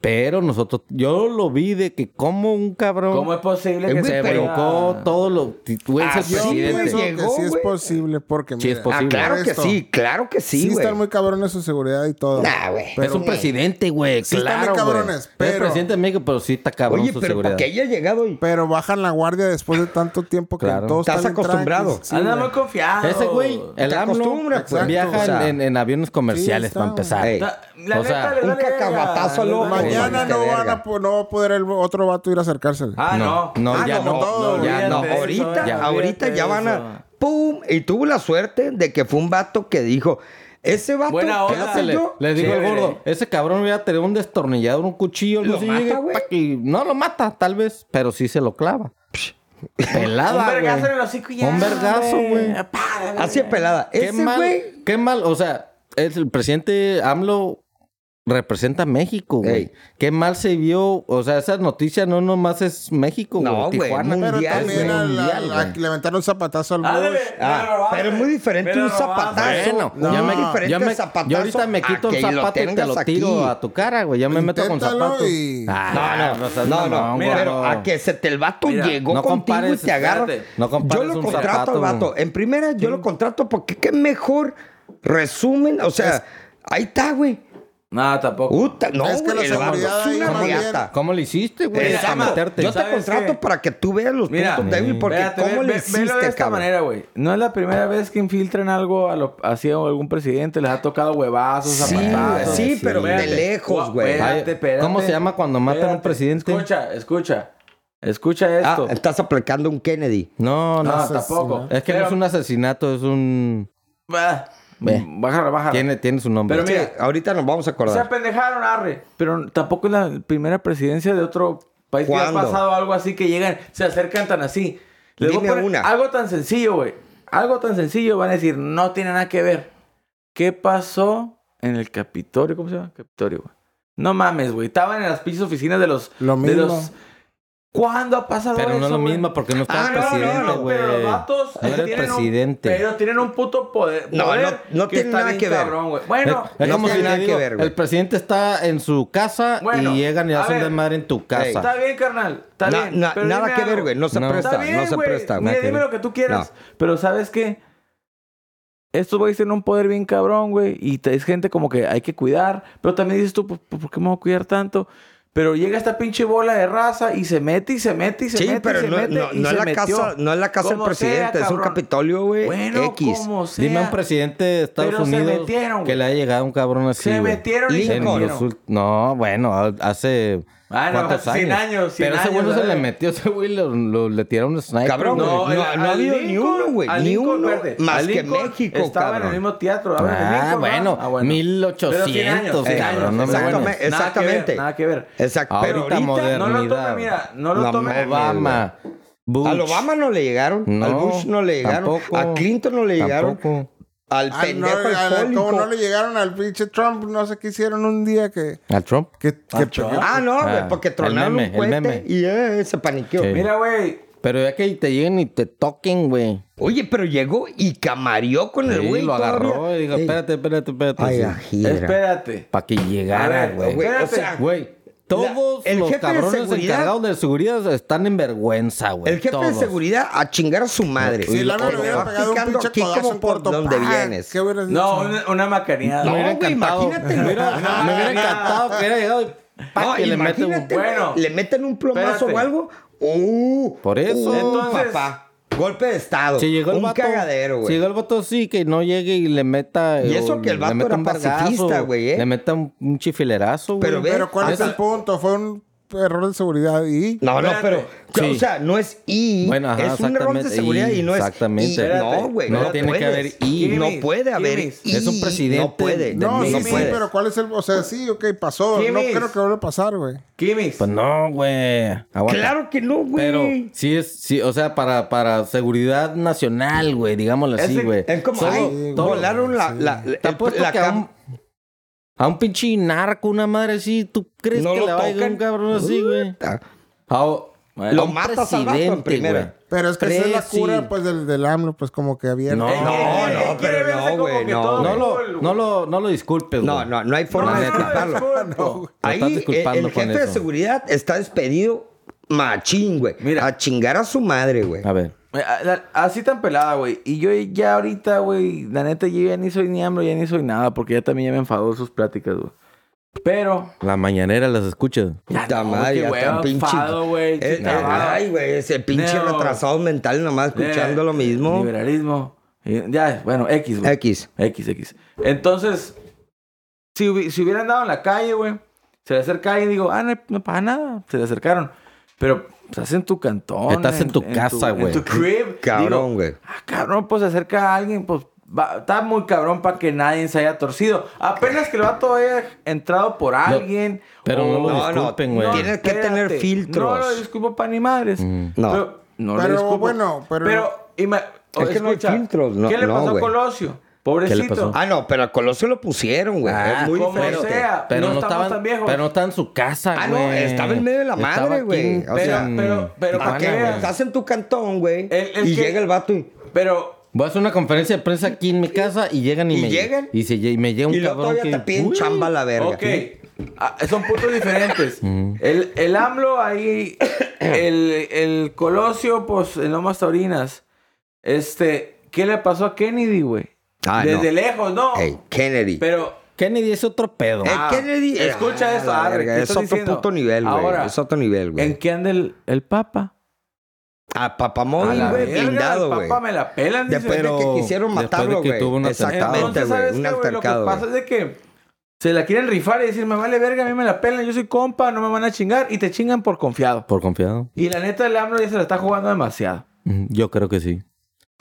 A: Pero nosotros, yo lo vi de que como un cabrón
B: ¿Cómo es posible
C: Eh,
B: que Ah.
C: güey,
A: se
C: pero-
A: provocó todo lo... Güey, es el
C: Así, Ah, güey,
A: presidente.
D: Yo
C: güey.
D: pienso
C: Llegó,
D: que sí es
C: güey.
D: posible porque,
A: Sí, es
D: mira,
C: Ah,
A: posible.
C: claro que
D: esto.
C: sí, claro que
D: Sí,
C: sí, güey.
D: están muy cabrones su seguridad y todo.
C: Nah, güey.
A: es un presidente, güey.
D: Sí están
A: claro,
D: bien
A: güey.
D: cabrones,
A: Es
D: pero-
A: presidente de México, pero sí está cabrón
C: Oye,
A: su
C: pero
A: seguridad.
C: para que haya llegado y...
D: Pero bajan la guardia después de tanto tiempo que
A: Claro.
D: todo
C: Estás
D: está bien
C: acostumbrado.
D: tranqui. Sí,
B: Anda
D: güey.
B: muy confiado.
A: Ese güey, el
C: Te
A: AMLO,
C: acostumbras,
A: pues, viaja
D: exacto.
A: en-
C: O sea,
A: en, en aviones comerciales
D: está,
A: para
D: güey.
A: empezar.
C: Ey.
B: La, la neta
A: O sea,
B: le
C: un
B: vale verga.
C: cacahuatazo al
B: Le
C: ojo,
B: vale
C: güey.
B: verga.
D: Mañana no,
C: Vete
D: van
C: verga.
D: a, po- no va a poder el otro vato ir a acercarse.
B: Ah,
A: No,
B: no.
A: no,
C: Ah,
A: ya
C: como
A: no,
D: todo,
A: no, ya
B: olvídate
A: no.
B: de eso, eh.
C: ahorita,
B: ya.
C: ahorita ya van a. ¡Pum! Y tuvo la suerte de que fue un vato que dijo: Ese vato,
B: Buena
C: ¿qué
B: onda.
C: hace
A: Le,
C: yo?
A: le digo al
B: Chévere.
A: gordo, ese cabrón hubiera tenido un destornillador, un cuchillo, algo
C: Lo
A: así,
C: mata,
A: llegue,
C: güey.
A: pa' que- no lo mata, tal vez, pero sí se lo clava. Pelada,
B: Un
A: güey.
B: vergazo en el hocico y ya.
A: Un vergazo, güey.
C: Así de pelada.
A: Qué
C: Ese
A: mal,
C: güey.
A: qué mal, o sea, es el presidente AMLO representa a México, güey.
C: Ey.
A: Qué mal se vio, o sea, esa noticia no nomás es México, güey.
C: No, güey,
A: Tijuana,
C: mundial,
D: Pero
C: Mundial,
D: también
C: güey,
D: al-
A: mundial,
D: al-
A: güey.
D: a- le aventaron un zapatazo al
B: Ándale,
D: Bush.
B: me la
C: Ah,
B: robaste,
C: pero es muy diferente
B: me la
C: un
B: robaste.
C: zapatazo.
A: Bueno,
D: No,
A: ya me,
C: diferente
A: ya me-
C: zapatazo
A: yo ahorita me
C: a
A: quito el
C: que lo
A: zapato y te
C: tengas
A: lo tiro
C: aquí.
A: a tu cara, güey. Ya me meto con
D: Inténtalo
A: zapatos.
D: y-
A: Ah,
C: No, no,
A: seas
C: no, no,
A: mamón,
B: mira,
C: pero
A: gordo.
C: a que se te el vato
B: Mira,
C: llegó
A: no
C: contigo y
A: compares,
C: te agarra.
B: espérate,
A: no
C: yo
A: compares
C: lo
A: un
C: contrato
A: zapato,
C: al vato.
A: güey.
C: En primera, yo lo contrato porque qué mejor resumen. O sea, ahí está, güey.
B: No, tampoco.
C: Puta, no,
D: Es que la
C: güey, el vato
D: seguridad
C: es
D: ahí
C: una
D: no viene.
C: riata.
A: ¿Cómo lo hiciste, güey?
C: Exacto.
A: Para meterte.
C: Yo te
B: ¿Sabes
C: contrato
B: qué?
C: para que tú veas los
B: Mira,
C: puntos débiles, porque
B: Espérate,
C: cómo
B: ve-
C: le
B: ve-
C: hiciste,
B: velo de esta
C: cabrón.
B: manera, güey. No es la primera vez que infiltran algo a lo, así a algún presidente. Les ha tocado huevazos,
C: Sí,
B: zapatazos.
C: sí,
A: sí. pero de
B: Espérate.
C: lejos, güey.
B: Espérate, espérate.
A: ¿Cómo se llama cuando matan a un
B: Espérate.
A: presidente?
B: Escucha, escucha. Escucha
C: Ah,
B: esto.
C: estás aplicando un Kennedy.
A: No,
B: no,
A: no.
B: tampoco.
A: Es que no es un asesinato, es un...
B: Bah.
A: Ve.
B: Bájala, bájala.
A: Tiene, tiene su nombre.
B: Pero
C: Sí,
B: mira,
C: ahorita nos vamos
B: se
C: a acordar.
B: apendejaron, arre. Pero tampoco es la primera presidencia de otro país que ha
C: ¿Cuándo?
B: pasado algo así que llegan, se acercan tan así. Les voy a
C: Dime
B: poner
C: una.
B: Algo tan sencillo, güey. Algo tan sencillo van a decir, no tiene nada que ver. ¿Qué pasó en el Capitolio? ¿Cómo se llama? Capitolio, güey. No mames, güey. Estaban en las pinches oficinas de los.
D: Lo
B: de
D: mismo.
B: los ¿Cuándo ha pasado
A: Pero no
B: eso,
A: es lo
B: güey?
A: mismo porque no está
C: Ah,
A: el
C: no, no,
A: presidente,
C: no,
A: güey.
B: pero los vatos
A: No era el
B: tienen un-
A: presidente.
B: pero tienen un puto poder.
C: No,
B: poder
C: no- no
B: que
C: tiene
B: está
C: nada
B: bien
C: que ver.
B: cabrón, güey. Bueno, este,
A: es
C: no
A: como
C: tiene
A: si
C: nada
A: le
C: que
A: digo,
C: ver, güey.
A: el presidente está en su casa
B: Bueno,
A: y llegan y
B: a
A: hacen
B: ver.
A: desmadre en tu casa.
B: está bien, carnal. Está
C: Na-
B: bien.
C: na-
B: pero
C: nada
B: dime
C: que ver,
B: algo.
C: güey. No se
A: No.
C: presta.
B: Está bien,
C: no se
B: güey.
C: presta. nada
B: Mira,
C: que
B: dime
C: ver.
B: lo que tú quieras. Pero ¿sabes qué? Estos güeyes tienen un poder bien cabrón, güey. Y te- es gente como que hay que cuidar. Pero también dices tú, ¿por, por qué me voy a cuidar tanto? Pero llega esta pinche bola de raza y se mete y se mete y se
C: Sí,
B: mete. y
C: pero
B: se
C: no,
B: mete
C: no-
B: y
C: no
B: se
C: es la
B: metió.
C: casa, no es la casa del
B: Como sea,
C: presidente, es un
B: cabrón.
C: capitolio, güey.
B: Bueno,
C: X.
B: como sea.
A: Dime a un presidente de Estados
B: Pero se
A: Unidos
B: metieron,
A: que
B: güey.
A: le haya llegado un cabrón así.
B: Se
A: güey.
B: metieron y se
A: En
C: Lincoln.
A: los
B: metieron.
A: ult- No, bueno, al- hace.
B: Ah, no,
A: ¿Cuántos años?
B: 100 años, 100
A: Pero ese güey no
B: años,
A: se le
B: ¿verdad?
A: metió, ese güey lo, lo- le tiraron un sniper.
C: Cabrón,
A: güey.
C: No, no, no ha
B: al
C: habido ni uno, güey,
B: al
C: ni
B: Lincoln,
C: uno
B: espérate,
C: más
B: al
C: que
B: Lincoln
C: México,
B: Estaba en
C: cabrón.
B: el mismo teatro. a ver,
A: Ah,
B: Lincoln, ¿no?
A: bueno,
B: Ah, bueno. Pero 100
A: 1800,
C: Eh,
B: años, 100 años,
A: cabrón, no me
C: Exactamente,
A: mames.
C: exactamente.
B: Nada que ver. Nada que ver.
C: Exacto.
A: Ahorita
C: Ah, Pero ahorita,
A: moderno.
B: No lo tome,
A: Modernidad.
B: mira, no lo
C: No
B: tome.
C: mames.
A: Obama. Bush.
C: Al Obama no le llegaron, al
A: No,
C: Bush no le llegaron,
A: tampoco.
C: a Clinton no le llegaron,
A: Tampoco.
B: Ah,
C: al
D: Ay, Ah, no,
C: pendejo
D: a la-
C: alcohólico.
D: como no le llegaron al pinche Trump, no sé qué hicieron un día que.
A: Al Trump.
D: que, que pegó.
C: Ah, no, güey,
A: Ah,
C: porque
A: el
C: tronaron
A: meme,
C: un
A: el
C: cohete
A: meme.
C: y eh, se paniqueó.
A: Sí.
B: Mira, güey.
A: Pero ya que te lleguen y te toquen, güey.
C: Oye, pero llegó y camarió con el
A: Sí,
C: güey.
A: lo agarró
C: todavía.
A: y dijo,
C: Sí.
A: espérate, espérate, espérate.
C: Ay, ajira.
B: Espérate.
A: Para que
B: A
A: llegara,
B: ver,
A: güey.
C: güey, o
B: espérate.
C: sea,
A: Güey, todos
C: La- el
A: los
C: jefe de
A: cabrones
C: seguridad-
A: encargados de seguridad están en vergüenza, güey.
C: El jefe de
A: pues, todos.
C: seguridad a chingar a su madre.
D: Si la
C: Porque
D: le hubieran
C: vas
D: pegado un
C: picando
D: pinche
C: aquí
D: codazo
C: como
D: en
C: por
D: Puerto
C: donde
D: Paz,
C: vienes.
D: ¿Qué hubieras dicho?
B: No, una, una macaneada.
A: Me
C: No,
A: hubiera
C: güey,
A: encantado.
C: imagínate.
A: Me hubiera,
C: No,
A: me hubiera
C: no,
A: encantado que hubiera llegado y pa,
C: No,
A: que le mete un-
C: imagínate,
B: Bueno.
C: le meten un plomazo
B: Espérate.
C: o algo. Uh,
A: Por eso.
C: uh,
B: Entonces-
C: papá. Golpe de estado.
A: Si llegó el
C: un
A: vato.
C: cagadero,
A: Si
C: güey.
A: llegó el vato, sí, que no llegue y le meta.
C: Y eso
A: o
C: que el
A: le
C: vato
A: meta
C: era
A: un vergazo,
C: pacifista, güey, ¿eh?
A: Le meta un, un chifilerazo, güey.
C: Pero ve,
D: Pero ¿cuál es
A: Esa-
D: el punto? Fue un error de seguridad y.
C: No, no, pero.
B: Espérate.
A: Sí.
C: O sea, no es I.
A: Bueno, ajá,
C: es un error de
A: exactamente,
C: seguridad y,
A: y,
C: no es.
A: exactamente.
C: y-
A: Espérate,
C: no, güey.
A: no tiene que
C: puedes.
A: haber I.
C: No
B: Jimis,
C: puede haber
B: Jimis.
C: I,
A: Es un presidente
C: No puede.
A: de
D: No, sí,
A: México.
D: sí,
C: puedes.
D: pero ¿cuál es el...? O sea, sí, ok, pasó.
B: ¿Quién
D: No
B: es?
D: creo que vuelva a pasar, güey.
B: Kimis.
A: Pues no, güey. Aguanta.
C: Claro que no,
A: Pero
C: güey.
A: sí es, sí, o sea, para, para seguridad nacional, güey, digámoslo
B: Es
A: así,
B: el-
A: güey.
C: Es como.
A: Solo-
C: ay,
A: todo-
C: volaron la. la, la-
A: Te
C: el-
A: apuesto
C: la
A: que a
C: cam-
A: un, a un pinche narco, una madre así, ¿tú crees
C: No
A: que
C: lo
A: le va a llegar
C: tocan.
A: un cabrón así, güey?
C: Puta.
A: A o- a
C: Lo
A: un
C: matas al vato en
A: presidente,
C: primera.
A: güey.
D: Pero es que esa es la cura,
A: Presi.
D: pues, del, del AMLO, pues, como que abierta.
A: No,
B: Él
A: no,
B: quiere-
C: no,
B: él quiere
C: pero
B: verse
C: no,
B: como
C: güey,
B: que
C: no.
B: todo
A: No
B: cool,
A: lo,
B: güey.
A: no lo, no lo disculpes,
C: No,
A: güey.
C: no, no hay forma
A: No,
C: de
A: neta.
C: disculparlo.
B: disculpo.
A: Lo
C: Ahí
A: estás
C: eh,
A: disculpando
C: el
A: con
C: jefe de
A: eso.
C: seguridad está despedido machín, güey.
B: Mira.
C: A chingar a su madre, güey.
A: A ver.
B: Eh, a- la- Así tan pelada, güey. Y yo ya ahorita, güey, la neta, yo ya ni soy ni hambre, ya ni soy nada, porque ya también ya me enfadó sus pláticas, güey. Pero,
A: La mañanera las escuchas.
C: Puta
B: no,
C: madre,
B: qué
C: ya está
B: hueva, enfado, güey,
C: Eh, eh,
B: chingado.
C: ay, güey, ese pinche
B: Neo.
C: retrasado mental nomás escuchando
B: eh,
C: lo mismo.
B: Liberalismo. Eh, Ya, bueno, X, güey.
C: X.
B: X, X. Entonces, si, hubi- si hubieran andado en la calle, güey, se le acerca alguien y digo, ah, no, no pasa nada. Se le acercaron. Pero pues, estás en tu cantón.
A: Estás en tu casa, güey.
B: En tu crib.
C: Cabrón,
B: Digo,
C: güey.
B: Ah, cabrón, pues se acerca a alguien, pues va- está muy cabrón para que nadie se haya torcido. Apenas que el vato haya entrado por alguien.
A: Pero no
B: o-
A: lo disculpen, güey.
B: No,
C: Tienes que
B: espérate.
C: tener filtros.
B: No lo disculpo para ni madres.
C: No.
B: Pero, no lo
D: Pero,
B: disculpo.
D: bueno, pero-
B: ima-
C: Es que no hay filtros, no-
B: ¿Qué le
C: no,
B: pasó
C: güey.
B: a Colosio? Pobrecito.
A: pasó?
C: Ah, no, pero a Colosio lo pusieron, güey.
A: Ah,
C: es muy
B: ¿cómo
C: diferente.
B: sea?
A: Pero
B: No
A: no,
B: estamos
A: estaba,
B: tan viejos.
A: pero no estaba en su casa, güey.
C: Ah, no, estaba en medio de la madre,
A: Estaba aquí
C: güey.
A: en-
C: O sea,
A: en
B: pero- pero
A: Tijuana,
C: ¿Para qué?
B: veas.
A: güey.
C: Estás en tu cantón, güey.
B: El- el
C: Y
B: que-
C: llega el vato y.
B: Pero
A: Voy a hacer una conferencia de prensa aquí en mi casa y llegan y,
C: ¿Y
A: me
C: llegan?
A: Y, se, y me llega un
C: Y luego
A: cabrón
C: todavía
A: que
C: te piden
A: Uy.
C: chamba a la verga. Mm.
B: Ok. Ah, son puntos diferentes. el, el AMLO ahí. El, el Colosio, pues, en Lomas Taurinas. Este. ¿Qué le pasó a Kennedy, güey?
C: Ah,
B: Desde
C: no.
B: lejos, no.
C: Ey, Kennedy.
B: Pero.
A: Kennedy es otro pedo.
C: Eh,
B: ah,
C: Kennedy-
B: Escucha
C: Ah,
B: esto,
C: la
B: arre,
C: verga,
B: ¿qué
C: Es
B: estás
C: otro
B: diciendo?
C: puto nivel, güey.
B: Ahora,
C: Es otro nivel, güey.
B: ¿En qué anda el, el Papa?
C: A
B: A
C: Papamóvil,
B: la
C: güey,
B: verga,
C: blindado,
B: el
C: güey.
B: Papa me la pelan, dice.
C: Después de que
A: Pero-
C: quisieron
A: después de
C: matarlo,
A: que
C: güey.
A: tuvo un atentado.
C: Exactamente,
B: Entonces,
C: güey.
B: ¿sabes
C: Un
B: qué, güey? Lo que
C: altercado,
B: pasa
C: güey.
B: es de que se la quieren rifar y decir, me vale verga, a mí me la pelan, yo soy compa, no me van a chingar. Y te chingan por confiado.
A: Por confiado.
B: Y la neta, el AMLO ya se la está jugando demasiado.
A: Ujú, Yo creo que sí.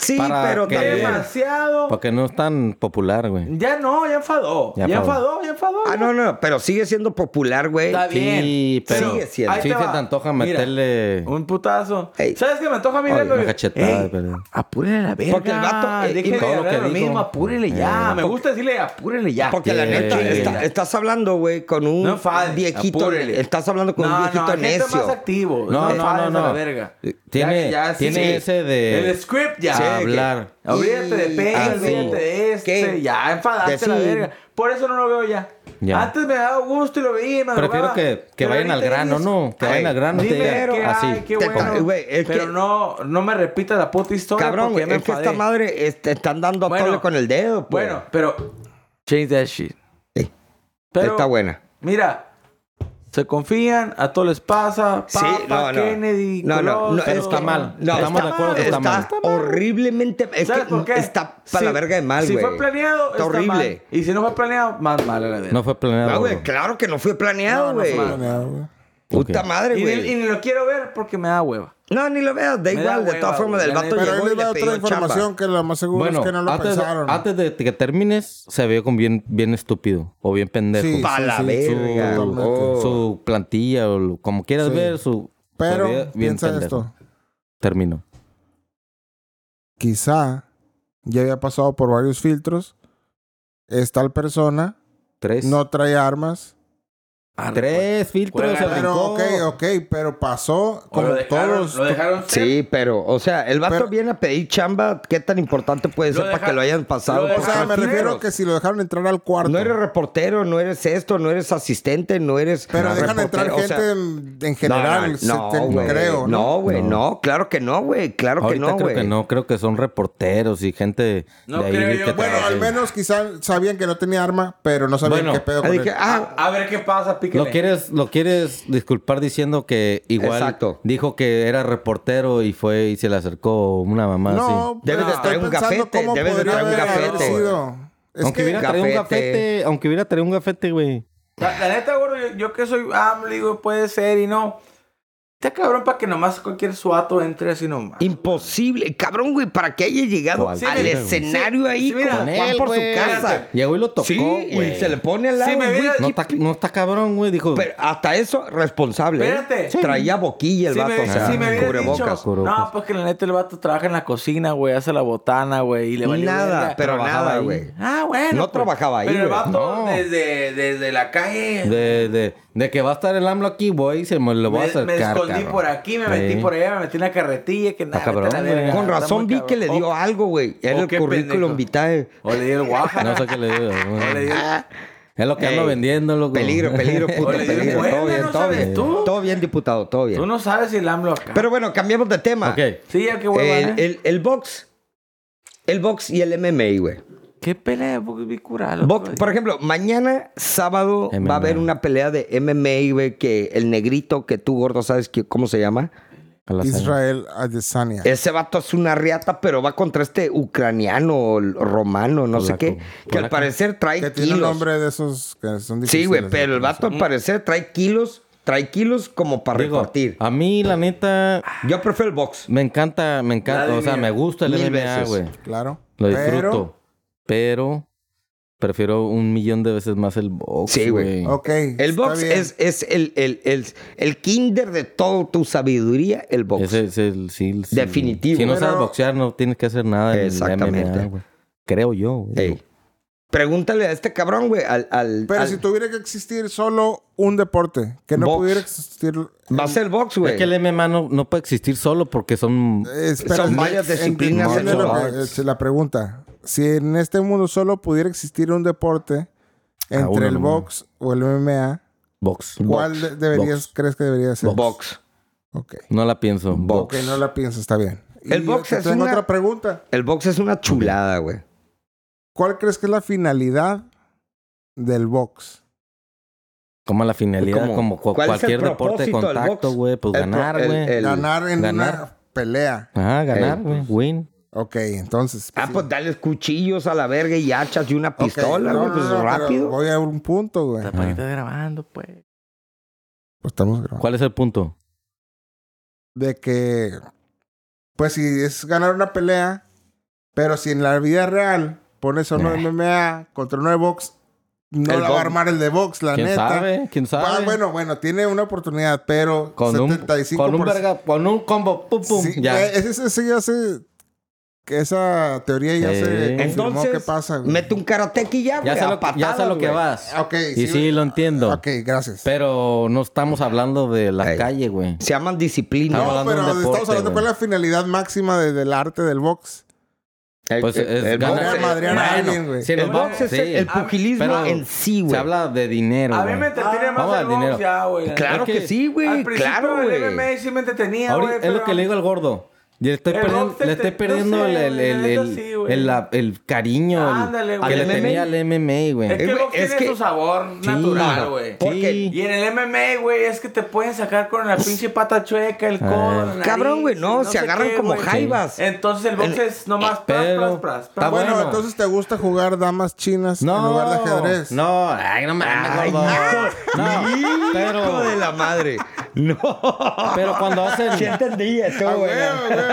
C: Sí,
A: Para
C: pero
A: que-
C: también.
B: Demasiado.
A: Porque no es tan popular, güey.
B: Ya no, ya enfadó.
A: Ya
B: Ya, enfadó, ya enfadó.
C: Ah, no, no, pero sigue siendo popular, güey.
B: Está bien.
A: Sí, pero
C: Sigue siendo.
B: Ahí
A: sí se
B: va.
A: te antoja
B: Mira,
A: meterle...
B: un putazo.
C: Ey.
B: ¿Sabes qué me antoja a mí?
A: Ay,
B: verlo?
A: una cachetada,
B: Ey,
A: pero-
B: Apúrele la verga.
C: Porque el vato, eh,
B: Déjele
C: y todo
A: lo
B: hablar
A: que
B: a lo
A: dijo.
B: mismo, apúrele ya. me gusta decirle apúrele ya.
C: Eh, Porque la
A: Sí.
C: neta,
A: Sí.
C: está- estás hablando, güey, con un
B: No enfades,
C: viejito.
B: apúrele.
C: Estás hablando con
B: No,
C: un
B: no,
C: viejito
B: gente
C: necio.
B: más activo.
A: No, no,
B: enfades
A: no,
B: a
A: no.
B: la verga.
A: Tiene-
B: sí,
A: tiene
B: sí.
A: ese de-
B: El script ya.
C: Sí, que-
A: hablar.
B: Olvídate de
C: Y-
B: Peña,
C: ah,
B: olvídate
C: sí.
B: de este.
C: ¿Qué?
B: Ya, enfadaste a la
C: Decir.
B: verga. Por eso no lo veo ya.
A: Ya.
B: Antes me daba gusto y lo veía y me
A: Prefiero
B: drogaba,
A: que, que
B: pero
A: vayan al
B: ahorita
A: grano,
B: dices,
A: ¿no? Que
C: Ay,
A: vayan al grano. te
B: Dime
A: digan,
B: qué
A: así.
B: hay, qué
C: Te-
B: bueno.
C: güey, es
B: pero
C: que-
B: no, no me repita la puta historia.
C: Cabrón,
B: porque
C: güey,
B: me
C: es que
B: enfadé.
C: esta madre es- te están dando a
B: Bueno.
C: tole con el dedo, pues.
B: Bueno, pero. Change that shit.
C: Sí.
B: Pero,
C: está buena.
B: Mira, se confían, a todo les pasa. Papa,
C: Sí, no, no.
B: Kennedy,
C: no, no, no,
B: Colosio.
A: está mal.
C: No,
A: Estamos
C: está
A: de acuerdo que está mal.
C: horriblemente. Es
B: ¿Sabes
C: que
B: por qué?
C: Está para la
B: Si-
C: verga de mal,
B: Si
C: güey.
B: fue planeado,
C: Está
B: está
C: horrible.
B: mal. Y si no fue planeado, más mal a la verga.
A: No fue planeado.
C: No, Ah, güey,
A: bro.
C: claro que no fue
B: No,
C: planeado,
B: no fue
C: güey.
B: planeado.
C: Puta
A: Ok.
C: madre,
B: y, ni, y
C: güey.
B: ni lo quiero ver porque me da hueva.
C: No, ni lo veas, da
B: Me da
C: igual. de
B: hueva,
C: todas formas,
B: güey,
C: el
B: la
C: vato
B: neta.
D: Pero
C: llegó
D: él
C: y
D: le
C: le
D: da otra
C: pidió
D: información
C: chamba.
D: que lo más seguro
A: Bueno,
D: es que no lo
A: antes, de,
D: pensaron.
A: antes de que termines, se vio con bien, bien estúpido o bien pendejo.
D: Sí,
C: Pa' la
A: su,
C: verga.
D: totalmente.
C: oh.
A: su plantilla o lo- como quieras
D: Sí.
A: ver, su.
D: Pero
A: se veía bien
D: piensa
A: pendejo.
D: esto.
A: Terminó.
D: Quizá ya había pasado por varios filtros. Es tal persona,
A: Tres.
D: no trae armas.
C: pues,
A: tres filtros.
B: Juega,
A: se
D: Pero
A: brincó.
D: ok, ok, pero pasó
B: O pues.
D: como
B: lo dejaron,
D: todos.
B: lo dejaron ser.
C: Sí, pero, o sea, el vato
D: Pero-
C: viene a pedir chamba. ¿Qué tan importante puede
B: Lo
C: ser para
B: deja-
C: que lo hayan pasado?
B: lo
C: por
D: O sea, me
C: cualquier-
D: refiero que si lo dejaron entrar al cuarto.
C: No eres reportero, no eres esto, no eres asistente, no eres.
D: pero
C: no,
D: dejan entrar
C: reportero, o
D: gente
C: sea,
D: en, en
C: no, no,
D: general, se-
C: no,
D: te-
C: güey,
D: creo. ¿no?
C: No, güey, no. claro que no, güey, claro
A: Ahorita
C: que no,
A: creo
C: güey.
A: que no, creo que son reporteros y gente
B: No
A: de ahí
B: creo yo.
A: que
D: Bueno,
A: trabaja.
D: al menos quizás sabían que no tenía arma, pero no sabían
A: Bueno,
D: qué pedo
C: Ahí
D: con
C: dije,
D: él.
C: ah,
B: A ver qué pasa, píquele.
A: Lo quieres, lo quieres disculpar diciendo que igual
C: Exacto.
A: dijo que era reportero y fue y se le acercó una mamá
D: No,
A: así.
C: Debes
D: pero
C: "Ah, de
D: estoy
C: traer un
D: pensando
C: gafete,
D: cómo
C: debes de
D: podría
C: traer un
D: haber
C: gafete.
D: sido. Es
A: aunque
D: que-
A: hubiera traído un
C: Gafete.
A: gafete, aunque hubiera traído un gafete, güey.
B: La, la neta, gordo, yo, yo que soy AMLO, digo, puede ser y no. Está cabrón para que nomás cualquier suato entre así nomás.
C: imposible, cabrón, güey, para que haya llegado
A: Cualquier,
C: al
B: güey.
C: escenario
B: Sí,
C: ahí
B: sí, mira,
C: como
B: con
C: Juan
A: él,
C: por
A: güey.
C: su casa.
A: Llegó y lo tocó,
C: Sí,
A: güey.
C: y se le pone al lado,
B: Sí, me
C: güey.
B: hubiera-
A: no, está, no está cabrón, güey, dijo.
C: Pero hasta eso, responsable. ¿eh?
B: Espérate. Sí.
C: Traía boquilla el
B: Si
C: vato,
B: me,
C: o sea,
B: si me hubiera
C: cubrebocas.
B: dicho, no, pues que la neta el vato trabaja en la cocina, güey, hace la botana, güey, y le valió
C: Nada,
B: verga.
C: pero
B: Trabajaba
C: nada,
B: ahí.
C: güey.
B: Ah, bueno.
C: No trabajaba ahí,
B: Pero el
C: güey.
B: vato
A: No.
B: desde, desde la calle
A: de, de, de que va a estar el AMLO aquí, voy, se me lo voy
B: me,
A: a
B: me
A: acercar.
B: escondí
A: cabrón.
B: por aquí, me
A: Sí.
B: metí por allá, me metí en la carretilla, que nada,
A: cabrón,
B: vete a la
A: güey.
B: verga.
C: Con
B: Está
C: razón
B: muy
C: vi que le
B: cabrón.
C: dio algo, güey. Era
B: oh,
C: el
B: qué
C: currículum
B: pendejo.
C: vitae.
B: O le dio el guaja.
A: No sé qué le digo.
B: O le dio el-
A: Es lo que ando
C: Ey,
A: vendiendo, loco.
C: Peligro, peligro, puto,
B: O le dio el
C: peligro. Todo
B: mueble,
C: bien,
B: no
C: todo
B: sabes
C: bien.
B: tú.
C: Todo bien, diputado, todo
B: Tú
C: bien.
B: no sabes si el AMLO acá.
C: Pero bueno, cambiamos de tema.
A: Ok.
B: sí, ya qué hueva, ¿eh?
C: el, el, el box. El box y el MMA, güey.
B: ¿Qué pelea de box bicural? loco?
C: Box- Por ejemplo, mañana sábado va
A: MMA.
C: a haber una pelea de MMA, güey, que el negrito que tú, gordo, sabes que- cómo se llama.
A: A la sana.
D: Israel Adesanya.
C: Ese vato es una riata, pero va contra este ucraniano, o l- romano, no sé
A: Polaco.
C: qué, que al
A: Polaco.
C: parecer trae
D: Que tiene un
C: kilos.
D: nombre de esos que son
C: Sí,
D: difíciles.
C: güey,
D: de
C: pero el vato al parecer trae kilos, trae kilos como para
A: Mm. Digo, ah.
C: repartir.
A: a mí, la neta,
C: Yo prefiero el box.
A: me encanta, me encanta. O sea,
B: Vladimir,
A: me gusta el
C: mil
A: MMA,
C: veces.
A: güey.
D: Claro.
A: Lo
D: Pero,
A: disfruto. Pero prefiero un millón de veces más el box.
C: Sí, güey.
D: ok.
C: El
D: está
C: box
D: bien.
C: es, es el, el, el, el kinder de toda tu sabiduría, el box.
A: Ese es el sí, sí.
C: Definitivo.
A: Si no sabes
D: Pero-
A: boxear, no tienes que hacer nada en el
C: Exactamente.
A: MMA, güey. Creo yo. güey.
C: Ey. Pregúntale a este cabrón, güey, al... al-
D: Pero
C: al-
D: si tuviera que existir solo un deporte, que no
C: Box.
D: pudiera existir.
C: Va a ser box,
A: Es
C: güey.
A: que el MMA no, no puede existir solo porque son.
D: Es- pero
C: Son
D: eh, en-
C: varias disciplinas
D: entiende lo
C: martial
D: que-
C: arts.
D: es la pregunta. Si en este mundo solo pudiera existir un deporte
A: Ah, uno
D: entre el
A: nomás.
D: box o el MMA,
A: Box.
D: ¿cuál
A: Box.
D: de- deberías,
A: Box.
D: crees que debería ser?
C: Box.
D: Ok.
A: No la pienso.
C: Box.
A: Box.
D: Ok, no la pienso, está bien.
C: El box
D: te
C: es
D: tengo
C: una-
D: otra pregunta.
C: El box es una chulada, güey.
D: ¿Cuál crees que es la finalidad del box?
A: Como la finalidad,
C: ¿Cómo?
A: como cu-
C: Pues ¿Cuál es el
A: cualquier deporte de
C: propósito del
A: contacto,
C: box?
A: güey. Pues
C: El pro-
A: ganar,
C: el-
A: güey.
C: el-
D: ganar en
A: ganar.
D: una pelea.
A: Ajá, ganar,
C: Ey,
A: güey. Win.
D: Ok, entonces.
C: Ah,
D: sí.
C: pues dale cuchillos a la verga y hachas y una
D: Ok,
C: pistola,
D: no,
C: güey.
D: no,
C: pues
D: no, pero
C: rápido.
D: Voy a un punto, güey.
B: La
A: Ah.
B: paquita grabando, pues.
D: Pues estamos grabando.
A: ¿Cuál es el punto?
D: De que. Pues si es ganar una pelea, Pero si en la vida real pones a uno de MMA contra uno de box, no
C: El
D: la va
C: box.
D: a armar el de box, la
A: ¿Quién
D: neta.
A: sabe? ¿Quién sabe?
D: Ah, bueno, bueno, tiene una oportunidad, pero
A: Con un,
D: 75%.
A: con un verga, con un combo, pum, pum,
D: Sí,
A: ya.
D: eh, ese- ese ya se- que esa teoría ya
A: Sí.
D: se confirmó
C: Entonces,
D: que pasa, güey.
C: mete un karateki ya, güey.
A: ya sé
C: a
A: lo, que- ya
C: patadas,
A: sé lo que
C: güey.
A: vas.
D: Ok,
A: y sí,
D: sí, güey.
A: lo entiendo.
D: Ok, gracias.
A: Pero no estamos hablando de la
C: Ey.
A: calle, güey.
C: Se llaman disciplina.
A: No,
D: no,
A: hablando
D: pero
A: de un deporte,
D: estamos hablando
A: güey.
D: cuál es la finalidad máxima de- del arte del box.
C: El-
A: Pues
C: el-
A: es
C: Eh, el
A: ganar-
C: box es-
D: madrear a
C: bueno,
D: alguien, güey.
A: Si nos
B: El
A: vamos-
C: box es
A: sí.
C: el- el pugilismo
A: Pero
C: en sí, güey.
A: Se habla de dinero,
B: A mí me
A: güey.
B: entretiene
A: vamos
B: más
A: al
B: el box
A: dinero.
B: ya, güey.
C: Claro
A: Es que
C: que, sí, güey.
B: Al principio
C: Claro,
B: el
C: güey.
B: MMA sí me entretenía,
A: Ahorita
B: güey.
A: es lo
B: pero-
A: que le digo al gordo. Yo estoy
B: El
A: perdiendo-
B: box te-
A: le estoy
B: te-
A: perdiendo
B: no sé,
A: el, el,
B: güey, la
A: el,
B: neta sí, güey.
A: el- la- el cariño el-
B: Ándale, güey.
A: que le
C: ¿Al MMA?
A: tenía al MMA,
B: Es que
A: Este güey.
B: el
C: güey,
B: box
C: es
B: tiene
C: que-
B: su sabor natural,
A: Sí.
B: güey.
C: Porque-
A: Sí.
B: Y en el MMA, güey, es que te pueden sacar con la pinche pata chueca, el codo, la nariz,
C: Cabrón, güey, no, se
B: sé
C: agarran
B: qué,
C: como
B: güey.
C: jaivas.
B: Entonces el box es nomás pras,
A: Pero-
B: pras, pras,
A: Ah,
D: Ah,
B: pras.
D: bueno,
A: bueno.
D: entonces te gusta jugar damas chinas en lugar de ajedrez.
A: No, ay, no mames,
C: Ay,
A: gordo. No,
C: Hijo de
A: pero,
C: la madre. No.
A: pero cuando
C: Sí
A: hacen,
C: entendí
D: Ah,
C: esto,
D: güey,
C: güey.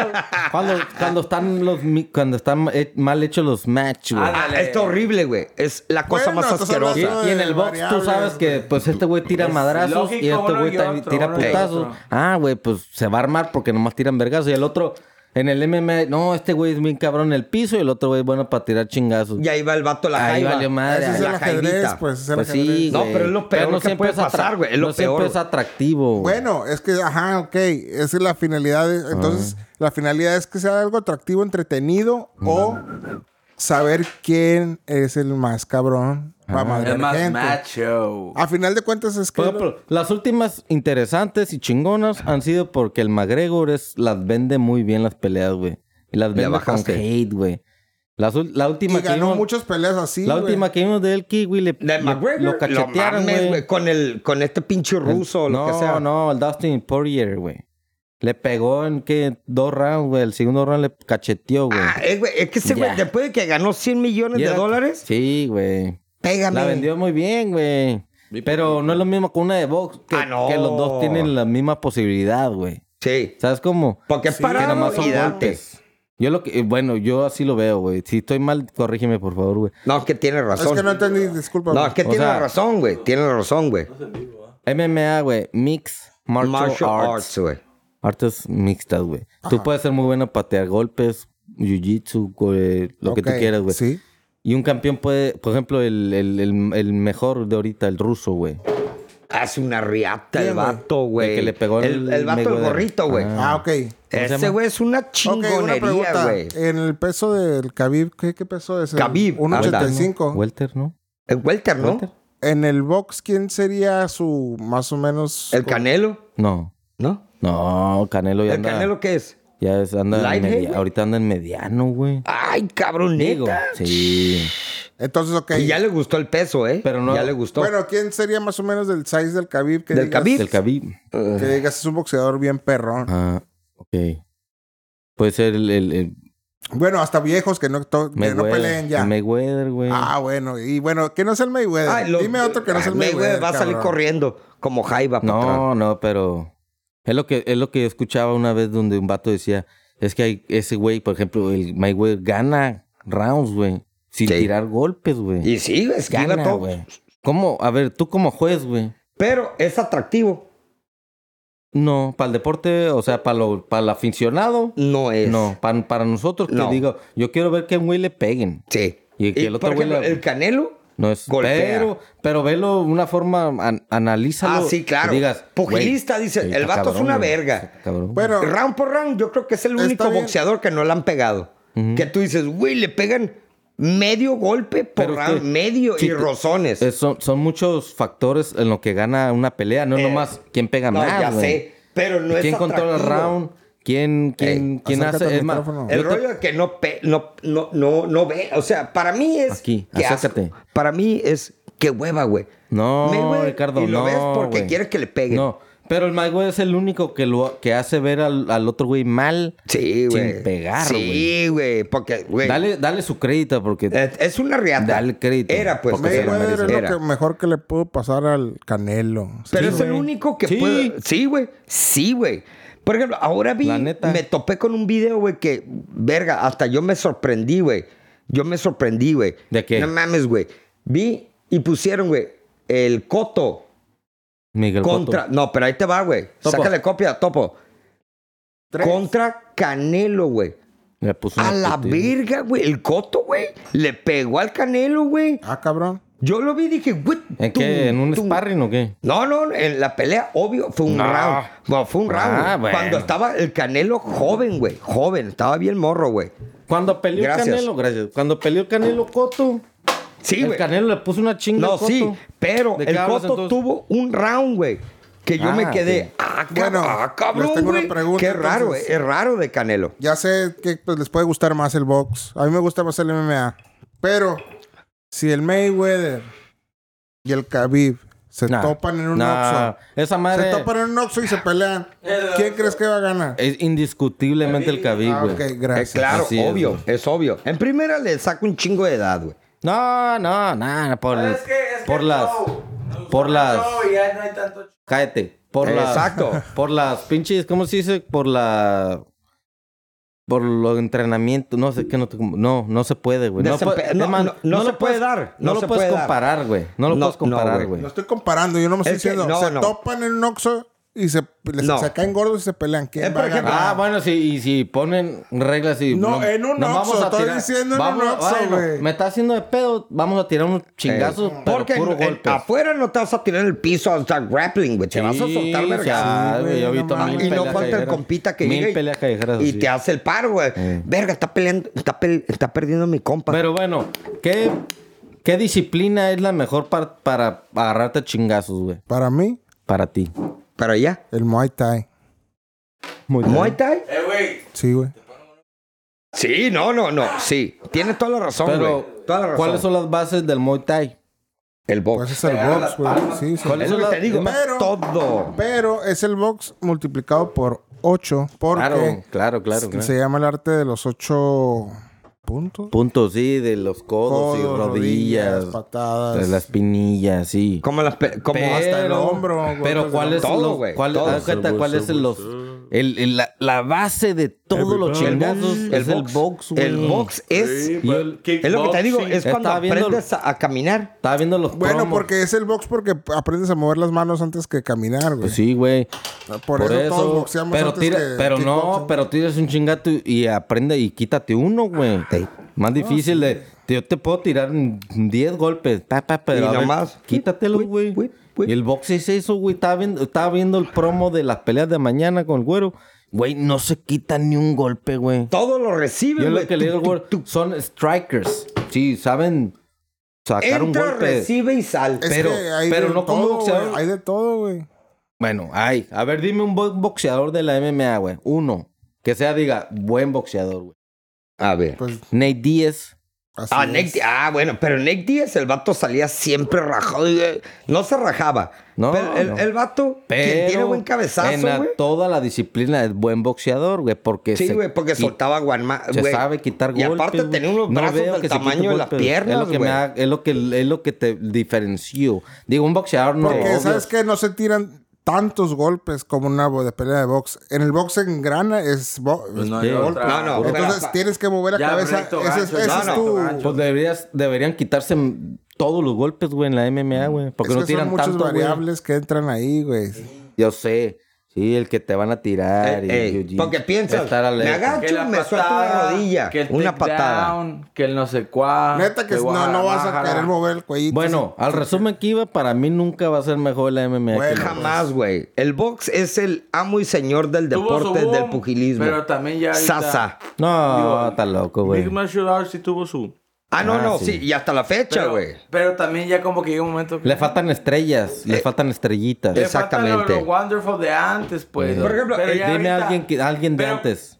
D: güey.
A: cuando, cuando están los, mi- cuando están eh, mal hechos los match, güey.
B: Ah,
C: Ah, Está horrible, güey. Es la cosa
D: Bueno,
C: más
D: estás hablando
A: Y,
C: asquerosa.
A: y en el box tú
D: Variables,
A: sabes que pues este güey tira
B: Es
A: madrazos
B: lógico,
A: y este
B: uno
A: güey
B: y
A: ta-
B: otro,
A: tira
B: uno y
A: putazos.
B: otro.
A: Ah, güey, pues se va a armar porque nomás tiran vergazos. Y el otro, en el MMA, no, este güey es bien cabrón en el piso y el otro güey es bueno para tirar chingazos.
C: Y ahí va el vato la
A: Ahí
C: jaiva.
A: valió madre.
D: Ese es el
C: La
D: ajedrez,
C: jaivita.
D: pues. es el
A: Pues
D: ajedrez.
A: sí,
C: No,
A: güey.
C: pero es lo peor
A: Pero no
C: que
A: siempre
C: puede
A: es atra-
C: pasar, güey, es lo
A: no siempre
C: peor.
A: es atractivo. güey.
D: Bueno, es que, ajá, ok, esa es la finalidad. de- entonces, la finalidad es que sea algo atractivo, entretenido o saber quién es el más cabrón
A: Ah.
D: para
B: Es
C: pues,
D: madrear
B: más
D: gente.
B: macho.
D: A final de cuentas es que...
A: Por ejemplo, las últimas interesantes y chingonas han sido porque el McGregor es, las vende muy bien las peleas, güey. Y las vende con
C: bajaste.
A: hate, güey. Las ul- La, última
D: y ganó
A: vimos-
D: muchas peleas así,
A: La
D: güey.
A: última que vimos de él, Kiwi, le,
C: De
A: le-
C: McGregor.
A: lo cachetearon,
C: mames,
A: güey.
C: Con, el, con este pinche ruso o lo
A: no,
C: que sea.
A: no, el Dustin Poirier, güey. Le pegó en que dos rounds, güey. El segundo round le cacheteó, güey.
C: Ah, eh, güey, es que ese güey,
A: Ya.
C: después de que ganó 100 millones
A: Y
C: de
A: era-
C: dólares,
A: Sí, güey.
C: pégame.
A: La vendió muy bien, güey. Pero no es lo mismo con una de box que,
C: Ah, no.
A: que los dos tienen la misma posibilidad, güey.
C: Sí.
A: ¿Sabes cómo?
C: Porque es
D: Sí,
A: que
C: parado
A: nomás son
C: y date.
A: golpes. Yo lo que, eh, bueno, yo así lo veo, güey. Si estoy mal, corrígeme, por favor, güey.
C: No, es que tiene razón.
D: Es que no entendí, disculpa.
C: No, es que
A: O
C: tiene
A: sea-
C: razón, güey. Tiene razón, güey.
A: MMA, güey. Mix Martial,
C: Martial
A: arts
C: arts, güey.
A: Artes mixtas, güey. Tú puedes ser muy bueno a patear golpes, jiu-jitsu, güey, lo que tú quieras, güey.
D: Sí.
A: Y un campeón puede, por ejemplo, el, el, el, el mejor de ahorita, el ruso, güey.
C: Hace una riata el
D: Bien, güey.
C: vato, güey.
A: El que le pegó
C: el,
A: el
C: el vato, el
A: Mayweather.
C: gorrito, güey.
A: Ah.
D: Ah, ok.
A: se
C: Ese
A: llama?
C: güey es una
D: Ok, una
C: chingonería,
D: pregunta.
C: güey.
D: En el peso del Khabib, ¿qué, qué peso es? El
C: Khabib,
D: 1.85.
A: Welter, ¿no?
C: El Welter, ¿no?
A: Welter.
D: En el box, ¿quién sería su más o menos...
C: El Canelo,
A: No.
C: ¿no?
A: No, Canelo ya
C: ¿El
A: anda.
C: Canelo qué es?
A: Ya es, anda en
C: Lightweight,
A: media-
C: güey.
A: ahorita anda en mediano, güey.
C: Ay, cabrón,
A: Digo,
C: neta.
A: sí.
D: Entonces, ok.
C: Y ya le gustó el peso, ¿eh?
A: Pero no-
C: Ya le gustó.
D: Bueno, ¿quién sería más o menos del size del Khabib? Que
C: Del
D: digas-
C: Khabib.
A: Del Khabib.
D: Que digas, es un boxeador bien perrón.
A: Ah, ok. Puede ser el... el, el
D: Bueno, hasta viejos que no, to- que no
A: Mayweather.
D: peleen ya.
A: El Mayweather, güey.
D: Ah, bueno. Y bueno, que no es el Mayweather.
C: Ay, Ah, lo-
D: eh, Dime otro que no es el
C: Ay, güey,
D: Mayweather.
C: va a salir
D: cabrón.
C: corriendo como Jaiba. para atrás.
A: No, no, pero es lo que es lo que escuchaba una vez donde un vato decía, es que hay ese güey, por ejemplo, el Mayweather gana rounds, güey, sin
C: Sí.
A: tirar golpes, güey.
C: Y sí, güey, esquiva
A: Gana,
C: todo.
A: güey. ¿Cómo? A ver, tú como juez, güey.
C: Pero es atractivo.
A: No, para el deporte, o sea, para para el aficionado,
C: No es.
A: no, para, para nosotros que
C: No.
A: digo, yo quiero ver que a un güey le peguen.
C: Sí.
A: Y que el otro
C: por
A: güey
C: ejemplo,
A: la-
C: el Canelo
A: No es
C: Golpea.
A: pero pero velo de una forma an- analízalo.
C: Ah, sí, claro.
A: que Digas,
C: Pugilista,
A: güey,
C: dice,
A: sí,
C: el
A: está
C: vato es una
A: güey,
C: verga.
A: está cabrón.
D: Bueno,
C: round por round, yo creo que es el
D: Está
C: único
D: bien.
C: boxeador que no le han pegado. Que tú dices, güey, le pegan medio golpe por
A: Pero es
C: round,
A: que-
C: medio
A: sí,
C: y
A: te-
C: rozones.
A: Eh, son, son muchos factores en lo que gana una pelea, no
C: Eh,
A: nomás quién pega
C: no,
A: más,
C: ya
A: güey.
C: sé, pero no es
A: ¿Quién controla el
C: atractivo.
A: round? ¿Quién, quién,
C: Ey,
A: quién
D: acércate
A: hace?
D: al
A: Es más,
D: micrófono.
A: yo
C: El
A: te-
C: rollo es que no, pe- no, no, no, no ve. O sea, para mí es.
A: Aquí,
C: qué asco.
A: acércate.
C: Para mí es que hueva, güey.
A: No,
C: Mayweather,
A: Ricardo,
C: Y lo
A: no,
C: ves porque
A: güey.
C: quieres que le peguen.
A: No, Pero el Mayweather es el único que lo que hace ver al, al otro güey mal.
C: Sí, güey.
A: pegar,
C: Sí, güey. Porque, güey. Eh,
A: Dale, dale su crédito porque
C: Es es una riata.
A: Dale crédito.
C: Era, pues.
A: Porque se
C: era,
A: lo
D: Mayweather es
C: era.
D: lo que mejor que le pudo pasar al Canelo.
C: Pero
D: Sí,
C: es
D: güey.
C: el único que
A: Sí.
C: puede. Sí, güey. Sí, güey. Por ejemplo, ahora vi,
A: La neta.
C: me topé con un video, güey, que, verga, hasta yo me sorprendí, güey. Yo me sorprendí, güey.
A: ¿De qué?
C: No mames, güey. Vi y pusieron, güey, el coto
A: Miguel
C: contra.
A: Cotto.
C: No, pero ahí te va, güey.
A: Topo.
C: Sácale copia, topo.
D: Tres.
C: Contra Canelo, güey.
A: Le puso
C: A
A: una
C: la
A: putiza.
C: verga, güey. El coto, güey. Le pegó al Canelo, güey.
D: Ah, cabrón.
C: Yo lo vi y dije, güey.
A: ¿En
C: tum,
A: qué? ¿En un
C: tum,
A: sparring o qué?
C: no, no, en la pelea, obvio, fue un
A: No.
C: round. No, fue un round.
A: Ah,
C: güey.
A: bueno.
C: Cuando estaba el Canelo joven, güey. Joven, estaba bien morro, güey.
A: Cuando peleó
C: Gracias.
A: el Canelo, gracias. Cuando peleó el Canelo Coto,
C: Sí,
A: el
C: güey.
A: Canelo le puso una chinga.
C: No,
A: al Cotto.
C: sí, pero
A: ¿De qué
C: el
A: hablas,
C: Coto
A: entonces?
C: tuvo un round, güey. Que yo
A: Ah,
C: me quedé,
A: sí.
C: ah, cab-
D: Bueno,
C: ah, cabrón,
D: les tengo una
C: güey.
D: pregunta,
C: Qué raro, güey.
D: entonces.
C: Es raro de Canelo.
D: Ya sé que pues, les puede gustar más el box. A mí me gusta más el MMA. Pero si el Mayweather y el Khabib se
A: Nah.
D: topan en un
A: Nah,
D: Oxxo,
A: Esa
D: se
A: madre
D: topan en un Oxxo y se pelean, ¿quién crees que va a ganar?
A: es indiscutiblemente el Khabib,
D: Ah,
A: güey.
D: ok,
C: Es
D: gracias.
C: claro,
A: Así es,
C: obvio,
A: güey.
C: es, obvio. En primera le saco un chingo de edad, güey.
A: No, no, no, no, por,
B: Es que- es que
A: por
B: el
A: las,
B: show.
A: por las,
B: No, ya no hay tanto.
A: cállate, por las,
C: Exacto.
A: por las pinches, ¿cómo se dice? Por la, por los entrenamientos, no sé, que no, te- no, no se puede, güey.
C: Desempe-
A: puede-
C: no,
A: es más,
C: no, no
A: lo
C: se puede
A: puedes-
C: dar,
A: No,
C: no
A: lo
C: se
A: puedes
C: puede dar.
A: comparar, güey. No lo
C: No,
A: puedes
C: no,
A: comparar,
C: güey.
A: güey.
D: Lo estoy comparando, yo no me estoy
C: Es que
D: diciendo.
C: no,
D: se
C: no.
D: topan en un Oxxo y se, les-
C: No.
D: se caen gordos y se pelean. ¿Quién
C: Eh,
D: va
C: por
D: a
C: ejemplo,
D: ganar?
A: Ah, bueno, sí, y si ponen reglas y...
D: No, en un
A: nos
D: Oxxo, estoy diciendo en un Oxxo,
A: bueno,
D: güey.
A: Me está haciendo de pedo, vamos a tirar unos chingazos, pero
C: Eh, Porque en-
A: puro
C: en-
A: golpes.
C: afuera no te vas a tirar en el piso a estar grappling, güey. Te vas a
A: Sí,
C: soltar,
A: o sea,
C: verga.
D: Sí, güey,
A: yo he
D: no
A: visto
D: mames.
A: mil
C: Ah, Y no
A: peleas
C: falta el
A: callejeras.
C: compita que
A: Mil
C: llega y-
A: peleas callejeras.
C: y
A: sí.
C: te hace el paro, güey.
A: Eh.
C: Verga, está peleando, está, pel- está perdiendo mi compa.
A: Pero bueno, ¿qué, qué disciplina es la mejor par- para agarrarte a chingazos, güey?
D: Para mí,
A: Para ti.
C: Pero ya.
D: el Muay Thai.
A: Muy
C: Muay Thai.
B: Eh, güey.
D: Sí, güey.
C: Sí, no, no, no. Sí. Tienes toda la razón,
A: Pero,
C: güey. Toda la razón.
A: ¿cuáles son las bases del Muay Thai?
C: El box.
D: Pues es el box, güey. Sí, sí.
A: ¿Cuál
C: es
A: son
C: lo que
A: las-
C: te digo.
A: es más-
C: Todo.
D: Pero es el box multiplicado por 8 porque
A: Claro, claro, claro.
D: se-
A: claro.
D: se llama el arte de los 8 puntos.
A: Puntos, sí, de los codos, y
D: Codos,
A: rodillas,
D: patadas.
A: de las pinillas, sí.
C: Como las pe- como
A: Pero-
C: hasta el hombro.
D: hombro, golpes
A: Pero
D: de
A: ¿cuál es,
C: todo,
A: los-
C: güey,
A: cuál,
C: todo.
A: haz cuenta, cuál es el- los, el- el- la, la base de todos los chingazos? es el box, güey.
C: El box
D: pues,
C: es.
A: Y el-
C: Es lo que te digo, es
A: Estaba
C: cuando
A: viendo-
C: aprendes a, a caminar.
A: Estaba viendo los
D: Bueno,
A: promos.
D: porque es el box porque aprendes a mover las manos antes que caminar, güey.
A: Pues sí, güey.
D: Por,
A: Por,
D: eso,
A: eso.
D: todos boxeamos
A: pero
D: antes
A: tira-
D: que
A: pero no,
D: kickboxing.
A: pero tiras un chingato y- y aprende y quítate uno, güey.
C: Ey.
A: Más difícil de. te- Yo te puedo tirar 10 golpes, pa, pa, pero.
C: Y
A: a ver,
C: nomás,
A: Quítatelo,
C: whip,
A: güey.
C: whip, whip.
A: Y el box es eso, güey. Estaba viendo, estaba viendo el promo de las peleas de mañana con el güero. Güey, no se quita ni un golpe, güey.
C: Todo lo
A: Yo
C: reciben, güey.
A: lo que le digo al
C: Tú-
A: güero son strikers. Sí, saben sacar un
C: Entra,
A: golpe.
C: recibe y sal.
D: Es
A: pero-
D: que hay
A: pero
D: de
A: no como
D: todo,
A: boxeador.
D: güey. Hay de todo, güey.
A: Bueno, ay, a ver, dime un buen boxeador de la MMA, güey. Uno. Que sea, diga, buen boxeador, güey.
C: A ver.
D: Pues
A: Nate Díaz.
D: así
C: Ah,
D: es.
C: Nick Di- ah, bueno, pero Nick Díaz, el vato salía siempre rajado. y, eh, No se rajaba.
A: No,
C: pero el,
A: no.
C: el vato, quien
A: pero
C: tiene buen
A: en
C: cabezazo,
A: la-
C: güey.
A: toda la disciplina es buen boxeador, güey. Porque
C: Sí,
A: se
C: güey, porque
A: qui-
C: soltaba guanma.
A: Se
C: güey.
A: sabe quitar
C: Y
A: golpes.
C: aparte
A: güey.
C: tenía unos
A: No
C: brazos
A: veo que
C: del
A: se quite
C: tamaño de las
A: golpes. Es
C: piernas,
A: lo que,
C: güey.
A: me ha- es lo que, es lo que te diferenció. Digo, un boxeador no...
D: Porque
A: obvio.
D: sabes que no se tiran tantos golpes como una bo- de pelea de box. En el box en grana es, bo- es
B: Pues No,
A: Sí.
B: hay otra.
C: No, no, pero-
D: Entonces tienes que mover la
B: Ya,
D: cabeza.
B: recto,
D: ese es,
B: gancho,
D: ese
C: no,
D: es
C: no.
D: tu.
B: Gancho.
A: Pues deberías, deberían quitarse m- todos los golpes, güey, en la MMA, güey. Porque
D: es que
A: no tiran
D: son muchas
A: tanto, güey.
D: variables que entran ahí, güey.
A: Yo sé. Sí, el que te van a tirar.
C: Ey,
A: y-
C: ey,
A: y- y-
C: porque piensas,
A: estar
C: me
A: alerta.
C: agarro, Cacho, me suelto una rodilla,
B: Que el
C: una
B: takedown,
C: patada.
B: que el no sé cuá.
D: Neta que no, no vas a
B: Ah, Guadalajara.
D: querer mover el cuellito.
A: Bueno, al resumen que iba, para mí nunca va a ser mejor la MMA. que
D: Bueno,
A: la-
C: Jamás, güey. El box es el amo y señor del
B: Tuvo su
C: deporte,
B: boom,
C: del pugilismo.
B: Pero también ya. ahorita-
C: Sasa.
A: No,
B: Digo,
A: está loco, güey.
B: Big Martial Arts sí tuvo su.
C: Ah, no,
A: Ah,
C: no,
A: sí.
C: sí. Y hasta la fecha,
B: Pero,
C: güey.
B: pero también ya como que llega un momento que.
A: Le faltan estrellas, le
C: Eh,
A: faltan estrellitas.
B: le
C: es-
B: falta lo-
C: exactamente.
B: Lo, wonderful de antes, pues.
C: Por ejemplo,
B: eh, Pero
C: eh,
B: ya
A: Dime a
B: ahorita-
A: alguien, que, alguien de
B: pero-
A: antes.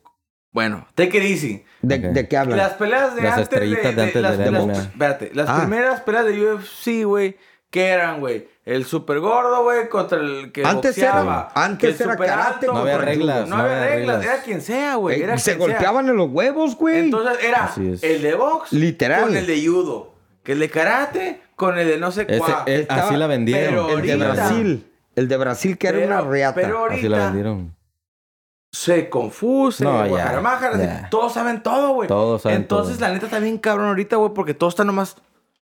B: Bueno, take it easy.
C: ¿De,
A: Ok.
C: de qué hablan?
B: Las peleas de
A: Las
B: antes.
A: estrellitas de antes de
B: las-
A: la
B: las-
A: MMA.
B: Espérate, las
C: Ah.
B: primeras peleas de UFC, güey, ¿Qué eran, güey? El super gordo, güey, contra el que
C: Antes era-
B: boxeaba.
C: antes
B: El
C: era
B: súper alto
C: karate
A: No había
B: contra el-
A: reglas,
B: No había reglas. Era quien sea, güey.
C: Eh,
B: era quien
C: se
B: sea.
C: golpeaban en los huevos, güey.
B: Entonces era
A: Así es.
B: el de box
C: Literal.
B: con el de judo, que el de karate con el de no sé
A: Ese-
B: cuál.
A: eh,
C: estaba-
A: así la vendieron.
B: pero
C: el de
B: ahorita-
C: Brasil. El de Brasil que era
B: Pero-
C: una reata.
B: Pero
A: Así la
B: ahorita
A: vendieron.
B: se confusen,
A: No,
B: no,
A: ya, ya.
B: todos saben todo, güey.
A: Todos saben
B: Entonces
A: todo.
B: la neta está bien cabrón ahorita, güey, porque todos están nomás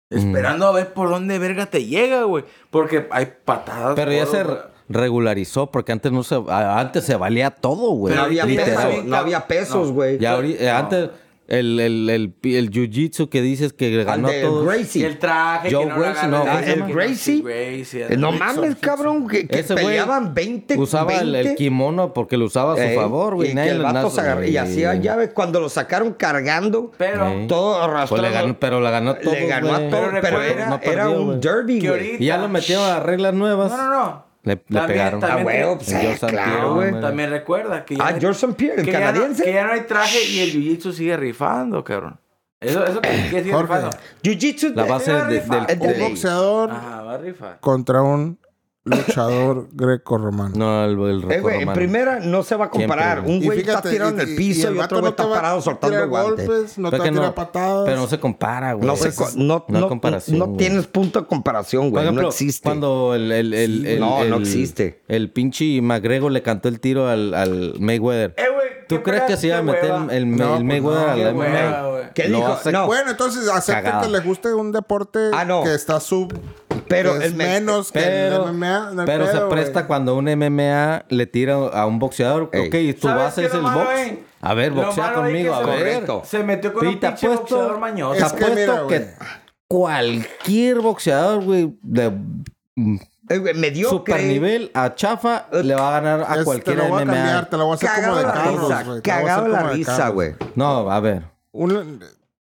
B: esperando a ver por dónde verga te llega, güey. Porque hay patadas.
A: Pero ya
B: codos,
A: se
B: güey.
A: re- regularizó porque antes no se a- antes se valía todo, güey.
C: no había
B: ahorita
A: Literal.
B: está
C: pesos,
B: bien
C: no había
B: cab-
C: pesos,
B: no.
C: güey.
A: Ya ahorita- eh, antes el el el, el jiu-jitsu que dices que ganó a
C: de
A: todos.
B: Y
C: Gracie. Ah,
B: el traje,
A: Joe
B: que no lo ah,
A: Gracie,
B: agarra
A: no,
B: nadie,
A: ¿cómo
B: que
A: se llama?
B: sí,
C: Gracie.
B: Gracie,
C: Eh, No
B: Rickson,
C: mames,
B: sí,
C: cabrón, que, que
A: Ese güey
C: peleaban 20
A: usaba el, el
C: 20.
A: kimono porque lo usaba a su
C: Ey,
A: favor, güey.
C: Y,
A: nadie
C: que el
A: lo-
C: vato
A: nada-
C: se agarra- y hacía
A: Ey.
C: llaves cuando lo sacaron cargando.
B: Pero
A: Ey.
C: todo arrastrado.
A: Pues le ganó- pero la ganó a todos,
C: Le ganó a
A: güey.
C: todos,
B: Pero
C: pero
B: recuerda,
C: era,
A: no perdió,
C: era un
A: güey.
C: derby,
B: Que
C: güey.
B: ahorita-
A: Y ya lo metieron a reglas nuevas.
B: No, no, no.
A: Le- le pegaron.
C: Ah, güey, pues,
A: El
C: eh,
A: George St. Pierre,
C: claro, güey.
A: güey.
B: También recuerda que ya.
C: Ah,
B: no hay-
C: George St. Pierre, el
B: que ya no-
C: canadiense.
B: que ya no hay traje y el jiu-jitsu sigue rifando, cabrón. Eso, eso que que sigue
D: Jorge.
B: rifando.
C: Jiu-Jitsu.
A: La
C: de-
A: base
B: Era
A: de-
B: rifa.
A: del
C: Es de
A: del-
D: Un
C: ley.
D: boxeador
B: Ajá, va a rifar.
D: contra un luchador greco-romano.
A: No, el, el
C: Eh, güey, en
A: romano.
C: primera no se va a comparar.
A: Siempre, güey.
C: un güey está tirado en el piso y, otro güey está parado soltando guantes.
D: golpes, no te
A: Pero
D: va a
A: que
D: tirar patadas.
A: Pero no se compara, güey.
C: No, se
A: Esa
C: co-
A: es-
C: no,
A: hay
C: no-
A: comparación,
C: no
A: güey.
C: tienes punto de comparación,
A: Por
C: güey.
A: ejemplo,
C: no existe.
A: cuando el... el, el, el-
C: No, no
A: el-
C: existe.
A: El pinche McGregor le cantó el tiro al, al Mayweather.
B: Eh, güey,
A: ¿Tú
B: qué
A: crees que
B: pena,
A: se iba a
B: qué
A: meter el,
B: hueva.
A: el-
D: No,
A: el
D: pues
A: Mayweather
D: no,
A: al
D: qué
A: MMA?
B: hueva, güey.
C: ¿Qué
A: Lo
C: dijo?
A: hace-
C: No.
D: Bueno, entonces acepten
A: Cagada.
D: que les guste un deporte
C: Ah, no.
D: que está sub.
C: Pero
D: que es
C: el me-
D: menos
A: Pero,
D: que el MMA. no hay
A: pero se
D: pedo, güey.
A: presta cuando un MMA le tira a un boxeador.
C: Ey.
A: Ok, y tu
B: ¿Sabes
A: base
B: qué
A: es
B: lo
A: el
B: malo
A: box.
B: ahí?
A: A ver,
B: Lo
A: boxea
B: malo ahí que
A: conmigo, a
B: se-
A: ver.
C: Correcto.
B: Se metió con
A: Y
B: un
A: te
B: pinche boxeador mañoso.
A: te
D: Es que mira,
A: apuesto que,
D: güey.
A: cualquier boxeador, güey, de
C: Eh, güey, mediocre.
A: super nivel a chafa, le va a ganar a
D: Es-
A: cualquier
D: Te Este, lo voy a
A: MMA.
D: cambiar, te lo voy a hacer
C: Cagado
D: como de
C: la
D: carros,
C: risa.
D: güey. Te lo voy a hacer
C: Cagado la
D: como de
C: risa,
D: carros.
C: güey.
A: No, a ver.
D: Un,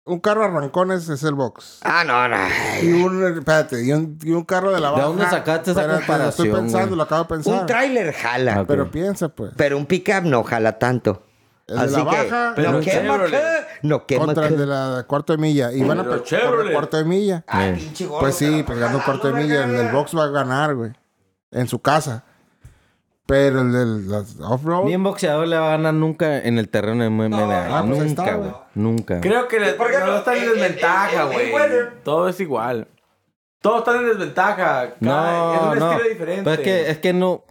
D: un carro a rancones es el box.
C: Ah, no, no.
D: Y un, espérate, y un, y un carro de la
A: ¿De
D: baja.
A: dónde sacaste esa
D: Espérate, lo
A: comparación,
D: Estoy pensando,
A: güey?
D: lo acabo de pensar.
C: Un tráiler jala.
A: Ah,
D: Pero piensa, pues.
C: Pero un pickup no jala tanto.
D: El de
C: Así
D: la
C: que
D: baja,
C: no
D: pero
C: quema
B: Chevrolet.
C: que- no quema
D: Contra el
C: que-
D: de la cuarto de milla. Y van a
B: Pero
D: pe- por
B: Chevrolet.
D: el cuarto de milla.
C: Ah,
A: Eh.
C: pinche gordo,
D: Pues sí,
C: pero-
D: pues ganó cuarto de milla. El del box va a ganar, güey. En su casa. Pero el del las off-road.
A: Ni un boxeador le va a ganar nunca en el terreno de MMA.
D: ah, pues ahí
A: nunca,
D: está,
A: güey.
D: güey.
A: Nunca.
B: Creo que le,
C: Por ejemplo,
B: no eh, están en
C: el- el-
B: desventaja,
C: el- el
B: güey.
C: Mayweather.
B: Todo es igual. Todos están en desventaja. Cada-
A: No,
B: es un
A: no.
B: estilo diferente.
A: Pero es que, es que no.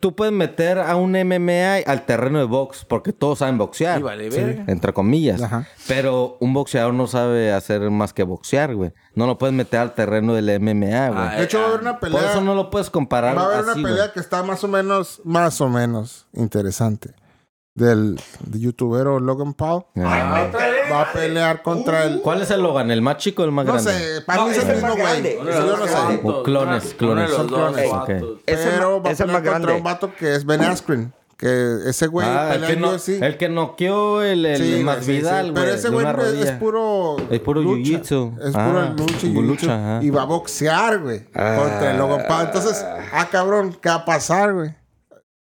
A: Tú puedes meter a un MMA al terreno de box porque todos saben boxear.
B: Y vale verga.
A: Entre comillas.
D: Ajá.
A: Pero un boxeador no sabe hacer más que boxear, güey. No lo puedes meter al terreno del MMA, güey.
B: Ah,
D: De hecho, va a haber una
A: Por
D: pelea.
A: eso no lo puedes comparar.
D: va a haber
A: así,
D: una
A: güey.
D: pelea que está más o menos, más o menos interesante. Del, del youtubero Logan Paul.
A: Ah.
B: Ah, otra vez.
D: Va a pelear contra
B: Uh.
D: el.
A: ¿Cuál es el Logan? ¿El más chico o el más
D: No
A: grande?
D: sé, para
C: No,
D: mí es el
C: ese es
D: mismo
C: más
D: güey.
C: grande.
D: Sí,
B: Uno de los
D: Yo
B: dos
D: lo sé.
B: vatos.
A: O clones,
B: Uno de
A: clones.
B: los
A: Son
B: dos
D: clones.
B: vatos.
A: Ok.
C: Ese es
D: Pero
C: más-
D: va a
C: ese es más
D: pelear contra
C: grande.
D: un vato que es Ben Askren. Que ese güey
A: Ah, el,
D: pelea
A: que
D: en
A: no,
D: UFC.
A: el que noqueó el, el
D: Sí, güey, sí,
A: Masvidal,
D: sí.
A: güey.
D: Pero ese
A: de
D: güey
A: una
D: es, es
A: rodilla.
D: puro.
A: Es puro
D: lucha.
A: jiu-jitsu.
D: Es
A: Ah,
D: puro lucha, y
A: lucha, ajá.
D: Y va a boxear, güey. Contra el Logan Paul. Entonces, ah, cabrón, ¿qué va a pasar, güey?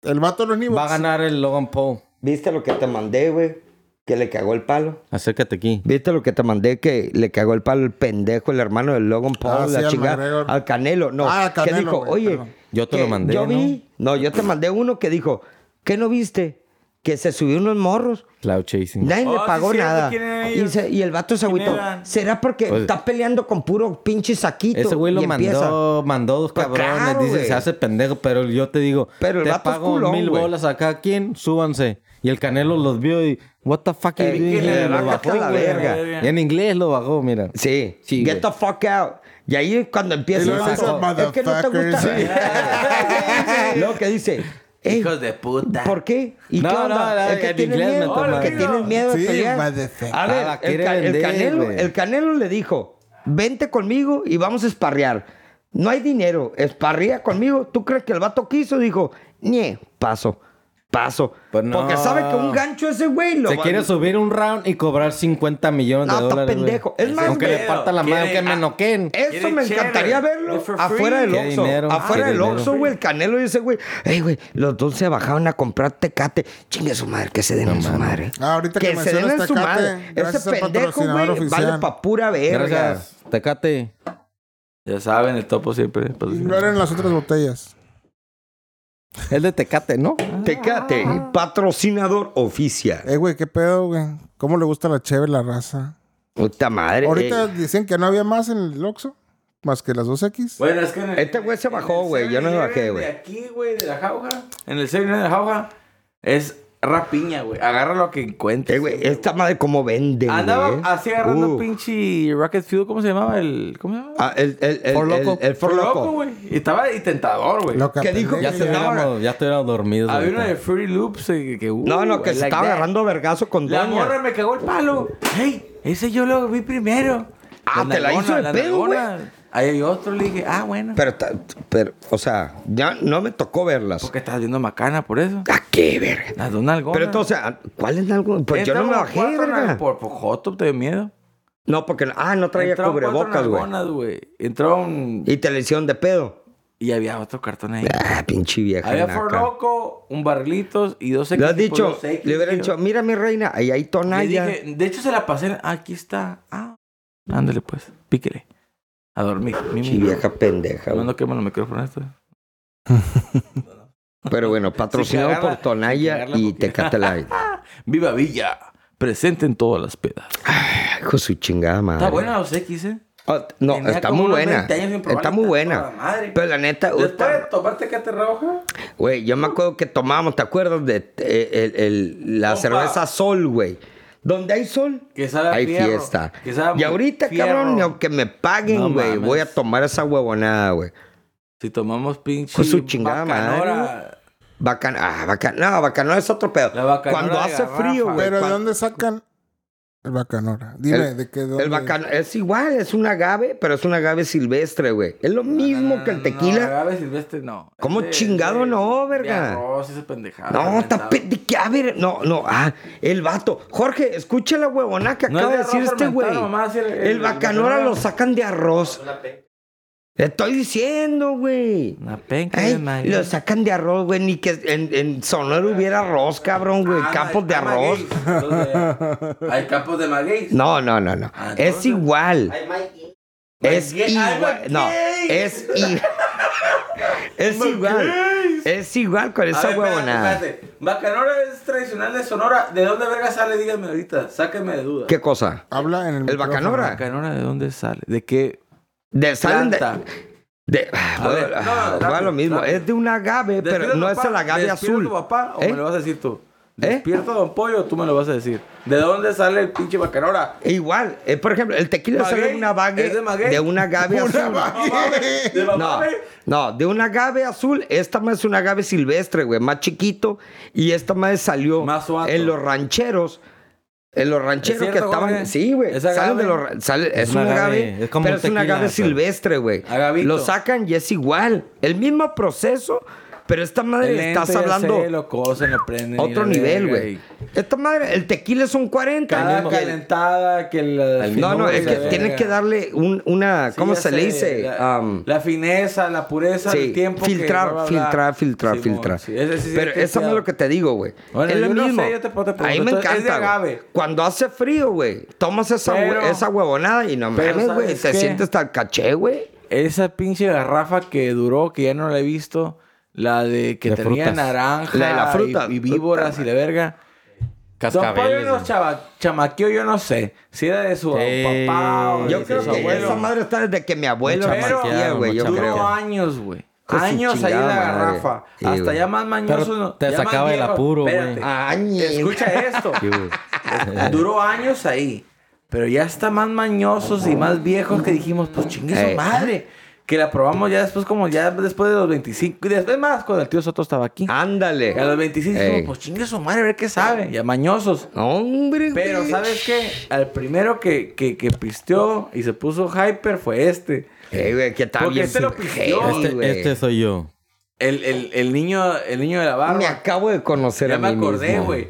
D: El vato no es ni
A: Va a
D: boxe-
A: ganar el Logan Paul.
C: ¿Viste lo que te mandé, güey? Que le cagó el palo.
A: Acércate aquí.
C: ¿Viste lo que te mandé? Que le cagó el palo el pendejo, el hermano de Logan Paul,
D: Ah, sí,
C: la
D: al
C: chingada.
D: McGregor.
C: Al Canelo. No,
D: Ah, al
C: que
D: Canelo,
C: dijo,
D: güey,
C: oye.
D: perdón.
A: Yo te
C: que
A: lo mandé,
C: Yo vi. ¿no? yo te mandé uno que dijo, ¿qué no viste? Que se subió unos morros.
A: Cloud Chasing.
C: Nadie
B: Oh,
C: le
B: sí,
C: pagó
B: cierto,
C: nada.
B: ¿quién eran
C: Y,
B: ellos?
C: se- y el vato se
B: ¿Quién
C: agüitó.
B: eran?
C: ¿Será porque
A: Pues-
C: está peleando con puro pinche saquito?
A: Ese güey lo
C: y empieza.
A: mandó, mandó dos
C: Pues
A: cabrones.
C: claro,
A: dice,
C: güey.
A: se hace pendejo, pero yo te digo,
C: Pero el
A: te
C: vato es
A: pago
C: culón,
A: mil
C: güey.
A: bolas a cada quien, súbanse. Y el Canelo los vio y, what the fuck are you
C: Eh,
A: doing
C: que le
A: here?"
C: va a
A: Lo bajó,
C: catar la
A: güey.
B: verga.
A: En inglés lo bajó, mira.
C: Sí.
A: Sí,
C: Get
A: güey.
C: the fuck out. Y ahí es cuando empieza
D: Y
C: el
D: luego
C: vato,
D: dice,
C: Es que no te gusta. Luego que dice. "Ey,
B: Hijos de puta.
C: ¿Por qué? ¿Y
A: No,
C: qué onda?
A: no, no,
C: es que
A: en
C: tienen
A: inglés me
C: miedo,
B: toma.
C: que tienen miedo de
D: Sí,
C: pelear.
D: motherfucker.
C: A
A: Ah, la
C: ver, el,
A: quiere
C: Ca- el
A: vender,
C: Canelo,
A: güey.
C: el Canelo le dijo, vente conmigo y vamos a esparrear. No hay dinero, esparría conmigo. ¿Tú crees que el vato quiso? Dijo, nie, paso, paso.
A: Pues no.
C: Porque sabe que un gancho ese güey lo
A: Se
C: va-
A: quiere subir un round y cobrar 50 millones
C: No,
A: de
C: está
A: dólares. güey.
C: pendejo. Es más,
A: aunque le
B: güey,
A: parta la madre,
B: quiere-
A: aunque me
B: ah,
A: noqueen.
C: Eso
B: Quiere
C: me
B: chévere.
C: encantaría
B: Es
C: verlo.
B: for free.
C: Afuera del
A: Qué
C: Oxxo.
A: dinero,
C: Afuera
A: qué
C: del
A: dinero.
C: Oxxo, güey. El Canelo y ese güey. Ey, güey, los dos se bajaron a comprar Tecate. Chingue su madre, que se den en su madre.
D: Ah, ahorita que
C: se den
D: mencionas
C: en su
D: Tecate,
C: madre.
D: gracias
C: Ese
D: al
C: pendejo,
D: patrocinador
C: güey, vale
D: oficial.
C: pa' pura verga.
A: Gracias. Tecate.
B: Ya saben, el topo siempre. pues,
D: Y no eran las otras botellas.
A: Es de Tecate, ¿no?
C: este, Tecate,
D: Ah.
C: patrocinador oficial.
D: Eh, güey, qué pedo, güey. ¿Cómo le gusta la cheve la raza?
C: Puta madre.
D: Ahorita
C: eh.
D: dicen que no había más en el Oxxo, más que las 2X.
B: Bueno, es que en el-
C: Este güey se
B: en
C: bajó,
B: el
C: güey. Yo no me
B: 7-Eleven
C: bajé, güey.
B: De aquí, güey, de la jauja. En el 7 de la jauja es rapiña, güey. Agarra lo que encuentres.
C: Eh, güey, esta madre cómo vende,
B: Andaba
C: güey.
B: así agarrando
C: Uh.
B: pinche Rocket Fuel, ¿cómo se llamaba? El, ¿Cómo se llamaba?
C: Ah, el, el, el,
A: For
C: el-
A: Loco.
C: el For Loco.
B: güey. Y estaba y tentador, güey.
D: Lo que
C: ¿Qué dijo?
D: aprendí,
A: Ya
C: Sí,
D: güey.
A: estuviéramos, ya estuviéramos dormidos.
B: Había
A: ahorita.
B: una de Fruity Loops eh, que... uh,
C: No, no, que
B: I
C: se
B: like
C: estaba
B: that.
C: agarrando vergazo con
B: La
C: doña.
B: morra me cagó el palo. ¡Hey! Ese yo lo vi primero.
C: Ah, te la hizo de pedo,
B: nalgona. Ahí hay otro, le dije, ah, bueno.
C: Pero, ta- pero, o sea, ya no me tocó verlas.
B: Porque estás viendo macana por eso.
C: ¿A qué, verga?
B: Las dos nalgonas.
C: Pero entonces, ah, ¿cuál es algo? Pues yo no me
B: Entraron
C: bajé,
B: cuatro
C: verga.
B: nal- Por, por hot top te dio miedo.
C: No, porque, ah, no traía
B: Entraron cuatro
C: cubrebocas, güey.
B: nalgonas, güey. Entró un...
C: Y te le hicieron de pedo.
B: Y había otro cartón ahí.
C: Ah, pinche vieja.
B: Había
C: naca.
B: For Loco, un barrilitos y dos
C: Le
B: equipos,
C: has dicho,
B: dos X,
C: le hubiera
B: tío.
C: dicho, mira mi reina, ahí hay
B: Le
C: tonalla.
B: dije, de hecho se la pasé. ah, Aquí está. Ah, ándale pues, píquele. A dormir. Mi,
C: Pinche
B: mi-
C: vieja pendeja. güey.
B: No, no quema los micrófonos esto.
C: Pero bueno, patrocinado
B: cagarla-
C: por Tonaya
B: sin cagarla
C: y
B: porque-
C: Tecate Light.
B: Viva Villa. Presente en todas las pedas.
C: Ah, Ay, Hijo de su chingada madre.
B: Está buena los X, ¿eh?
C: Ah, no,
B: Tenía
C: está
B: como
C: muy
B: unos
C: buena.
B: 20 años sin probarla,
C: Está muy
B: está
C: buena.
B: toda madre.
C: Pero la neta,
B: Después de
C: uta,
B: tomarte cate roja.
C: güey, yo me acuerdo que tomábamos, ¿te acuerdas de eh, el- el- la
B: Compa.
C: cerveza Sol, güey? Donde hay sol,
B: Que sabe a
C: hay
B: fierro,
C: fiesta.
B: que sabe a
C: y ahorita,
B: fierro.
C: cabrón, ni aunque me
B: No
C: paguen, güey,
B: mames.
C: voy a tomar esa huevonada, güey.
B: Si tomamos pinche.
C: Con Pues su chingada
B: bacanora,
C: madre. Bacan, ah, bacan, no, bacanora es otro pedo.
B: La bacanora
C: Cuando
B: de
C: hace
B: garrafa,
C: frío, güey.
B: güey.
D: Pero ¿de
C: cuando-
D: dónde sacan el bacanora? Dime,
C: El-
D: ¿de qué?
C: El bacano es igual, es un agave, pero es un agave silvestre, güey. Es lo mismo que el
B: No,
C: tequila.
B: agave silvestre no.
C: ¿Cómo
B: Ese-
C: chingado
B: ese-
C: no,
B: de
C: verga?
B: Arroz, esa pendejada.
C: No, está
B: fermentado.
C: pe- que- A ver, no, no, ah, el vato. Jorge, escucha la huevona que
B: No
C: acaba de
B: es de
C: decir
B: arroz
C: este güey.
B: fermentado, nomás el-
C: El,
B: el- el
C: bacanora
B: bacanora.
C: lo sacan de arroz. Estoy diciendo, güey.
B: Una penca
C: Ay,
B: de maíz.
C: lo sacan de arroz, güey. Ni que en, en Sonora hubiera arroz, cabrón, güey.
B: Ah,
C: Campos de
B: hay
C: arroz.
B: magueyes, entonces, Hay campos de maguey.
C: No, no, no, no.
B: Ah,
C: Es
B: entonces-
C: igual. Es
B: Maguey. Ay,
C: igual. No,
B: maguey.
C: es igual. Es igual. Es igual con
B: A
C: esa
B: ver, espérate,
C: huevonada.
B: espérate. Bacanora es tradicional de Sonora. ¿De dónde verga sale? Díganme ahorita. Sáquenme de duda.
C: ¿Qué cosa?
D: Habla en el.
C: El
D: micrófono.
C: bacanora.
B: Bacanora de dónde sale? ¿De qué?
C: De salen de.
B: Planta.
C: de-
B: A ver,
C: bueno,
B: no,
C: ah,
B: rápido,
C: va lo mismo.
B: rápido.
C: Es de un agave, pero no es el agave
B: ¿Despierto
C: azul.
B: tu papá o
C: ¿Eh?
B: me lo vas a decir tú?
C: ¿Eh?
B: ¿Despierto don Pollo o tú me lo vas a decir? ¿De dónde sale el pinche bacanora?
C: Igual, eh, por ejemplo, el tequila
B: ¿Maguey?
C: sale de una vague-
B: ¿Es de maguey?
C: de una agave azul.
B: No mames, ¿De
C: No,
B: mamá,
C: no, de un agave azul, esta más es un agave silvestre, güey, más chiquito. Y esta más salió
B: Más suato.
C: en los rancheros. En los rancheros
B: cierto,
C: que estaban.
B: Jorge?
C: Sí, güey.
B: Es
C: Salen
B: agave.
C: de los ra- sale- es,
A: Es
C: un
A: un
C: agave.
A: agave, es como
C: pero
A: un
C: es un
A: tequila,
C: agave
A: pero-
C: silvestre, güey.
B: Agavito.
C: Lo sacan y es igual. El mismo proceso, pero esta madre estás hablando
B: lo cosen, lo prenden. y
C: otro
B: la
C: nivel,
B: verga,
C: güey.
B: y
C: Esta madre, el tequila es un 40.
B: Cada
C: Que-
B: calentada que la.
C: no, no,
B: finura,
C: es que
B: la
C: tienen
B: verga.
C: que darle un- una.
B: Sí,
C: ¿Cómo
B: ya
C: se le
B: sé,
C: dice?
B: La,
C: Am,
B: la fineza, la pureza,
C: Sí,
B: el tiempo. que bla, bla,
C: filtrar,
B: bla.
C: filtrar, filtrar,
B: Simón,
C: filtrar,
B: sí, ese sí es
C: Pero
B: el que
C: eso no es
B: sea.
C: lo que te digo, güey.
B: Bueno,
C: es lo
B: yo no sé,
C: mismo.
B: yo te puedo- te
C: a mí
B: pregunto,
C: me
B: entonces, es de
C: encanta. güey.
B: agave.
C: Cuando hace frío, güey, tomas esa, hue-
B: Pero-
C: esa huevonada y no
B: pero
C: mames, güey.
B: ¿sabes
C: Te
B: qué?
C: sientes tan caché, güey.
B: Esa pinche garrafa que duró, que ya no la he visto. La de que
A: De
B: tenía
A: frutas.
B: naranja.
C: La de la
B: y-
C: fruta.
B: Y, víboras y la verga. Don Pollo
A: Cascabeles.
B: nos
A: güey.
B: chava, chamaqueó, yo no sé. Si era de su
A: Sí.
B: papá o
C: Yo
B: de
C: creo
B: su
C: que
B: abuelo.
C: esa madre está desde que mi abuelo
B: Mucha
C: era
A: maquillada,
C: güey. Yo
A: mucha
C: creo.
B: Duró años, güey.
C: Con su
B: Años ahí en la
C: chingada madre.
B: garrafa.
C: Sí,
B: Hasta
C: güey. Ah.
B: ya más mañosos.
A: Pero
B: no-
A: te
B: ya más
A: sacaba del
B: viejos.
A: apuro, güey.
B: Espérate.
C: Añe.
B: Escucha esto. Duró años ahí. Pero ya está más mañosos y más viejos que dijimos, pues chingue
C: Eh.
B: su madre. Que la probamos ya después, como ya después de los 25. Y después más, cuando el tío Soto estaba aquí.
C: Ándale.
B: a los 26
C: Ah. Ey.
B: dijimos, pues chingue su madre, a ver qué sabe. Ya mañosos.
C: Hombre, güey.
B: Pero, ¿sabes qué? Al primero que, que, que pisteó y se puso hyper fue este.
C: Ey, güey, que está
B: Porque
C: bien.
B: este lo pidió.
C: heavy,
B: Este-
C: güey.
A: Este soy yo.
B: El, el, el niño, el niño de la barba.
C: Me acabo de conocer
B: Ya
C: a
B: me
C: mí
B: acordé,
C: mismo.
B: güey.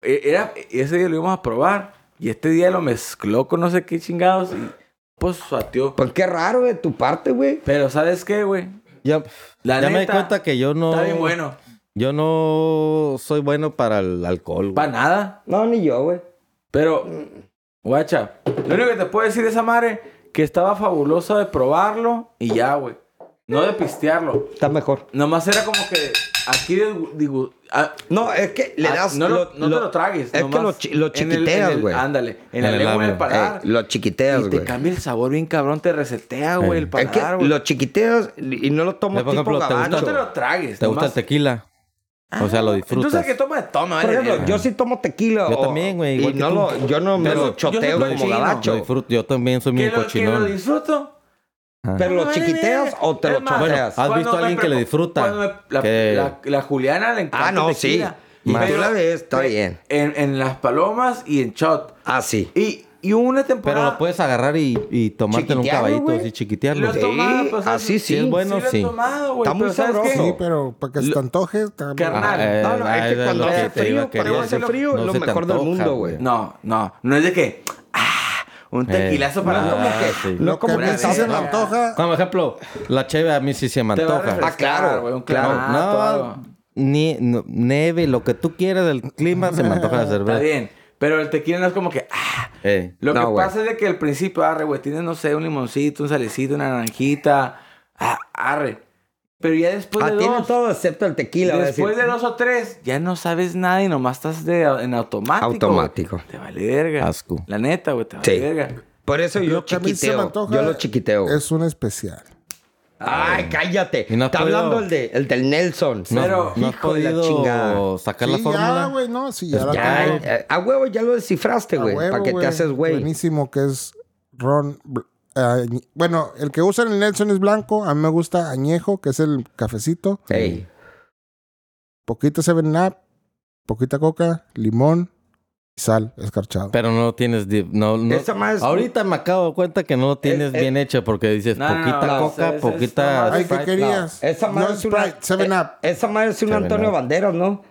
B: E- Era, ese día lo íbamos a probar. Y este día lo mezcló con no sé qué chingados. Y pues suateó.
C: Pues qué raro de tu parte, güey.
B: Pero ¿sabes qué, güey?
A: Ya,
B: La
A: ya me di
B: neta,
A: cuenta que yo no.
B: Está bien bueno.
A: Yo no soy bueno para el alcohol, güey.
B: Para nada.
C: No, ni yo, güey.
B: Pero, guacha, lo único que te puedo decir de esa madre que estaba fabulosa de probarlo y ya, güey. No de pistearlo.
C: Está mejor.
B: Nomás era como que aquí digo, digo, ah,
C: No, es que le
B: ah,
C: das.
B: no, lo, no te lo tragues.
C: Es que
B: nomás
C: lo, chi- lo
B: en el- en
C: chiquiteas,
B: el-
C: güey.
B: Ándale, en,
A: En
B: el
A: el eh,
B: lengua
A: labio.
B: del paladar.
C: Ey, lo chiquiteas,
B: y te
C: güey. Eh,
B: cambia el sabor bien cabrón, te resetea, güey, el
C: Es que
B: paladar, güey.
C: lo chiquiteas y no lo tomo
A: Ya, por
C: tipo
A: ejemplo, te gusta-
B: No
C: gabacho.
B: te lo tragues.
A: ¿Te gusta el
B: nomás- Ah,
A: tequila? O sea, lo disfrutas.
B: Entonces, el que toma, toma.
C: Por
B: vale,
C: ejemplo,
B: verga.
C: yo sí tomo tequila.
A: Yo
C: o-
A: también, güey,
C: Y
A: igual que
C: no
A: tú.
C: lo, yo no me
B: Yo
C: lo
B: soy- yo soy
C: choteo como
B: cochino.
A: Lo
C: gabacho.
A: disfruto. Yo también soy
B: que
A: muy
B: lo, que lo
A: cochinón.
B: disfruto.
A: Ajá.
C: Pero lo
B: Vale,
C: chiquiteas
B: verga.
C: o te
B: Es
C: lo
B: más,
C: choteas.
A: Bueno, ¿Has
B: cuando
A: visto a
B: me
A: alguien que
B: prepa-
A: le disfruta?
B: cuando me- la,
A: Que-
B: la- la Juliana le encanta.
C: Ah, no,
B: el tequila.
C: sí. Y
A: Más.
C: tú la ves, está
B: pe-
C: bien.
B: En, en las palomas y en shot.
C: Ah, sí.
B: Y, y una
A: Pero
B: temporada.
A: lo puedes agarrar y, y tomártelo un
C: Chiquitearlo,
A: caballito,
C: güey.
A: así
B: Ah.
A: chiquitearlo.
B: Lo he
C: Sí,
B: tomado, pues,
C: así
B: es-
C: sí.
A: es bueno,
B: lo he
A: sí.
B: tomado, güey,
C: Está muy
B: pero ¿sabes
C: sabroso.
B: qué?
D: Sí, pero para que se te antoje. está-
B: Carnal.
A: eh,
C: No, no, es que
A: era
C: cuando
A: lo
C: hace
A: que te iba
C: frío,
A: a querer
C: cuando hace
A: decir.
C: frío, es
A: No
C: lo
A: se te
C: mejor del
A: antoja,
C: mundo, güey.
B: No, no. No es de que. ah, un tequilazo
A: Eh,
B: para
A: no,
B: como que.
A: sí.
C: No
D: Lo Ah, que
C: como
D: a
B: que
D: mí sí
B: sabe
D: se me
C: Ah,
B: la-
D: antoja.
A: Como ejemplo, la cheve a mí sí se me
B: Te va a
A: antoja.
B: refrescar,
C: Ah, claro,
B: güey, un
A: No,
B: clamato, algo.
A: no, ni, no, nieve, lo que tú quieras del clima se me antoja de
B: Está
A: cerveza.
B: bien. Pero el tequila no es como que. ah,
A: Eh,
B: Lo
C: No,
B: que
C: güey.
B: pasa es de que al principio, arre, güey, tienes, no sé, un limoncito, un salecito, una naranjita, ah, arre. Pero ya
A: pues
B: después
C: Ah,
B: de
C: tiene
B: dos,
C: todo excepto el tequila. va a decir.
B: después de dos o tres, ya no sabes nada y nomás estás de, en automático. güey.
C: Automático.
B: Te vale verga.
A: Asco.
B: La neta, güey, te vale
C: Sí.
B: verga.
C: Por eso yo
D: Lo que a mí se me
C: chiquiteo.
D: antoja.
C: Yo lo chiquiteo.
D: Es un especial.
C: Ay, cállate.
A: Y no has
C: Está
A: podido-
C: hablando el, de, el del Nelson.
A: no,
B: Pero,
A: no has
C: hijo de la chingada.
A: podido sacar la
D: Sí,
A: fórmula.
D: ya, güey, no, sí, ya la
C: Ya,
D: tengo.
C: eh, a huevo ya lo descifraste, este,
D: A
C: güey.
D: huevo,
C: Para que te haces, güey.
D: Buenísimo que es ron. bl- ah, añ- bueno, el que usan en el Nelson es blanco. A mí me gusta añejo, que es el cafecito.
C: Ey.
D: Poquita 7-Up, poquita coca, limón y sal escarchado.
A: Pero no lo tienes. di- No, no-
C: Esa más es-
A: Ahorita me acabo de cuenta que no lo tienes
D: Eh,
C: Es-
A: bien hecho porque dices
B: No, no, no,
A: poquita
B: no,
A: coca,
B: es- es-
A: poquita.
B: no,
D: Ay, ¿qué
B: Sprite,
D: querías?
C: Esa madre
D: no
C: es una-
D: Sprite, 7-Up.
C: Esa madre es un
A: Seven
C: Antonio
A: Up.
C: Banderas, ¿no?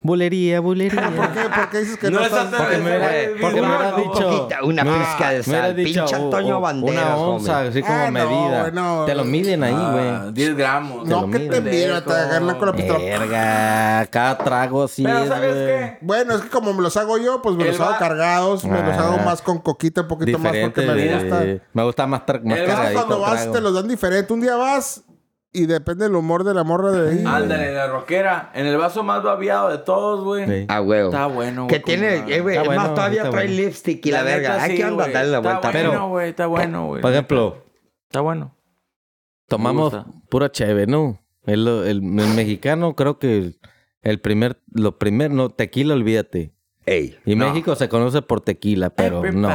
A: bulería, bulería.
D: ¿Por qué, por qué dices que
B: No
D: no,
B: es
D: estás-
B: hasta-
A: Porque me hubiera-
C: Eh,
A: porque me
C: una-
A: hubiera
C: una
A: dicho-
C: poquita- una
A: me-
C: pizca de
A: me hubiera
C: sal.
A: dicho,
C: Pinche
A: u-
C: Antonio
A: u-
C: Banderas,
A: Una onza,
C: hombre.
A: así como
D: Ah, no,
A: medida.
D: güey, no.
A: Te lo miden ahí, güey.
B: Ah, 10 gramos.
A: Te
D: No,
A: lo
D: que te
A: miden.
D: mira, te agarran con la pistola.
A: Verga, cada trago así
B: Pero,
A: es,
B: ¿sabes
A: güey.
B: qué?
D: Bueno, es que como me los hago yo, pues me
B: El
D: los hago
B: va-
D: cargados, me los
A: Ah.
D: hago más con coquita, un poquito
A: Diferente
D: más porque
A: de-
D: me gusta.
A: Me gusta más, tra- más
B: El
D: Es que
A: cargadito
D: cuando vas
A: trago.
D: te los dan diferente. Un día vas y depende del humor de la morra de ahí.
B: Ándale, la roquera. En el vaso más babiado de todos, güey.
A: Sí.
D: Ah,
C: A huevo.
B: Está bueno, güey,
C: Que
B: como
C: tiene,
B: la-
C: eh, güey,
A: Está
C: es más
A: bueno,
C: todavía
A: está
C: trae
A: bueno.
C: lipstick y la,
B: neta,
C: verga. Ay,
B: sí,
C: ¿qué onda?
B: güey.
C: Dale la
B: Está
C: vuelta.
B: Bueno,
A: Pero-
B: güey, está bueno, güey.
A: Por ejemplo,
B: Está bueno.
A: tomamos
B: Me gusta.
A: pura cheve, ¿no? El, el- el mexicano creo que el, el primer, lo primer, no, tequila, olvídate.
C: Ey.
A: Y
B: No.
A: México se conoce por tequila, pero no.
B: Everybody.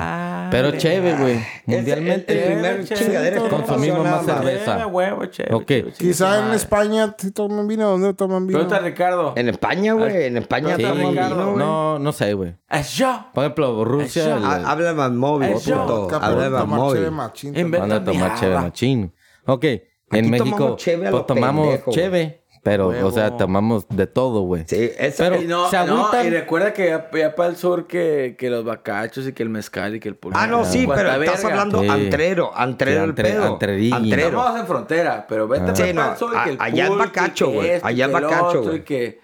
A: Pero chévere, güey. Mundialmente.
C: El primer
B: Chévere,
C: chingadera
B: chévere.
C: que
A: Consumimos
C: funciona,
A: más
C: ma.
A: cerveza.
B: Eh, huevo, chévere,
A: Ok.
B: chévere, chévere,
D: Quizá en
B: madre.
D: España si toman vino, ¿dónde toman
B: ¿Dónde
D: vino?
B: está Ricardo?
C: En España, güey. En España
A: Sí,
C: estamos
B: Ricardo,
C: vino, güey. Ah,
A: no, no sé, güey.
B: Es yo.
A: Por ejemplo, Rusia.
B: Eso.
A: el-
C: Ha- Habla más móvil,
B: Ay, yo,
C: puto.
D: Acá,
C: Habla
D: pero
C: más
D: tomar cheve
C: móvil.
D: machín.
B: En vez-
A: Van a tomar
B: Mierda.
A: cheve machín. Ok, en México
C: tomamos cheve a
A: pues,
C: lo
A: tomamos
C: pendejo, güey.
A: cheve, pero,
B: Huevo.
A: o sea, tomamos de todo, güey.
C: Sí, esa-
A: Pero-
B: Y no,
A: se
B: no,
A: agüitan.
B: y recuerda que ya, para el sur que, que los bacachos y que el mezcal y que el Pues, pulmón.
C: Ah, no, sí, pero estás hablando
A: pues, Sí.
C: antrero, antrero
A: Sí,
C: el
A: antre-
C: pedo.
A: antrerillo.
C: Antrero.
B: Estamos en frontera, pero vete
C: Ah. Sí,
B: para
C: no,
B: el sur
C: a-
B: y que el
C: allá es
B: pulque,
C: bacacho,
B: que
C: güey,
B: esto,
C: allá es
B: que el
C: bacacho,
B: otro,
C: güey.
B: y que-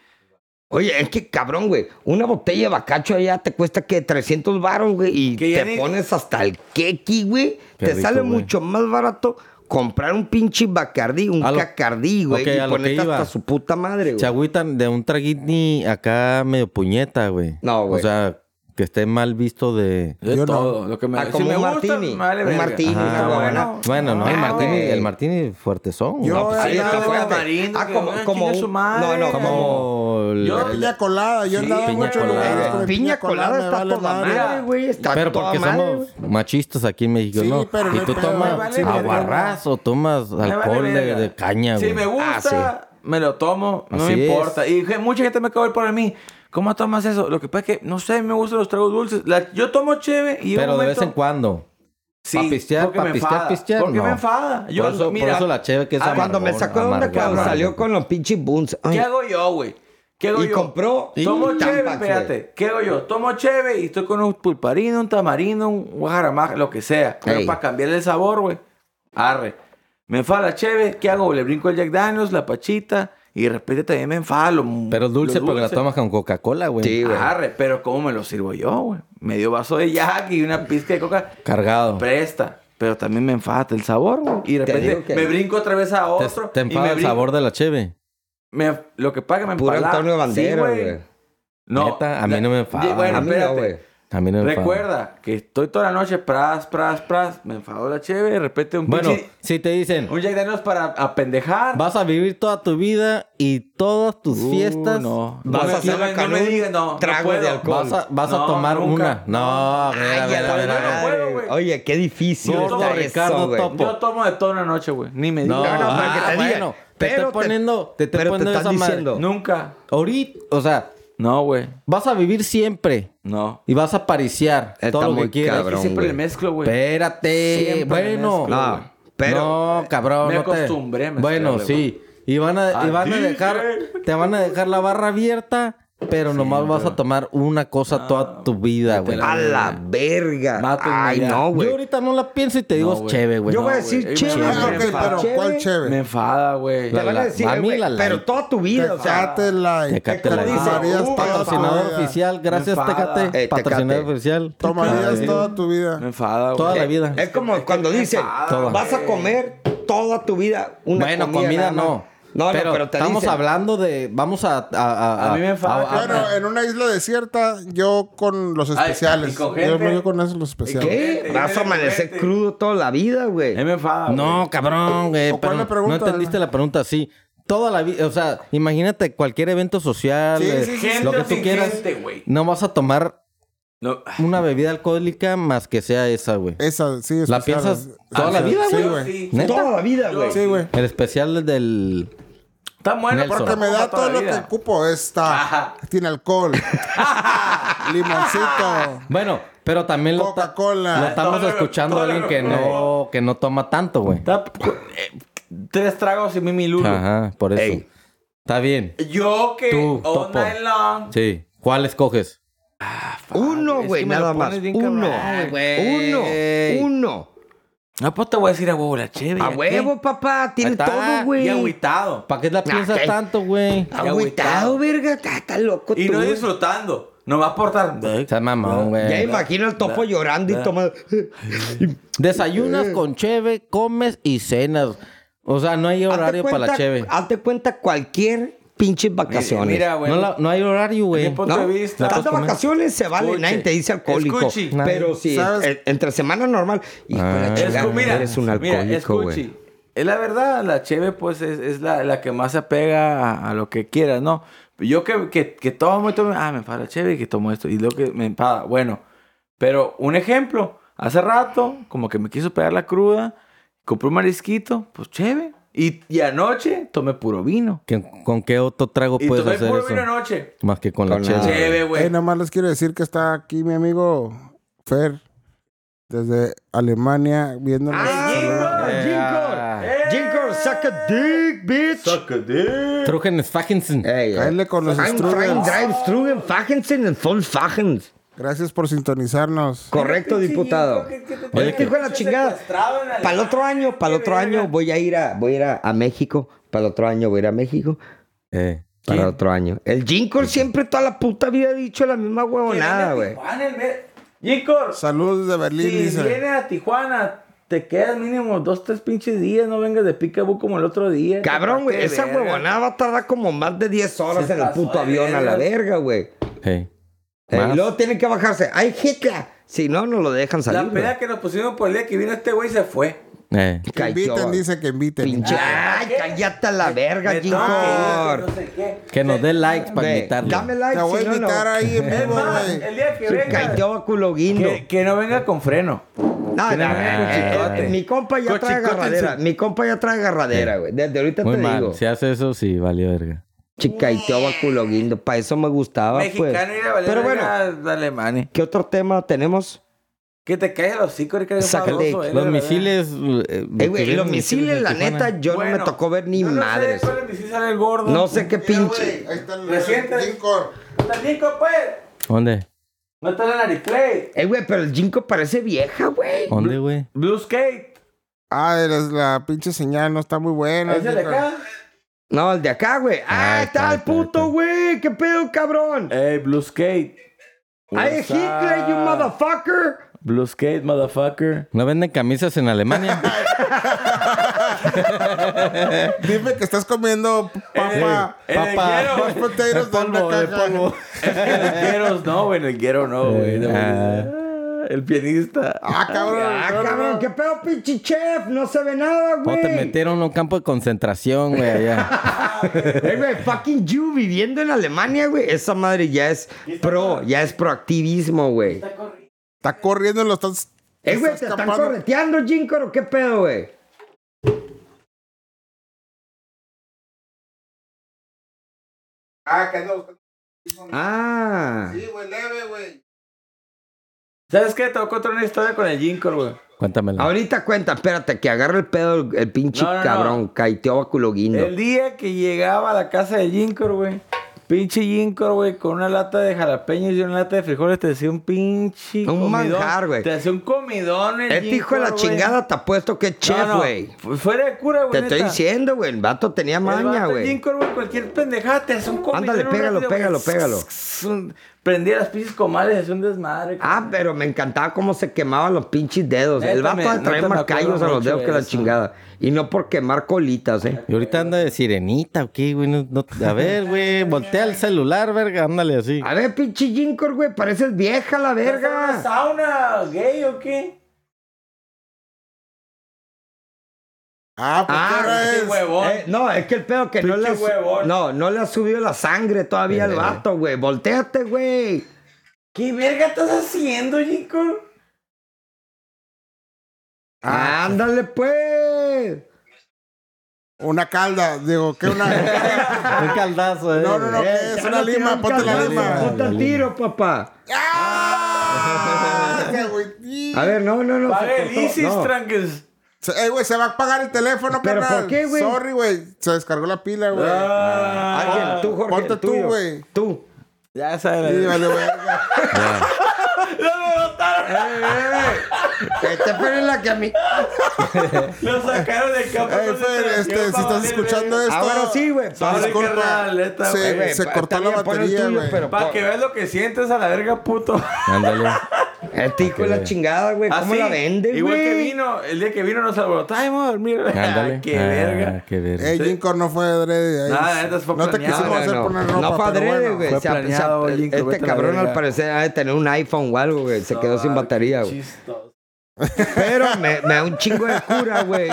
C: Oye, es que cabrón, güey. Una botella de bacacho allá te cuesta que 300 baros, güey. Y
B: Que ya
C: te
B: ni-
C: pones hasta el keki, güey.
A: Qué
C: Te
A: rico,
C: sale
A: güey.
C: mucho más barato comprar un pinche bacardí, un
A: A lo-
C: cacardí, güey.
A: Ok, a
C: y
A: lo que
C: ponerte hasta
A: iba.
C: su puta madre,
A: Se
C: güey.
A: agüitan de un traguini acá medio puñeta, güey.
C: No, güey.
A: O sea, que esté mal visto de...
B: De
D: Yo no.
B: todo. Lo que me,
C: Ah, como
B: me
C: un
B: gusta,
C: martini,
B: me vale
C: un
B: verga.
C: martini,
B: Ah,
C: una
B: bueno.
C: guabana.
A: Bueno, no, el
C: Ah,
A: martini,
C: güey.
A: el martini fuerte son.
D: Yo-
A: güey.
D: Ah,
C: Sí,
D: ya,
C: está
D: güey,
C: fuerte.
B: tamarindo,
C: Ah,
B: que,
C: como,
B: ah,
C: como,
B: chingue su madre.
C: no, no, como,
A: Como... el-
B: Yo-
D: Piña colada, yo
A: Sí,
D: andaba en
A: piña
D: muchos
A: colada.
D: lugares con el
C: piña colada
D: me
C: está
D: vale
C: toda
D: madre.
C: madre, güey. Está
A: Pero
C: toda
A: porque
C: madre, güey.
A: somos machistas aquí en México,
D: Sí,
A: ¿no?
D: pero
A: y
D: no
A: tú
D: hay pedo,
A: tomas
B: vale,
A: aguarrás o tomas
B: Me vale
A: alcohol de,
B: verga.
A: de caña, güey.
B: Si
C: Ah,
B: me gusta, me lo tomo, no
A: Así
B: me
A: es.
B: importa. Y je- mucha gente me acaba de poner a mí, ¿cómo tomas eso? Lo que pasa es que, no sé, me gustan los tragos dulces. La- yo tomo cheve y llega
A: Pero
B: un
A: de vez
B: momento-
A: en cuando.
B: Sí,
A: pa' pistear,
B: porque
A: pa'
B: me
A: pistear,
B: enfada.
A: pistear,
B: Porque
A: no.
B: me enfada. Yo,
A: por, eso,
B: mira,
A: por eso la cheve que es
B: ah,
C: Cuando me
A: amargón,
C: sacó de onda
A: amarga,
C: cuando
A: amarga.
C: salió con los pinches buns. Ay,
B: ¿Qué hago yo, güey? ¿Qué hago
C: Y
B: yo?
C: compró
B: Tomo
C: y
B: cheve,
C: Tampax,
B: espérate. ¿Qué hago yo? Tomo cheve y estoy con un pulparino, un tamarino, un guajaramaja, lo que sea. Pero
C: Ey.
B: para cambiarle el sabor, güey. Arre. Me enfada la cheve. ¿Qué hago? Le brinco el Jack Daniels, la pachita. Y de repente también me enfada lo
A: Pero
B: lo
A: dulce, porque la tomas con Coca-Cola, güey.
C: Sí, güey.
B: Arre, pero ¿cómo me lo sirvo yo, güey? Medio vaso de Jack y una pizca de coca.
A: Cargado.
B: Presta. Pero también me enfada el sabor, güey. Y de
C: Te
B: repente
C: digo que-
B: me brinco otra vez a
A: Te,
B: otro.
A: te
B: y me
A: enfada el
B: brinco-
A: sabor de la cheve.
B: me- lo que paga me
C: Puro
B: empala.
C: Antonio Banderas,
B: Sí,
C: güey.
B: No.
A: Neta, a mí
B: la-
A: no me enfada.
B: Di- Bueno,
C: A mí no,
B: espérate.
C: güey.
A: A mí no me enfada.
B: Recuerda que estoy toda la noche, pras, pras, pras. Me enfadó la cheve. De repente un
A: Bueno,
B: pinche-
A: si te dicen,
B: Un Jack Daniels para apendejar.
A: vas a vivir toda tu vida y todas tus
B: Uh,
A: fiestas.
B: no.
C: Vas
B: me-
C: a hacer
B: no me-
C: acá
B: no me
C: un
B: digas, no, no
C: trago de
B: puedo.
C: alcohol.
A: Vas a, vas a
B: No,
A: tomar
B: nunca.
A: una. No, mira,
C: Ay, a
A: mira,
C: la
A: mira.
B: verga.
C: madre,
B: puedo,
C: güey.
B: güey.
C: Oye, qué difícil
A: Gordo
C: está
A: Ricardo
C: eso, güey.
A: Topo.
B: Yo tomo de todo en la noche, güey. Ni me
A: No,
B: digas.
C: no, para que
A: ah,
C: te digan.
A: bueno, te
C: Pero
A: estoy
C: te-
A: poniendo, te estoy
C: pero te
A: poniendo
C: están
A: esa madre.
C: diciendo.
B: Nunca.
A: Ahorita, o sea,
B: No, güey.
A: vas a vivir siempre
B: No.
A: y vas a pariciar
C: Está
A: todo lo
C: muy
A: que quieras.
B: Es que
C: Cabrón,
B: siempre
C: güey.
B: le mezclo, güey.
A: Espérate,
B: Siempre
A: bueno.
B: me mezclo,
A: No,
B: güey.
A: pero
C: pero-
A: no, cabrón,
B: Me
A: no te-
B: acostumbré a mezclarle,
A: Bueno,
B: güey.
A: sí. Y van a, y
B: Ah,
A: van a
B: dije.
A: dejar, te van a dejar la barra abierta, pero nomás vas a tomar una cosa toda tu vida, güey.
C: A la verga.
B: Mátenme
C: Ay,
B: ya.
C: no,
A: Yo
C: güey.
A: ahorita no la pienso y te digo, es
B: güey.
A: chévere, güey.
C: Yo
A: No,
C: voy a
A: güey.
C: decir
B: güey.
C: chévere.
B: Ah,
C: güey,
B: ok,
C: pa-
D: pero
C: chévere.
D: ¿cuál chévere?
B: Me enfada, güey.
C: Te
A: La-
C: van a decir,
A: a mí
C: eh, güey,
A: la light.
C: pero toda tu vida, o sea.
D: Tecate Light.
A: Tecate Light.
D: Light. Tomarías
B: Dice, uh,
D: toda tu
A: Patrocinador
D: vida.
A: oficial, gracias
B: Me enfada.
A: Tecate.
C: Eh, Tecate.
A: patrocinador oficial.
D: Tomarías
A: Tecate.
D: toda tu
B: Me
D: vida.
B: enfada, güey.
A: Toda la vida.
C: Es como cuando dicen,
B: Toda.
C: vas a comer toda tu vida una
A: Bueno,
C: comida.
A: comida
C: nada más".
A: no.
C: No, no,
A: pero,
C: pero te
A: estamos
C: dicen,
A: hablando de. Vamos a. A, a,
B: A mí me enfada,
A: a- a-
D: Bueno, en una isla desierta, yo con los especiales.
B: y con
D: yo,
B: gente.
D: yo con esos los especiales.
C: ¿Qué? Vas a amanecer crudo toda la vida, güey.
B: Eh, Me enfada. güey.
A: No, cabrón, güey.
D: ¿O cuál
A: pero
D: la pregunta?
A: No entendiste la pregunta, sí. Toda la vida, o sea, imagínate cualquier evento social,
D: Sí,
A: eh,
D: sí, sí,
B: Gente
A: lo que
B: o
A: tú
B: sin
A: quieras.
B: gente, güey.
A: no vas a tomar
B: No.
A: una bebida alcohólica más que sea esa, güey.
D: Esa, sí, especiales. Ah,
A: ¿La piensas toda la vida,
D: Sí,
A: güey?
D: güey.
B: Sí.
A: ¿Neta?
C: Toda la vida, güey.
D: Sí, güey.
A: El especial del.
B: Está bueno
A: Nelson.
D: Porque me
B: toda
D: da todo
B: la
D: lo
B: vida.
D: que ocupo. Está.
B: Ajá.
D: Tiene alcohol. limoncito.
A: Bueno, pero también lo, ta-
D: Coca-Cola.
A: lo estamos
B: Todo lo-
A: escuchando a
B: todo
A: alguien
B: lo-
A: que no, que no toma tanto, güey.
B: Está- eh, Tres tragos y mi lulo.
A: Ajá, por eso.
C: Ey.
A: Está bien.
B: Yo que
A: Tú,
B: all
A: Topo.
B: night long.
A: Sí. ¿Cuál escoges?
C: Uno,
B: Es
C: güey,
B: que me lo
C: nada
B: pones
C: más.
B: bien
C: Uno.
B: cabrón. Ay,
C: Uno. Uno.
B: No, pues te voy a decir a huevo la chévere.
C: A huevo, papá. Tiene
A: está.
C: todo,
B: Y
C: güey.
B: agüitado.
A: ¿Para qué la piensas
C: ok.
A: tanto, güey?
C: Agüitado,
B: agüitado.
C: verga. Está, está loco
B: Y
C: tú.
B: no
C: güey.
B: disfrutando. No va a aportar.
A: Está mamón, güey.
C: Ya imagino al topo llorando y tomando.
A: Desayunas
C: Eh.
A: con cheve, comes y cenas. O sea, no hay horario para la cheve.
C: Hazte cuenta cualquier pinche vacaciones.
B: Mira, güey.
A: No, la- no hay horario, güey.
B: Mi punto
C: ¿No?
B: de vista.
C: Estás de
A: comer.
C: vacaciones, se vale,
B: Escuche,
C: nadie te dice alcohólico.
B: escuche.
C: Pero si
D: ¿Sabes?
C: en- entre semana normal, y con la
A: Ah.
B: Es
C: chingada,
B: que, mira,
C: eres un
B: mira,
C: alcohólico,
B: escuchi.
C: güey.
B: Es la verdad, la cheve, pues, es, es la, la que más se apega a, a lo que quieras, ¿no? Yo que, que, que tomo y tomo, ah, me enfada la cheve, que tomo esto, y lo que me enfada, bueno. Pero un ejemplo, hace rato, como que me quiso pegar la cruda, compré un marisquito, pues cheve. Y, y anoche tomé puro vino.
A: ¿Qué- ¿Con qué otro trago
B: Y
A: puedes
B: tomé
A: hacer
B: puro vino
A: eso?
B: anoche.
A: Más que con,
C: Con
A: la
C: la-
A: cheve.
B: Cheve, güey.
D: Ey, nada más les quiero decir que está aquí mi amigo Fer. Desde Alemania, viendo
C: Ah,
A: Eh, ah.
C: Jinkor, Jinkor, suck a dick, bitch.
A: Trujen es Fagensen.
C: Ey,
D: Caerle con los
C: Ein, Freien,
D: Strudels.
C: Drive, Strugen, Fagensen en Volkswagen.
D: Gracias por sintonizarnos.
C: Correcto, diputado. Oye,
A: que-
C: hijo de la chingada.
B: secuestrado en Alemania,
C: Para el otro año, para el otro
B: qué verga.
C: año voy a ir a, voy a, ir a, a México. Para el otro año voy a ir a México.
A: Eh.
C: Para otro año. El Jinkor siempre toda la puta había dicho la misma huevonada, güey.
B: Jinkor,
D: Saludos de Berlín,
B: Si
D: dice.
B: vienes a Tijuana, te quedas mínimo dos, tres pinches días, no vengas de Picaboo como el otro día.
C: Cabrón, güey.
B: Te
C: Esa
B: verga.
C: huevonada va a tardar como más de 10 horas
B: Se
C: en el
B: pasó
C: puto
B: de
C: avión a la
B: verga.
C: verga, güey.
A: Hey.
C: Eh,
A: Más.
C: y luego tienen que bajarse. ¡Ay, Hitler! Si no, no lo dejan salir.
B: La
C: güey.
B: peda que nos pusimos por el día que vino este güey se fue.
A: Eh.
D: Que inviten,
C: Cayó.
D: dice que inviten.
C: Pinche. ¡Ay, cállate a la verga,
B: Me toca,
C: Jinkor!
B: no sé qué.
A: Que nos dé likes para
C: Ve,
A: invitarlo.
C: Dame
D: Ah, Te
C: like, si
D: voy a
C: no, no.
D: invitar ahí en
B: Es
D: vivo,
B: más,
D: güey.
B: el día que
C: Se
B: venga.
C: cayó a culo guindo.
B: Que, que no venga con freno.
C: No, no,
B: Ah,
C: eh, mi compa ya trae
B: Cochicote en
C: agarradera.
B: su-
C: Mi compa ya trae agarradera, güey. Desde ahorita
A: Muy
C: te
A: mal.
C: digo.
A: Si hace eso, sí, valió verga.
C: Chica, y te va culo guindo. Para eso me gustaba, pues.
B: Mexicano ir a valer
C: Pero
B: verga
C: bueno,
B: a Alemania.
C: ¿qué otro tema tenemos?
B: Que te caiga los hocico, Ricardo, eres
C: Sácate.
B: fabuloso, eres,
A: Los
B: la verdad.
A: misiles. eh,
C: Eh, güey,
A: que
C: los
A: vienen
C: misiles,
A: en
C: la
A: Tijuana.
C: neta, yo no
B: Bueno,
C: me tocó ver ni
B: yo no sé
C: madres.
B: cuál es el misil sale el gordo.
C: No sé qué
D: Mira,
C: pinche.
D: güey, Ahí está el
B: Reciente.
D: Lincoln.
B: ¿Dónde está el Nico, pues?
A: ¿Dónde?
B: No está la Nariplay.
C: Eh, güey, pero el Jinko parece vieja, güey.
A: ¿Dónde, güey?
B: Blue Skate.
D: Ah, eres- la pinche señal no está muy buena.
B: Ahí se le
D: Lincoln.
B: cae.
C: No, el de acá, güey. Ah, está
A: Ah, está,
C: el
A: está,
C: puto,
A: está.
C: güey. ¿Qué pedo, cabrón?
B: Hey, Blue Skate.
C: ¡Ay,
B: What's
C: Hitler, you
B: up?
C: motherfucker!
B: Blue Skate, motherfucker.
A: ¿No venden camisas en Alemania?
D: Dime que estás comiendo papa.
B: En el
A: Papa.
B: guero.
D: Mashed potatoes de una
A: polvo, de
D: caja.
A: polvo.
B: Es que en el guero no, güey. En el guero no, güey. No,
A: Ah.
B: El pianista.
D: Ah, cabrón.
C: Ah,
D: no, no,
C: cabrón,
D: no.
C: qué pedo, pinche chef. No se ve nada,
A: O
C: güey.
A: te metieron a un campo de concentración, güey, allá.
C: Eh, güey, fucking you viviendo en Alemania, güey. Esa madre ya es pro, ya es proactivismo, güey.
D: Está corriendo y lo estás.
C: Eh, güey,
D: estás
C: te están
D: escapando.
C: correteando, Jinkoro. ¿Qué pedo, güey?
D: Ah, que ando buscando.
C: Ah.
D: Sí, güey, leve, güey.
B: ¿Sabes qué? Te voy a contar una historia con el Jinkor, güey.
A: Cuéntamelo.
C: Ahorita cuenta, espérate, que agarra el pedo el, el pinche
B: No, no, no.
C: cabrón, caiteó culo guindo.
B: El día que llegaba a la casa de Jinkor, güey. Pinche Jinkor, güey, con una lata de jalapeños y una lata de frijoles, te hacía un pinche.
C: Un
B: comidón.
C: manjar, güey.
B: Te hacía un comidón, el
C: Este hijo de la
B: Jinkor, güey.
C: chingada te apuesto que es chef,
B: No, no,
C: güey.
B: fu- Fuera de cura, güey.
C: Te estoy
B: neta.
C: diciendo, güey, el vato tenía maña,
B: vato
C: güey.
B: Jinkor, güey, cualquier pendejada te hace un comidón.
C: Ándale,
B: un
C: pégalo,
B: rápido, güey.
C: pégalo, pégalo.
B: Un- Prendía las pinches comales, hacía un desmadre.
C: Ah, pero me encantaba cómo se quemaban los pinches dedos.
B: Neta,
C: el vato
B: me-
C: trae
B: neta, me
C: marcallos
B: acuerdo
C: a los
B: mucho
C: dedos
B: de
C: que la
B: eso.
C: chingada. Y no por quemar colitas, eh.
A: Y ahorita anda de sirenita, ¿o qué, güey? No- no- a ver, güey, voltea el celular, verga, ándale así.
C: A ver, pinche Jinkor, güey, pareces vieja la
B: ¿Una
C: verga.
B: sauna gay o qué?
D: Ah, pues
C: Ah,
D: ¿qué hora
B: Qué
D: es?
B: huevón.
C: Eh, no, es que el pedo que no le,
B: Pinche
C: ha su-
B: huevón.
C: no, no le ha subido la sangre todavía al
A: Eh.
C: vato, güey. Volteate, güey.
B: ¿Qué verga estás haciendo, Jinkor?
D: Ah,
C: Ándale, pues.
D: Una calda, digo, que una.
A: Un caldazo, eh.
D: No, no, no,
A: güey.
D: que es una lima, ponte la lima.
C: Ponte
A: La
C: el
A: lima.
C: tiro, papá.
D: ¡Ah! Ese güey, sí.
C: A ver, no, no, no. se
B: Paga el
C: cortó,
B: ISIS,
C: no.
B: tranques.
D: Se- Ey, güey, se va a apagar el teléfono,
C: ¿Pero
D: carnal.
C: por qué, güey?
D: Sorry, güey. Se descargó la pila, güey.
C: Ah,
B: Ah,
C: Alguien, tú, Jorge.
D: Ponte
C: el
D: tú,
C: tuyo.
D: güey.
C: Tú.
B: Ya
D: Sí,
B: sabes.
D: vale, verga.
C: Esta fue la que a mí.
B: Lo sacaron del campo.
D: Ey, Fer, este, si estás escuchando esto.
C: Ahora Ah, sí, güey.
B: Sorry,
D: disculpa.
B: carnal, neta,
D: Se-
B: güey,
C: güey,
D: se
C: pa-
D: cortó la
C: también pon el
D: batería,
C: tuyo,
D: güey.
C: pero
B: Para
C: pon-
B: que veas lo que sientes a la verga, puto.
A: Ándale.
C: Este hijo de la chingada, güey. ¿Cómo
B: Así,
C: la vende, güey?
B: Ah, Igual que vino, el día que vino nos alborotó. Ay, vamos a dormir.
A: Ándale.
B: Qué
A: Ah,
B: verga.
A: Qué verga.
D: Ey, Jinkor no fue adrede. ahí.
C: Ah,
B: Nada, neta, fue
D: Ah, No te
B: planeado,
D: quisimos
B: güey,
D: hacer
C: no.
D: poner ropa.
C: no fue
D: pero
C: adrede,
D: bueno.
C: güey.
B: Fue
C: Se ap- se
B: planeado,
C: ap-
B: Jinko,
C: este
B: vete a la
C: cabrón al
B: verga.
C: parecer ha de tener un iPhone o algo, güey. Se quedó sin
B: Ah,
C: batería,
B: qué
C: güey.
B: chistoso.
C: Pero me, me da un chingo de cura, güey.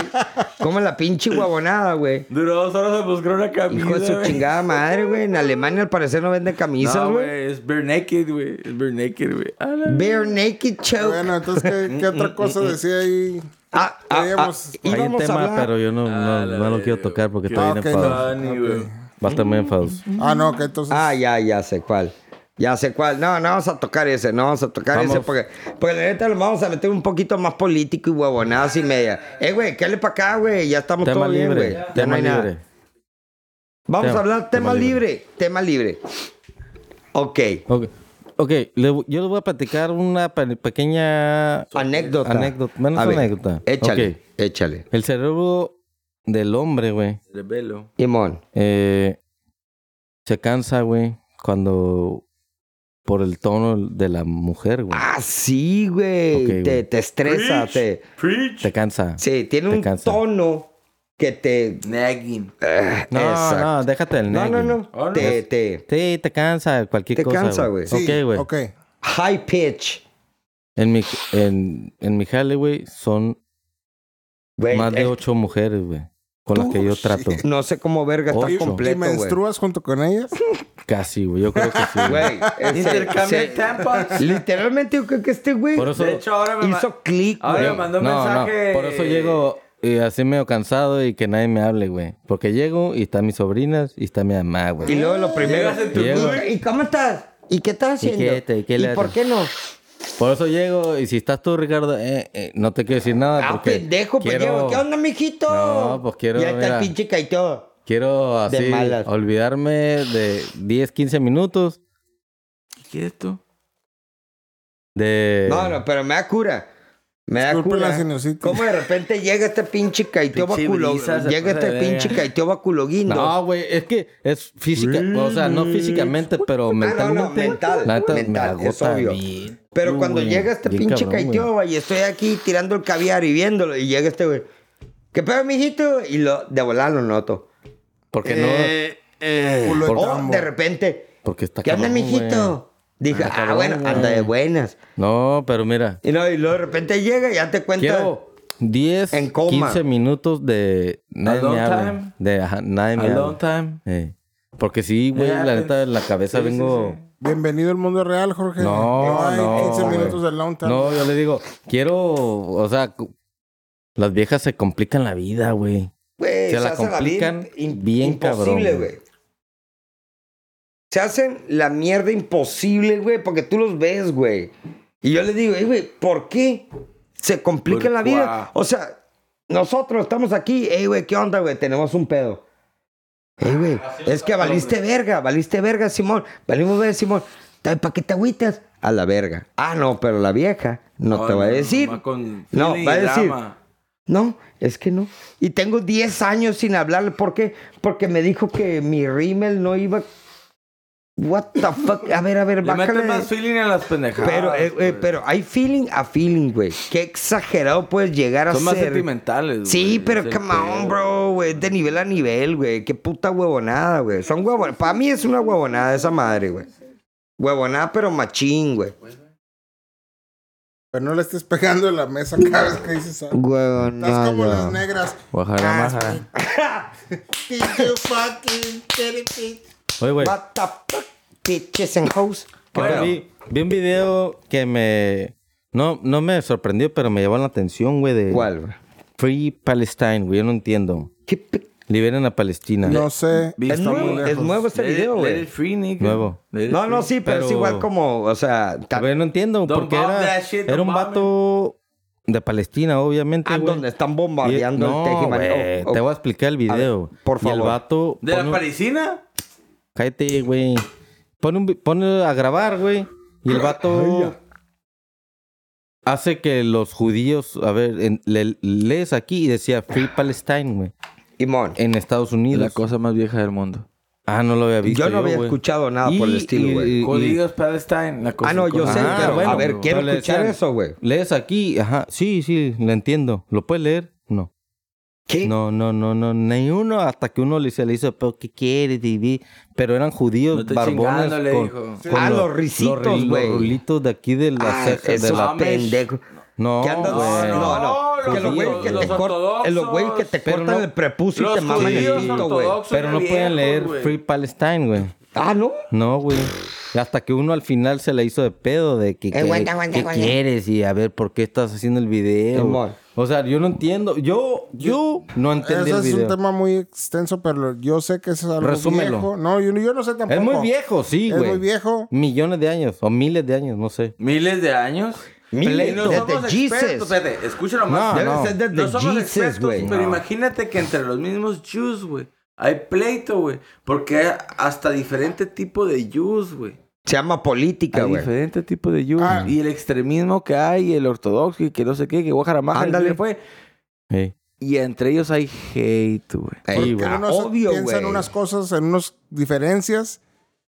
C: Como la pinche guabonada, güey.
B: Duró dos horas de buscar una camisa.
C: Hijo de su
B: güey.
C: chingada madre, güey. En Alemania al parecer no venden camisas,
B: No,
C: güey.
B: güey, es bare naked, güey. Es bare naked, güey. A la
C: Bare naked choke.
D: Bueno, entonces, ¿qué, qué
A: Mm,
D: otra cosa decía ahí?
C: Ah, ah, ah,
D: Queríamos-
A: Hay un
C: íbamos a
A: tema,
C: hablar-
A: pero yo no, no,
B: Ah, la
A: no lo quiero
B: verga,
A: tocar porque
B: qué
A: está bien
D: ok,
A: enfadado.
B: Funny, güey.
A: Va a estar muy enfadado.
D: Ah, no, que entonces.
C: Ah, ya, ya sé cuál. Ya sé cuál. No, no vamos a tocar ese, no vamos a tocar ese porque, porque la neta lo vamos a meter un poquito más político y huevonadas y media. Eh, güey, ¿qué le para acá, güey? Ya estamos
A: Tema
C: todos bien,
A: libre.
C: güey. Ya no
A: Tema
C: hay nada.
A: libre.
C: Vamos
A: Tema-
C: a hablar tema,
A: tema
C: libre.
A: libre.
C: tema libre. Ok,
A: Ok, okay le vo- yo les voy a platicar una pe- pequeña
C: anécdota.
A: anécdota. Menos
C: A ver,
A: anécdota.
C: Échale,
A: Ok.
C: échale.
A: El cerebro del hombre, güey,
B: Revelo.
C: Imón,
A: eh, se cansa, güey, cuando. por el tono de la mujer, güey.
C: ah, sí, güey.
A: Ok,
C: te,
A: güey.
C: te estresa, te...
A: Te cansa.
C: Sí, tiene
A: Te
C: un
A: cansa.
C: tono que te...
B: Nagging.
C: Ah,
A: No,
C: exacto.
A: no, déjate el
C: No,
A: nagging.
C: no, no.
B: Ahora
C: Te, te...
A: Sí, te cansa cualquier
C: Te
A: cosa.
C: cansa,
D: Sí,
A: Ok, güey.
D: Ok.
C: High pitch.
A: En mi, en, en mi jale, güey, son
C: Güey, eh.
A: más de
C: es-
A: ocho mujeres, güey, con las que yo trato.
C: No sé cómo verga
A: Ocho.
C: está
A: Y-
D: ¿Y
C: completo, güey.
D: menstruas junto con ellas?
A: Casi, güey. Yo creo que sí. güey.
C: Güey, ese-
B: Intercambio de
C: se-
B: tampons.
C: Literalmente yo creo que este güey
A: Por eso-
B: De hecho, ahora me, ma-
C: hizo clic,
B: ahora
C: güey.
B: me mandó un
A: No,
B: mensaje.
A: no, Por eso llego eh, así medio cansado y que nadie me hable, güey. Porque llego y están mis sobrinas y está mi mamá,
C: Y
A: güey.
C: luego lo primero.
B: Llegas en tu
A: Llego.
C: ¿Y, ¿Y cómo estás? ¿Y qué estás
A: ¿Y
C: haciendo?
A: qué te- y qué le
C: por
A: haces?
C: qué no?
A: Por eso llego y si estás tú, Ricardo, eh, eh, no te quiero decir nada.
C: Ah,
A: Porque
C: pendejo,
A: quiero,
C: pendejo. ¿Qué onda, mijito?
A: No, pues quiero,
C: Y ahí está
A: mira.
C: el pinche caiteo.
A: Quiero así
C: De malas.
A: olvidarme de 10, 15 minutos
B: ¿Qué quieres tú?
A: de... Eh.
C: No, no, pero me da cura. Me da
D: Disculpe
C: cura.
D: la sinusitis.
C: ¿Cómo de repente llega este pinche caiteo
B: Pinche
C: baculo?
B: brisa, se
C: Llega
B: pasa
C: este
B: de
C: pinche
B: verga.
C: caiteo baculoguindo.
A: No, güey, es que es física, o sea, no físicamente, pero
C: Ah, no,
A: mentalmente.
C: no, mental,
A: la neta, me
C: mental, es
A: agota
C: obvio.
A: bien.
C: Pero
A: Uh,
C: cuando
A: güey,
C: llega este
A: bien
C: pinche
A: cabrón, güey.
C: caiteo y estoy aquí tirando el caviar y viéndolo, y llega este güey, ¿qué pedo, mijito? Y lo, de volar lo noto.
A: Porque
B: Eh, eh.
D: Culo de
C: O
D: tambo.
C: de repente,
A: no, porque está
C: ¿qué onda,
A: cabrón, güey.
C: mijito? Dije, ah,
A: Anda cabrón,
C: bueno,
A: güey.
C: anda de buenas.
A: No, pero mira,
C: Y, no, y luego de repente llega y ya te cuenta.
A: quiero 10,
C: En coma.
A: 15 minutos de nadie me
B: Alone
A: habla.
B: time.
A: De ajá, nadie me
B: Alone
A: habla.
B: time.
A: Eh, Porque sí, güey,
B: Yeah,
A: la neta, en la cabeza
B: sí, sí,
A: vengo.
B: sí.
D: Bienvenido al mundo real, Jorge.
A: No,
D: hay
A: no.
D: 15
A: güey.
D: minutos de long time.
A: No, yo le digo, quiero, o sea, cu- las viejas se complican la vida, güey.
C: Güey,
A: Se la
C: hacen
A: complican
C: in-
A: bien
C: imposible,
A: cabrón, güey.
C: güey. Se hacen la mierda imposible, güey, porque tú los ves, güey. Y yo les digo, "Ey, güey, ¿por qué se complica
B: Por
C: la vida?
B: cuá.
C: O sea, nosotros estamos aquí, ey, güey, ¿qué onda, güey? Tenemos un pedo. Ey, güey, es que valiste verga, valiste verga, Simón. Valimos verga, Simón. ¿Para qué te agüitas? A la verga. Ah, no, pero la vieja no, te va a decir.
B: va con
C: No,
B: feeling
C: va a
B: y
C: decir,
B: drama.
C: No, es que no. Y tengo 10 años sin hablarle. ¿Por qué? Porque me dijo que mi rímel no iba. What the fuck? A ver, a ver,
B: Le
C: bájale.
B: meten más Ah, feeling a las pendejadas.
C: Pero, eh, eh,
B: güey.
C: pero hay feeling a feeling, güey. Qué exagerado puedes llegar a
B: Son más
C: ser.
B: sentimentales,
C: Sí,
B: güey, es
C: pero
B: el
C: come on,
B: pedo.
C: bro, güey. De nivel a nivel, güey. Qué puta huevonada, güey. Son huevonadas. Para mí es una huevonada esa madre, güey. Huevonada, pero machín, güey.
D: Pero no le estés pegando en la mesa cada vez que dices algo. Estás como las
C: Huevonada.
D: negras.
A: Ojalá, maja.
D: Did you fucking get it, bitch?
A: Oye, güey,
C: What the fuck? Bitches and hoes.
A: Pues. ¿qué tal?
B: Bueno.
A: vi, vi un video que me, no, no me sorprendió, pero me llamó la atención, güey, de
C: ¿Cuál, güey?
A: Free Palestine, güey, yo no entiendo.
C: ¿Qué pe-
A: Liberen a Palestina.
D: No sé.
B: Vi-
C: Es
B: Está muy
C: nuevo,
B: lejos.
C: es nuevo este
B: Let it-
C: video,
B: let
C: güey.
B: it free, nigga.
A: Nuevo.
B: Let it
C: No, no,
B: free.
C: sí, pero, es
A: pero-
C: igual como, o sea, ta-
A: Pero no entiendo,
B: Don't
A: porque
B: bomb
A: era,
B: that shit,
A: era
B: don't
A: un
B: bomb
A: vato de Palestina, obviamente,
C: ah,
A: güey.
C: donde están
A: Y-
C: bombardeando
A: no,
C: el Oh, Tejiman.
A: güey, te voy a explicar el video.
C: ver, por
A: Y el
C: favor.
A: vato...
B: ¿De la
A: pone-
B: parisina?
A: Cállate, güey. Pone, un vi- pone a grabar, güey. Y el vato hace que los judíos, a ver, en- le- lees aquí y decía Free Palestine, güey,
C: Imón,
A: en Estados Unidos.
B: más vieja del mundo.
A: Ah, no lo había visto.
C: yo no había
A: güey.
C: escuchado nada por el
A: Y-
C: estilo, güey.
A: y-
B: Jodidos Palestine. La cosa
C: Ah, no, yo
B: cosa-
C: sé,
A: Ah,
C: pero
A: bueno,
C: a ver,
A: güey.
C: quiero
A: Pero le
C: escuchar
A: decían-
C: eso, güey.
A: Lees aquí, ajá, sí, sí, lo entiendo. ¿Lo puedes leer? No.
C: ¿Qué?
A: No, no, no, no, ni uno hasta que uno le se le hizo, pero ¿qué quieres, Didi? Pero eran judíos
B: No te
A: barbones
B: chingando, le
A: con,
B: dijo.
A: con
C: Ah, los
A: ri-
C: risitos,
A: ri-
C: güey.
A: Los rulitos de aquí de las
C: Ah,
A: cejas, de
C: esos
A: la
B: mames.
C: pendejos.
A: No,
C: ¿Qué andan? Ah,
A: güey.
C: No, no, no.
B: No,
C: Que los
B: los
C: güeyes que te
B: judíos,
C: cortan,
B: los
C: los güeyes que te
A: Pero
C: cortan
A: no-
C: el prepucio y te
B: Los
C: maman el
B: judíos
C: pito, güey.
B: ortodoxos
A: Pero no
B: de
A: pueden
B: viejos,
A: leer
B: güey.
A: Free Palestine, güey.
C: Ah, ¿no?
A: No, güey. Hasta que uno al final se le hizo de pedo de que, que-
C: aguanta, aguanta,
A: ¿qué
C: aguanta.
A: quieres y a ver por qué estás haciendo el video.
C: Simón.
A: O sea, yo no entiendo. Yo, yo no
D: Ese
A: entendí el
D: es un
A: video.
D: tema muy extenso, pero lo- yo sé que eso es algo
A: Resúmelo.
D: viejo. No, yo, yo no sé tampoco.
A: Es muy viejo, sí,
D: Es
A: güey.
D: muy viejo.
A: Millones de años o miles de años, no sé.
B: Miles de años. Y
C: Miles,
B: no
C: desde
B: somos
C: Jesus.
B: expertos, espérate, escúchalo
A: No,
B: más.
A: Debe no.
C: ser desde
B: No somos
C: Jesus,
B: expertos,
C: güey.
B: Pero
C: No.
B: imagínate que entre los mismos Jews, güey, hay pleito, güey. Porque hay hasta diferente tipo de Jews, güey.
C: Se llama política,
B: Hay
C: güey.
B: diferente tipo de Jews.
D: Ah.
B: Y el extremismo que hay, y el ortodoxo, y que no sé qué, que Guajaramaja.
C: Ándale.
B: y fue.
A: Ey.
B: Y entre ellos hay hate, güey.
C: Ey,
A: güey.
C: ah,
D: Uno se
C: Obvio,
D: piensa en
C: güey.
D: unas cosas, en unas diferencias,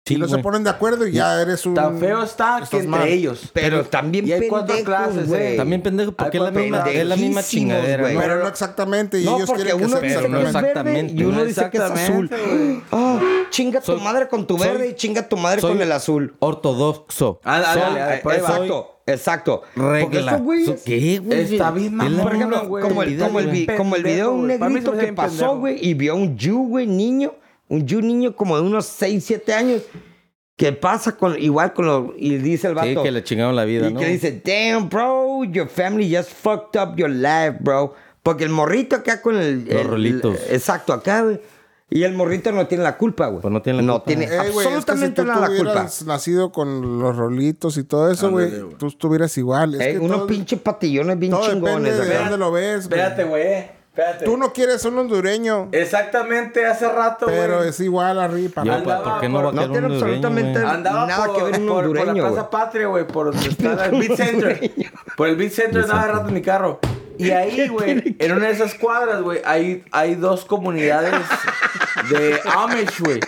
A: Sí,
D: y no se
A: güey.
D: ponen de acuerdo y ya eres un...
B: Tan feo está que
D: estás
B: entre
D: mal.
B: ellos.
C: Pero también
B: Y hay cuatro
C: pendejos,
B: clases,
C: güey.
B: eh.
A: También pendejo, porque es la
B: cuatro
A: misma, es la misma
C: pendejísimos,
A: chingadera,
C: güey.
A: ¿no?
D: Pero no exactamente, y
C: No,
D: ellos
C: porque
D: quieren que
C: uno
D: sea
C: dice que
A: no
C: es
D: exactamente.
C: verde
A: exactamente.
C: y uno
B: No
C: dice que es azul.
B: exactamente, güey.
C: Ah, chinga tu madre con tu verde
A: soy-
C: y chinga tu madre
A: soy
C: con el azul.
A: Ortodoxo.
B: Ah, ah,
A: Soy-
B: dale, dale, por ahí va.
C: exacto, exacto. Porque
A: regla.
C: esos güeyes-
A: ¿Qué, güey?
B: Está bien,
A: Es la
B: mamón,
C: por
A: misma
C: ejemplo,
B: güey.
C: como, el,
A: actividad,
C: como, el, vi-
A: güey.
B: güey.
C: como el video de un
B: Pendejo, güey. Para mí se
C: negrito
B: me hace
C: que
B: bien
C: pasó,
B: pendejo.
C: güey, y vio a un Yu, güey, niño, un Yu niño como de unos 6, 7 años, que pasa con, igual con los, y dice el
A: Sí,
C: vato,
A: que le chingaron la vida,
C: y
A: ¿no?
C: que dice, damn, bro, your family just fucked up your life, bro. Porque el morrito acá con el...
A: Los
C: el-
A: rolitos.
C: Exacto, acá, güey. Y el morrito no tiene la culpa, güey.
A: Pues no tiene la culpa.
D: Eh, güey, es que
C: absolutamente
D: si tú
C: nada la culpa.
D: hubieras nacido con los rolitos y todo eso, güey,
B: Ándale, güey.
D: tú estuvieras igual. Es
C: Eh,
D: que
C: unos
D: todo,
C: pinches patillones bien
D: todo depende
C: chingones.
D: de
C: acá.
D: dónde lo ves, güey.
B: Espérate, güey. eh, Espérate.
D: Tú no quieres un hondureño,
B: Exactamente hace rato, güey.
D: pero es igual arriba.
A: Yo, pues,
D: papá.
A: pa- ¿por qué no va
C: No
A: a quedar
C: tiene
A: un hondureño, güey?
C: absolutamente-
B: Andaba
C: Nada
B: por,
C: que ver
B: por-
C: un
B: por
C: hondureño,
B: la Plaza
C: güey.
B: Patria, güey, por donde está el Beat Center. Por el Beat Center andaba rato en mi carro. Y ahí, güey, en una de esas cuadras, güey, hay, hay dos comunidades de Amish, güey.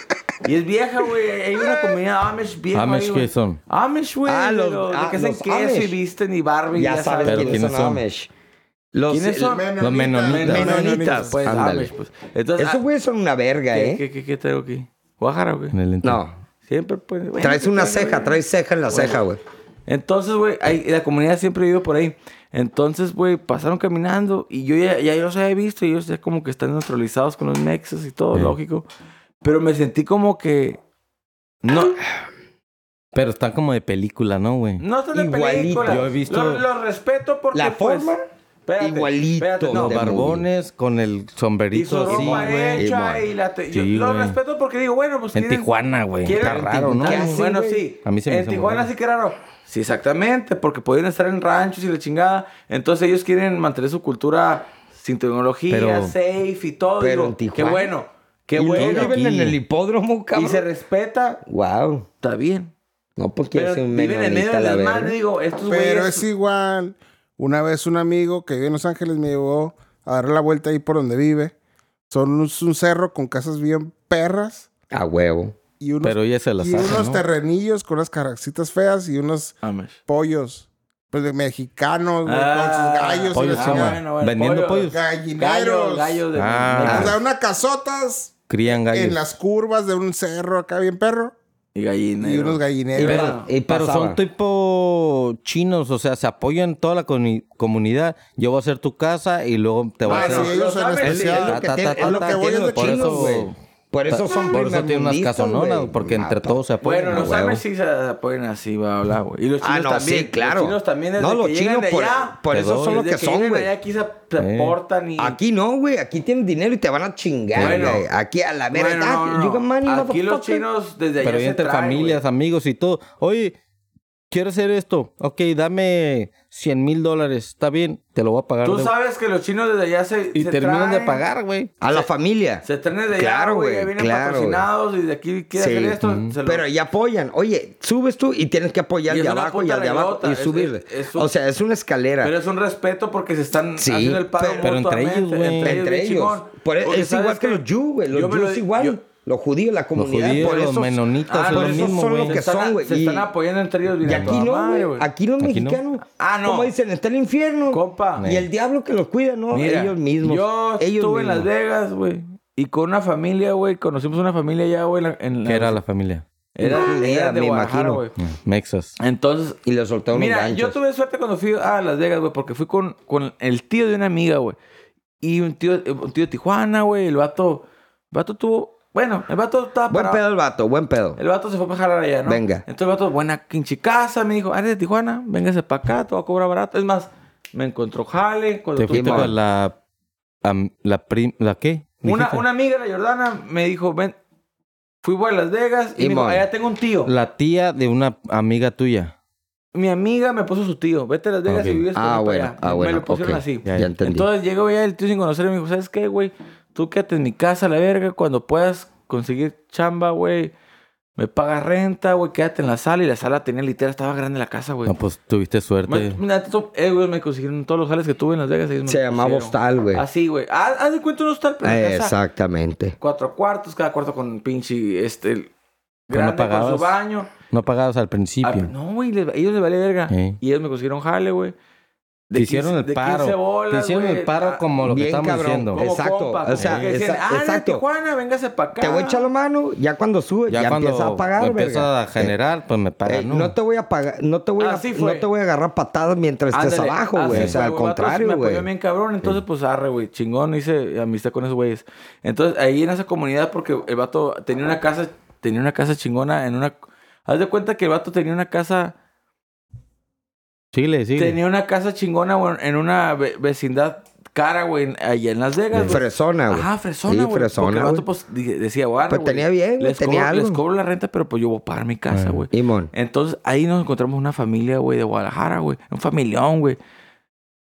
B: Y es vieja, güey. Hay una comunidad Amish vieja.
A: ¿Amish
B: ahí, güey.
A: qué son?
B: Amish, güey.
C: Ah,
B: de
C: los-
B: lo- de
C: ah,
B: que hacen
C: los
B: queso y
C: Amish.
B: visten y Barbie.
C: Ya sabes
A: Pero
C: quiénes son
A: ¿quiénes son?
C: Amish. Los,
B: ¿Quiénes son?
A: Los menonitas.
C: Menonitas,
B: Pues,
C: Ándale.
B: Amish, pues. Entonces,
C: Esos
B: ah,
C: güeyes son una verga,
B: ¿qué,
C: ¿eh?
B: qué, qué, qué traigo aquí? ¿Guajara o qué?
A: En el lente.
C: No.
B: Siempre, pues. bueno,
C: Traes
B: ¿qué
C: una
B: traigo,
C: ceja,
B: güey?
C: traes ceja en la ceja, güey.
B: Entonces, güey, ahí- la comunidad siempre vivió por ahí. Entonces, güey, pasaron caminando y yo ya, ya yo los había visto y ellos ya como que están neutralizados con los nexos y todo,
A: Sí.
B: lógico. Pero me sentí como que... No,
A: Pero están como de película, ¿no, güey?
B: no están de
C: Igualito.
B: película.
A: Yo he visto-
B: Los los respeto porque,
C: La
B: pues,
C: forma,
B: espérate,
C: igualito.
B: espérate, no,
C: de
A: Barbones con el
B: y su
A: sombrerito así,
B: ropa
A: güey.
B: hecha
C: Simón.
B: y la... te-
A: Sí,
B: yo los
A: güey.
B: respeto porque digo, bueno, pues...
A: En
B: tienen-
A: Tijuana, güey.
B: Quieren-
A: Está raro, ¿no?
B: ¿Qué hacen, bueno,
C: güey?
B: sí.
A: A mí se me
B: en
A: hizo
B: Tijuana
A: muy
B: sí que raro. Sí, exactamente, porque podían estar en ranchos y la chingada. Entonces ellos quieren mantener su cultura sin tecnología,
A: Pero-
B: safe y todo.
C: Pero
B: Digo,
C: en Tijuana.
B: Qué bueno, qué
C: Y no
B: bueno.
C: viven en el hipódromo,
B: Y
C: cabrón.
B: se respeta,
C: Wow.
B: está bien.
C: No, porque
B: Pero
C: es un
B: viven en medio
C: menonita
B: del
C: la
B: desmadre,
C: verga.
B: digo, estos
D: Pero
B: güeyes...
D: es igual. Una vez un amigo que vive en Los Ángeles me llevó a dar la vuelta ahí por donde vive. Son un, es un cerro con casas bien perras
C: A huevo.
D: y unos,
A: Pero ella se las
D: y
A: hace,
D: unos
A: ¿no?
D: terrenillos con unas caracitas feas y unos
B: Amish.
D: pollos pues, de mexicanos güey,
B: Ah,
D: con sus gallos.
A: pollos,
D: y la
A: ¿cómo?
D: chingada.
B: bueno, bueno,
A: Vendiendo
B: pollo.
A: pollos.
D: Gallineros.
B: Gallos, gallos de...
A: Ah.
D: O sea, unas casotas
A: Crían gallos.
D: en las curvas de un cerro acá bien perro
B: Y gallineros.
D: y unos gallineros.
B: Pero-
C: Y
A: Pero
C: pasaba.
A: son tipo chinos, o sea, se apoyan toda la coni- comunidad. Yo voy a hacer tu casa y luego te voy a
D: Ah,
A: hacer...
D: sí, ellos
B: los
D: son
B: Amish,
C: Es
D: especiales.
C: lo que
A: Ta, ta,
C: tiene-
A: ta,
C: es lo
A: ta,
C: que voy
A: ta,
C: de
A: por
C: chinos,
A: eso-
C: güey. Por eso son
A: Por eso tiene unas
C: primermundistas,
A: casononas,
C: güey.
A: porque entre
C: Ah,
A: todos se apoyan.
B: Bueno, los
A: a huevo.
B: árabes sí se apoyan así, va a hablar, güey. Y los chinos
C: Ah, no,
B: también.
C: sí, claro.
B: Los chinos también desde
C: No, los
B: que llegan
C: chinos
B: de
C: por-
B: allá.
C: por
A: eso
B: desde
A: son
C: lo que son,
B: llegan de
C: güey.
B: allá aquí se se
A: Eh.
B: portan y...
C: Aquí no, güey. Aquí tienen dinero y te van a chingar,
B: Bueno.
C: güey. Aquí a la
B: Bueno,
C: verga. ah,
B: no, no, no.
C: You got money,
B: Aquí los
C: motherfucker.
B: chinos desde allá
A: Pero
B: se
A: ya entre
B: traen,
A: familias,
B: güey.
A: amigos y todo. Oye, quiero hacer esto. Ok, dame 100 mil dólares. Está bien, te lo voy a pagar.
B: Tú
A: de-
B: sabes que los chinos desde allá se
A: y
B: se
A: terminan de
B: traen,
A: pagar, güey.
C: A la familia.
B: Se traen desde allá,
C: Claro,
B: güey.
C: güey,
B: Vienen
C: claro,
B: patrocinados y de aquí quiere
C: Sí.
B: hacer esto.
A: Mm.
B: se lo-
C: Pero ya apoyan. Oye, subes tú y tienes que apoyar
B: Y es
C: al de
B: una
C: abajo y
B: puta
C: al de abajo
B: reglota,
C: y
B: es-
C: subirle.
B: es- es un-
C: o sea, es una escalera.
B: Pero es un respeto porque se están
C: Sí,
B: haciendo el paro
A: pero entre
B: mutuamente,
A: ellos, güey.
C: entre
B: bien
C: ellos.
B: chingón.
C: Por e-
B: Porque
C: es
B: ¿sabes
C: igual que
B: qué?
C: los Yu, güey.
B: Yo
C: Los
B: me
C: Yu
B: lo-
C: es igual.
B: yo-
C: los judíos, la
A: Los
C: comunidad.
A: judíos,
C: por
A: los
C: eso
A: menonitas,
B: Ah,
A: es
B: por
A: lo
B: eso
A: mismo,
C: son los
A: güey.
C: que
B: se están-
C: son, güey,
B: Se
C: y-
B: están apoyando entre ellos.
C: Y
B: mira,
C: aquí
B: toda
C: no,
B: madre,
C: güey. Aquí los
A: Aquí no.
C: mexicanos.
B: Ah, no.
C: Como dicen, está el infierno.
B: Compa.
C: Y el diablo que los cuida, ¿no?
B: Mira,
C: ellos mismos.
B: Yo
C: ellos
B: estuve en Las
C: mismos.
B: Vegas, güey. Y con una familia, güey. Conocimos una familia allá, güey. en la- En la,
A: Que era la familia.
B: Era,
C: Judea,
B: era de
C: me
B: Guadalajara,
C: imagino.
B: güey.
A: Mm, Mexas.
B: Entonces,
C: Y le soltaron
B: mira,
C: los
B: yo
C: ganchos.
B: tuve suerte cuando fui a Las Vegas, güey. Porque fui con, con el tío de una amiga, güey. Y un tío, un tío de Tijuana, güey. El vato... El vato tuvo... Bueno, el vato estaba
C: Buen
B: parado.
C: pedo el vato, buen pedo.
B: El vato se fue a jalar allá, ¿no?
C: Venga.
B: Entonces el vato, buena quinche casa, me dijo, ah, eres de Tijuana, véngase para acá, te voy a cobrar barato. Es más, me encontró jale. cuando
A: Te
B: tu-
A: fuiste
C: Simón.
A: con la... am- la prim... ¿La qué?
B: Una,
A: Dijiste.
B: una amiga, la Jordana, me dijo, ven, fui a Las Vegas y me dijo,
C: Simón.
B: allá tengo un tío.
A: La tía de una amiga tuya.
B: Mi amiga me puso su tío, vete a Las Vegas
A: Ok.
B: y vives con
C: Ah,
B: él pa'
C: bueno,
B: allá.
C: ah,
B: me,
C: bueno,
B: lo pusieron
C: ok.
B: así.
A: Ya
C: Ya entendí.
B: Entonces llegó ya el tío sin conocer y me dijo, ¿sabes qué, güey? Tú quédate en mi casa, la verga, cuando puedas conseguir chamba, güey. Me pagas renta, güey, quédate en la sala. Y la sala tenía literal, estaba grande la casa, güey.
A: No, pues tuviste suerte.
B: Me- Mira, tú- eh, güey, me consiguieron todos los jales que tuve en Las Vegas. ellos me
C: Se
B: los
C: llamaba
B: pusieron.
C: hostal, güey. Eh,
B: Así, güey. Haz, haz de cuenta un hostal, pero en casa.
C: Exactamente.
B: Cuatro cuartos, cada cuarto con pinche, este, el
A: Pero no
B: grande con su
A: pagabas
B: baño.
A: No pagabas al
B: Ah,
A: principio.
B: pero no, güey, le- ellos le valía verga.
A: Sí.
B: Y ellos me consiguieron jale, güey. De
A: Te hicieron
B: 15
A: el
B: de
A: paro.
B: 15 bolas,
A: Te hicieron
B: güey.
A: el paro
B: Ah,
A: como lo que
C: bien
A: estamos
C: cabrón,
A: diciendo.
B: como
C: Exacto,
B: compa,
C: o
B: como
C: sea,
B: que decían,
C: exa-
B: ah, eres de
C: exacto.
B: Tijuana, véngase para acá.
C: Te voy a echar la mano, ya cuando sube, ya, empieza a pagar,
A: empieza
C: verga.
A: a generar, pues me
C: Eh,
A: pagan.
C: eh,
A: ¿no?
C: no. te voy a pagar, no te voy a,
B: Así fue.
C: no te voy a agarrar patadas mientras estés
B: Ándale,
C: pues, abajo, güey.
B: así
C: O sea,
B: fue,
C: al
B: vato, Me
C: contrario,
B: apoyó
C: güey.
B: bien cabrón, entonces pues arre, güey, chingón, hice amistad con esos güeyes. Entonces ahí en esa comunidad, porque el vato tenía una casa, tenía una casa chingona en una... Haz de cuenta que el vato tenía una casa,
A: Chile, sí.
B: tenía una casa chingona, güey, en una ve- vecindad cara, güey, en- allá en Las Vegas, güey.
C: Fresona, güey.
B: Ajá, fresona,
C: Sí,
B: güey.
C: fresona,
B: Porque el vato,
C: güey.
B: pues, di- decía, güey, arre,
C: Pues,
B: güey,
C: tenía bien, güey,
B: les
C: tenía
B: cobro-
C: algo.
B: Les cobro la renta, pero pues yo voy a pagar mi casa,
A: Bueno.
B: güey.
C: Imón.
B: Entonces ahí nos encontramos una familia, güey, de Guadalajara, güey. Un familión, güey.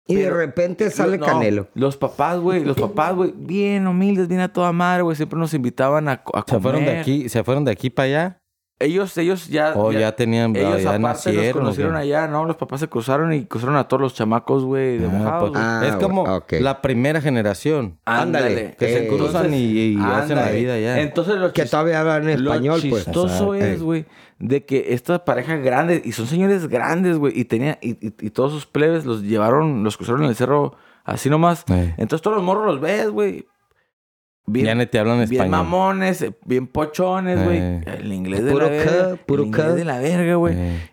C: Y de
B: Pero- eh,
C: repente sale
B: No,
C: Canelo.
B: Los papás, güey, los papás, güey, bien humildes, bien a toda madre, güey, siempre nos invitaban a, co- a
A: Se
B: comer.
A: fueron de aquí, se fueron de aquí para allá.
B: Ellos, ellos ya.
A: O ya tenían-
B: Ellos
A: ya
B: aparte
A: nacieron,
B: Los
A: ¿o
B: conocieron
A: qué?
B: allá, ¿no? Los papás se cruzaron y cruzaron a todos los chamacos, güey, de
A: Ah,
B: mojados,
A: pues,
B: güey. Ah,
C: Ah,
A: es como
C: bueno, ok.
A: la primera generación.
C: ándale,
A: que se
C: eh,
A: cruzan y, y
B: Entonces,
A: hacen la
B: ándale.
A: vida ya.
B: Entonces, lo
C: Que
B: chis-
C: todavía hablan en
B: pues, lo
C: español, pues.
B: chistoso
A: Exacto.
B: es,
C: Ey.
B: güey, de que estas parejas grandes, y son señores grandes, güey, y tenía, y, y- y todos sus plebes los llevaron, los cruzaron en el cerro así nomás.
A: Ey.
B: Entonces todos los morros los ves, güey.
A: Eh, ya
B: eh, Bien,
A: ni te hablan
B: bien
A: español.
B: mamones, eh, bien pochones, güey.
C: Eh.
A: Ey.
B: El inglés de
C: Puro
B: la verga.
C: ca, puro
B: el inglés
C: ca.
B: de la verga, güey.
A: Ey.
C: Eh.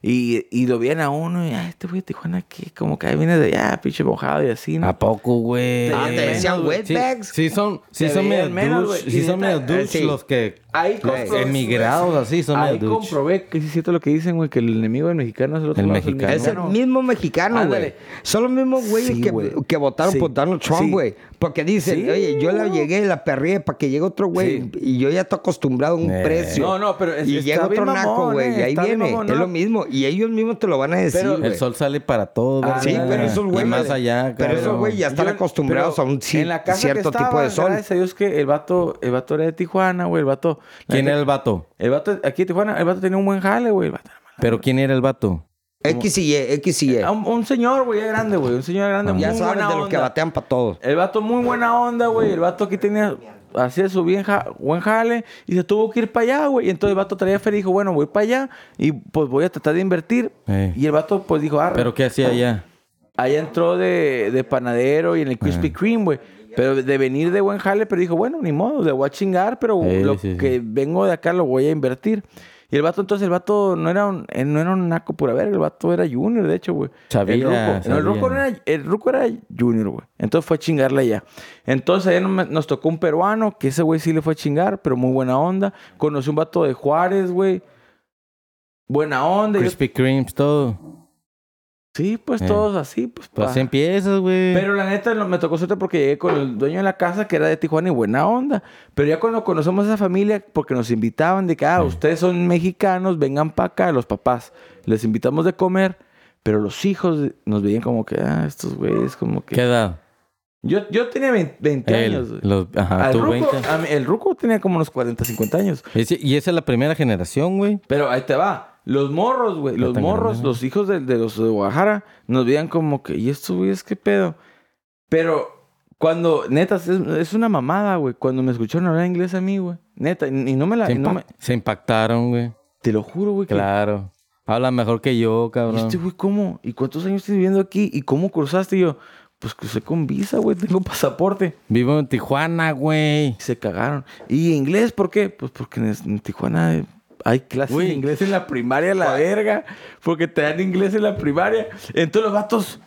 B: Y, y lo veían a uno y, ah, este güey de Tijuana, ¿qué? Como que ahí viene de allá, pinche mojado y así, ¿no?
A: ¿A poco, güey?
B: Ah, te
C: decían
A: Sí,
C: wetbags.
A: sí son, sí
B: Se
A: son medio
B: veían menos,
A: douche,
B: güey,
A: sí
B: y
A: son
B: neta, eh,
A: medio douche
C: sí.
A: los que
B: Ahí
A: los
B: compro-
A: emigrados así son
B: Ahí
A: medio douche.
B: comprobé que sí es cierto lo que dicen, güey, que el enemigo del mexicano es el otro
A: El
B: lado, es
A: mexicano.
C: Es el mismo mexicano,
B: Ándale.
C: güey. Son los mismos güeyes
B: Sí,
C: que,
B: güey.
C: que votaron
B: Sí.
C: por Donald
B: Sí.
C: Trump, güey. Porque dicen,
B: Sí,
C: oye, yo la
B: güey.
C: llegué y la perré para que llegue otro güey.
B: Sí.
C: Y yo ya estoy acostumbrado a un
A: Eh.
C: precio.
B: No, no, pero es-
C: Y
B: está
C: llega otro
B: bien
C: naco,
B: mamón,
C: güey.
B: eh,
C: Y ahí
B: está bien
C: viene.
B: mamón,
C: es
B: ¿no?
C: lo mismo. Y ellos mismos te lo van a decir,
B: Pero-
A: El
C: güey.
A: sol sale para todos.
B: Ah,
A: ¿verdad?
C: Sí, pero esos güeyes.
A: Y más allá,
C: Pero esos
A: cabrón.
C: güeyes ya están
B: Yo-
C: acostumbrados a
B: pero
C: un ci-
B: en la casa que
C: cierto
B: estaba,
C: tipo de sol.
B: Gracias a Dios que el vato, el vato era de Tijuana, güey. El vato. la
A: ¿Quién
B: neta-
A: era el vato?
B: El vato, aquí de Tijuana, el vato tenía un buen jale, güey. El vato era mal-
A: ¿Pero quién era el vato?
C: X y Y, X y Y.
B: Ah, Un, un señor, güey, ya grande, güey. Un señor grande. muy
C: Ah, Ya sabes
B: buena
C: de los que
B: onda.
C: batean para todos.
B: El vato muy buena onda, güey. El vato aquí tenía, hacía su bien ja- buen jale y se tuvo que ir para allá, güey. Y entonces el vato traía feria y dijo, bueno, voy para allá y pues voy a tratar de invertir.
A: Ey.
B: Y el vato pues dijo, ah,
A: ¿Pero qué hacía allá?
B: allá entró de, de panadero y en el Krispy
A: Ah.
B: Kreme, güey. Pero de venir de buen jale, pero dijo, bueno, ni modo, le voy a chingar, pero
A: Sí,
B: lo
A: sí, sí.
B: que vengo de acá lo voy a invertir. Y el vato, entonces, el vato no era un, eh, no era un naco pura verga, el vato era junior, de hecho, güey.
A: Sabía,
B: el ruco, No,
A: sabía.
B: el ruco no era, el ruco era junior, güey. Entonces fue a chingarle allá. Entonces allá nos, nos tocó un peruano, que ese güey sí le fue a chingar, pero muy buena onda. Conocí un vato de Juárez, güey. Buena onda. y yo-
A: Crispy Creams, todo.
B: sí, pues
A: Eh.
B: todos así, pues.
A: Pues
B: pa.
A: así empiezas, güey.
B: Pero la neta no- me tocó suerte porque llegué con el dueño de la casa que era de Tijuana y buena onda. Pero ya cuando conocemos a esa familia, porque nos invitaban de que, ah, ustedes son mexicanos, vengan para acá, los papás. Les invitamos de comer, pero los hijos de- nos veían como que, ah, estos güeyes, como que.
A: ¿Qué edad?
B: Yo, yo tenía 20, 20 años.
A: Él.
B: güey.
A: Los, ajá,
B: Al
A: tú
B: ruco- ah.
A: 20.
B: a mí- el ruco tenía como unos 40, 50 años.
A: Ese- y esa es la primera generación, güey.
B: Pero ahí te va. Los morros, güey. Los
A: tan
B: morros,
A: grande, ¿no?
B: los hijos de, de los de Guadalajara, nos veían como que, ¿y estos güeyes qué pedo? Pero cuando, neta, es, es una mamada, güey. Cuando me escucharon hablar inglés a mí, güey. Neta, y y no me la.
A: Se,
B: Ah, y no
A: impa-
B: me-
A: se impactaron, güey.
B: te lo juro, güey. que-
A: Claro. Habla mejor que yo,
B: ¿Y
A: cabrón.
B: este güey cómo? ¿Y cuántos años estás viviendo aquí? ¿Y cómo cruzaste? Y yo, pues crucé con visa, güey. Tengo pasaporte.
A: Vivo en Tijuana, güey.
B: Y se cagaron. ¿Y inglés por qué? Pues porque en, en Tijuana eh, hay clases
A: Güey.
B: de inglés en la primaria, la verga. Porque te dan inglés en la primaria. Entonces los vatos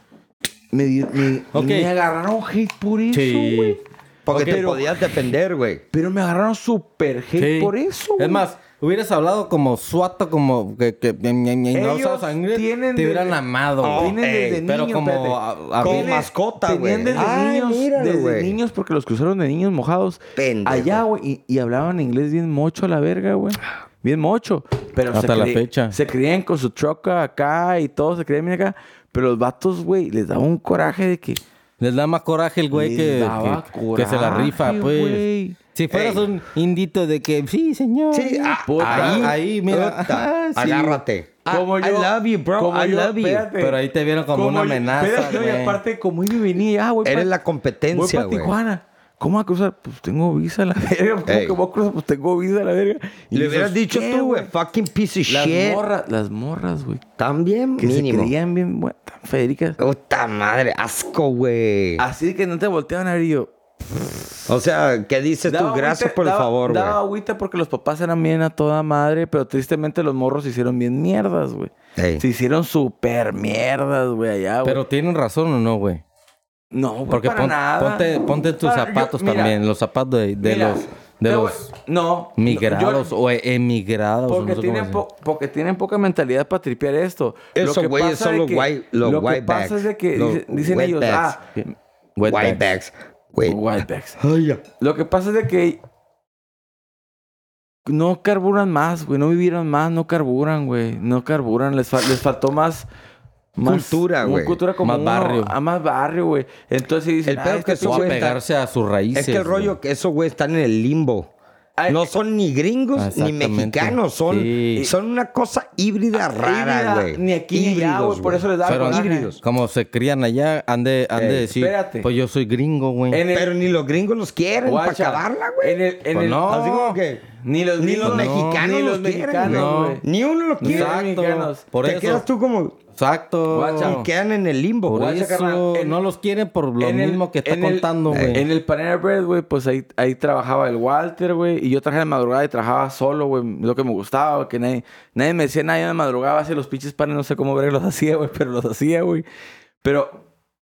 B: me, di- me-
A: Ok.
B: me agarraron hate por eso,
A: Sí.
B: güey.
C: Porque
A: Ok,
C: te
A: pero-
C: podías defender, güey.
B: Pero me agarraron súper hate
A: Sí.
B: por eso.
A: Es
B: güey.
A: más, hubieras hablado como suato, como que, que- que- que- que no
B: Ellos
A: usabas inglés,
B: tienen
A: te hubieran
B: de-
A: amado.
C: Oh,
A: güey.
B: Tienen
C: ey,
B: desde
A: pero
B: niños,
A: como
B: espérate.
A: a- a-
C: Como
B: Tienen-
C: mascota, güey.
B: Tenían desde,
C: Ay,
B: niños,
C: míralo,
B: desde
C: güey.
B: niños, porque los cruzaron de niños mojados.
C: Pendejo.
B: Allá, güey. Y, y hablaban inglés bien mocho a la verga, güey. Bien mocho. Pero se
A: Hasta la
B: cre-
A: fecha.
B: Se creían con su troca acá y todo, se creían bien acá. Pero los vatos, güey, les daba un coraje de que.
A: Les da más coraje el güey
B: Les
A: que,
B: daba
A: que- que se la
B: coraje,
A: rifa, pues.
B: güey.
A: Si fueras
C: Ey.
A: un indito de que, sí, señor.
C: Sí, ah,
A: puta,
C: ahí,
A: ahí, mira.
C: puta,
A: Ah, sí.
C: Tota, Agárrate. Ah,
B: Como yo-
C: I love you, bro.
B: como
C: I
B: yo,
C: love you.
B: espérate.
A: Pero ahí te vieron como,
B: yo-
A: una amenaza,
B: espérate, no, y
A: güey.
B: aparte, como yo venía, ya, güey.
C: Eres
B: pa-
C: la competencia,
B: Voy
C: güey.
B: para Tijuana. ¿Cómo va a cruzar? Pues tengo visa a la verga. ¿Cómo
C: Ey.
B: que voy a cruzar? Pues tengo visa a la verga. Y
C: Le
B: dices,
C: hubieras dicho
B: ¿qué,
C: tú, güey, fucking piece of
B: Las
C: shit.
B: morras, las morras, güey.
C: También,
B: Que se
C: mínimo.
B: creían bien buenas, tan Federicas.
C: Puta madre, asco, güey.
B: Así que no te volteaban a ver y yo.
C: O sea, ¿qué dices tú?
B: daba
C: Gracias
B: agüita-
C: por el
B: daba-
C: favor, güey.
B: Daba agüita porque los papás eran bien a toda madre, pero tristemente los morros se hicieron bien mierdas, güey.
C: Ey.
B: Se hicieron super mierdas, güey, allá, güey.
A: Pero tienen razón o no, güey.
B: no, güey,
A: Porque
B: Pues para
A: pon-
B: nada.
A: ponte, ponte tus
B: Para- yo-
A: zapatos
B: mira,
A: también, los zapatos de, de
B: mira,
A: los
B: te
A: de
B: voy-
A: los
B: no, no,
A: migrados
B: yo-
A: o e- emigrados.
B: Porque,
A: no sé cómo
B: tienen
A: se-
B: po- porque tienen poca mentalidad para tripear esto. Lo
C: Esos
B: que
C: güeyes
B: pasa
C: son
B: es
C: los
B: que-
C: white- los
B: Lo que
C: white
B: pasa
C: bags,
B: es de que
C: los
B: dice- dicen
C: wet
B: ellos,
C: bags.
B: ah,
C: White
A: Wetback.
C: bags. Güey.
B: white bags.
C: Ay, ya.
B: Lo que pasa es de que no carburan más, güey. No vivieron más, no carburan, güey. No carburan. Les, fal- les faltó más
C: cultura,
B: un
C: güey.
B: Cultura como
A: Más
B: uno-
A: barrio.
B: ah, más barrio, güey. Entonces dicen,
C: El pedo
B: "Ah,
C: que
B: este
C: tú,
A: O
C: güey,
A: apegarse a sus raíces.
C: Es que el rollo,
A: güey.
C: que esos güey están en el limbo.
B: Ay,
C: no
B: eh,
C: son ni gringos ni
A: Exactamente.
C: mexicanos, son,
A: Sí.
C: son una cosa híbrida rara,
B: Ah, híbrida,
C: güey.
B: Ni aquí ni allá,
C: Híbridos,
B: güey. Por eso les da
A: Pero
B: coraje.
C: híbridos.
A: como se crían allá, han de, han de
C: Ey,
A: decir,
B: Eh, espérate.
A: pues yo soy gringo, güey.
B: En el-
C: Pero ni los gringos los quieren para
B: Guacha,
C: acabarla, güey.
B: En el, en
A: Pues
B: el-
A: no.
C: Así como que
B: Ni los,
C: ni
B: gringos,
C: los
B: no,
C: mexicanos
B: ni los
C: los quieren,
B: mexicanos,
A: güey.
B: güey.
C: ni uno lo quiere.
B: Exacto. mexicanos.
A: Por
C: Te
A: eso.
C: quedas tú como
A: Exacto.
B: Guacha.
C: y quedan en el limbo.
A: Por
B: Guacha,
A: eso
B: carnal, en-
A: no los quieren por lo
B: En el-
A: mismo que está
B: en el-
A: contando,
B: eh,
A: güey.
B: En el Panera Bread, güey, pues ahí, ahí trabajaba el Walter, güey. Y yo trabajaba en la madrugada y trabajaba solo, güey. Lo que me gustaba, güey, que nadie, nadie me decía, nadie me madrugaba, hacía los pinches panes, no sé cómo ver, los hacía, güey, pero los hacía, güey. Pero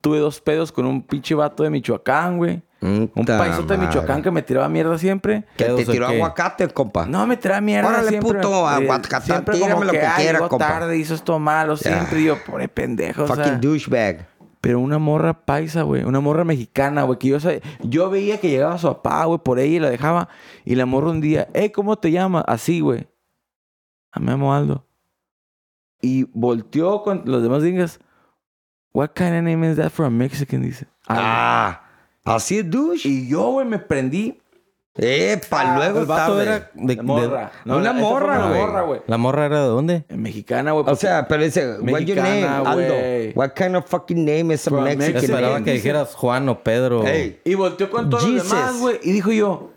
B: tuve dos pedos con un pinche vato de Michoacán, güey. Un paisote de Michoacán que me tiraba mierda siempre.
C: que te
A: Pedos, ¿o
C: tiró
A: qué?
C: aguacate, compa.
B: No, me trae mierda
C: Órale,
B: siempre.
C: puto,
B: Eh,
C: aguacatán,
B: Siempre
C: tírame
B: como
C: lo
B: que,
C: que
B: "Ay,
C: quiera,
B: llegó
C: compa".
B: tarde, hizo esto malo.
C: Ya.
B: Siempre digo, pobre pendejo. o sea".
C: Fucking douchebag.
B: Pero una morra paisa, güey. Una morra mexicana, güey. Que yo, sa- yo veía que llegaba su papá, güey, por ella y la dejaba. Y la morra un día, hey, ¿cómo te llamas? Así, güey. A me llamo Aldo. Y volteó con los demás dingas. What kind of name is that for a Mexican? Dice. Ah,
C: Ah, así es douche.
B: Y yo, güey, me prendí.
C: Epa,
B: Ah,
C: luego
A: el vato
C: tarde.
A: era de,
B: La
A: de-
B: morra.
C: una
B: esa fue
C: morra,
B: una
C: güey.
B: morra, güey.
A: ¿La morra era de dónde?
B: Mexicana, güey. pues,
C: O
B: porque-
C: sea, pero dice, what your name,
B: Mexicana,
C: Aldo?
B: güey.
C: What kind of fucking name is a
B: From
C: Mexican
B: Mexico.
A: Esperaba
C: name?
A: que dijeras Juan o Pedro.
C: Ey,
B: Y volteó con todos
C: Jesus.
B: los demás, güey. Y dijo yo.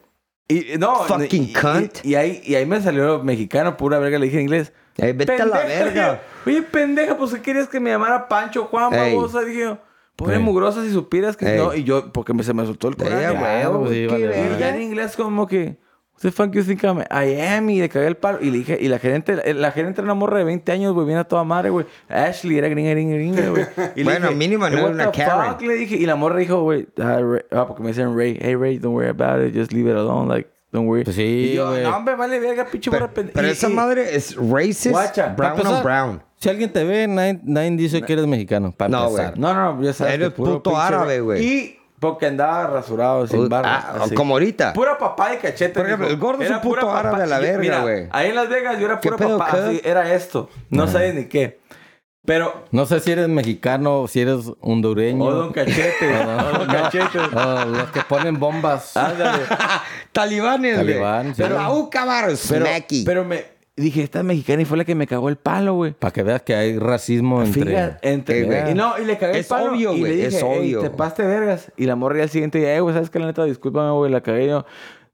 B: Y, no,
C: Fucking
B: y- y-
C: cunt.
B: Y, ahí, y ahí me salió mexicano, pura verga. Le dije en inglés.
C: Ey, Eh, vete a la
B: "Pendeja",
C: verga.
B: yo, Oye, pendeja, pues ¿qué querías que me llamara Pancho, Juan,
C: Ey.
B: babosa? Dije yo. Pobre
A: Ey.
B: mugrosa si supieras que
C: Ey.
B: no. Y yo, porque me, se me soltó el coraje.
C: Ey,
B: güey.
C: güey,
A: claro,
C: güey,
A: sí,
C: qué
A: vale,
C: verga.
A: vale.
B: Y ya en inglés como que... What the fuck you think I'm- I am? Y le cagué el palo. Y le dije... Y la gerente... eh, La, gerente era una morra de 20 años, güey. Viene a toda madre, güey. Ashley era gringa, gringa, gringa, güey. Y le
C: Bueno, mínimo no
B: "What
C: era una
B: the fuck?",
C: Karen.
B: Le dije... Y la morra dijo, güey... Ah, Ray- ah, porque me decían Ray. Hey, Ray, don't worry about it. Just leave it alone. Like, don't worry.
A: Pues sí,
B: y yo,
A: güey.
B: no, hombre, vale verga, pinche
C: Pero,
B: morra pende-
C: pero
B: y-
C: esa
B: y-
C: madre es racist,
B: Guacha,
A: Para
C: brown on
A: empezar,
C: brown.
A: Pues Si alguien te ve, nadie, nadie dice que eres mexicano. Para
C: No,
A: empezar.
C: güey.
B: No, no, ya sabes.
C: Eres
B: que puro
C: puto
B: pinche-
C: árabe, güey.
B: Y porque andaba rasurado, sin
C: Uh,
B: barba.
C: ah, como ahorita.
B: Pura papá de cachete.
C: Por ejemplo,
B: dijo.
C: el gordo es
B: Era
C: un
B: pura
C: puto
B: papá-
C: árabe a la
B: Yo-
C: verga,
B: mira,
C: güey.
B: Ahí en Las Vegas yo era
C: ¿Qué
B: pura
C: pedo,
B: papá.
C: qué?
B: así, era esto. No sabes ni qué. Pero...
A: No sé si eres mexicano, si eres hondureño.
B: O don cachete. o don cachete. Ah,
A: o los que ponen bombas.
B: Ándale.
C: Talibanes, güey.
A: Talibán, sí.
C: Pero la UCA, barrio,
B: Pero,
C: smacky.
B: pero me... Dije, esta es mexicana y fue la que me cagó el palo, güey.
A: Para que veas que hay racismo entre.
B: Fíjate, entre.
C: Eh, güey.
B: y no, y le cagué
C: Es
B: el palo.
C: obvio,
B: y
C: güey,
B: le dije,
C: es obvio.
B: "Ey, te paste vergas. Y la morra al siguiente día, eh, güey, ¿sabes qué? La neta, discúlpame, güey, la cagué yo.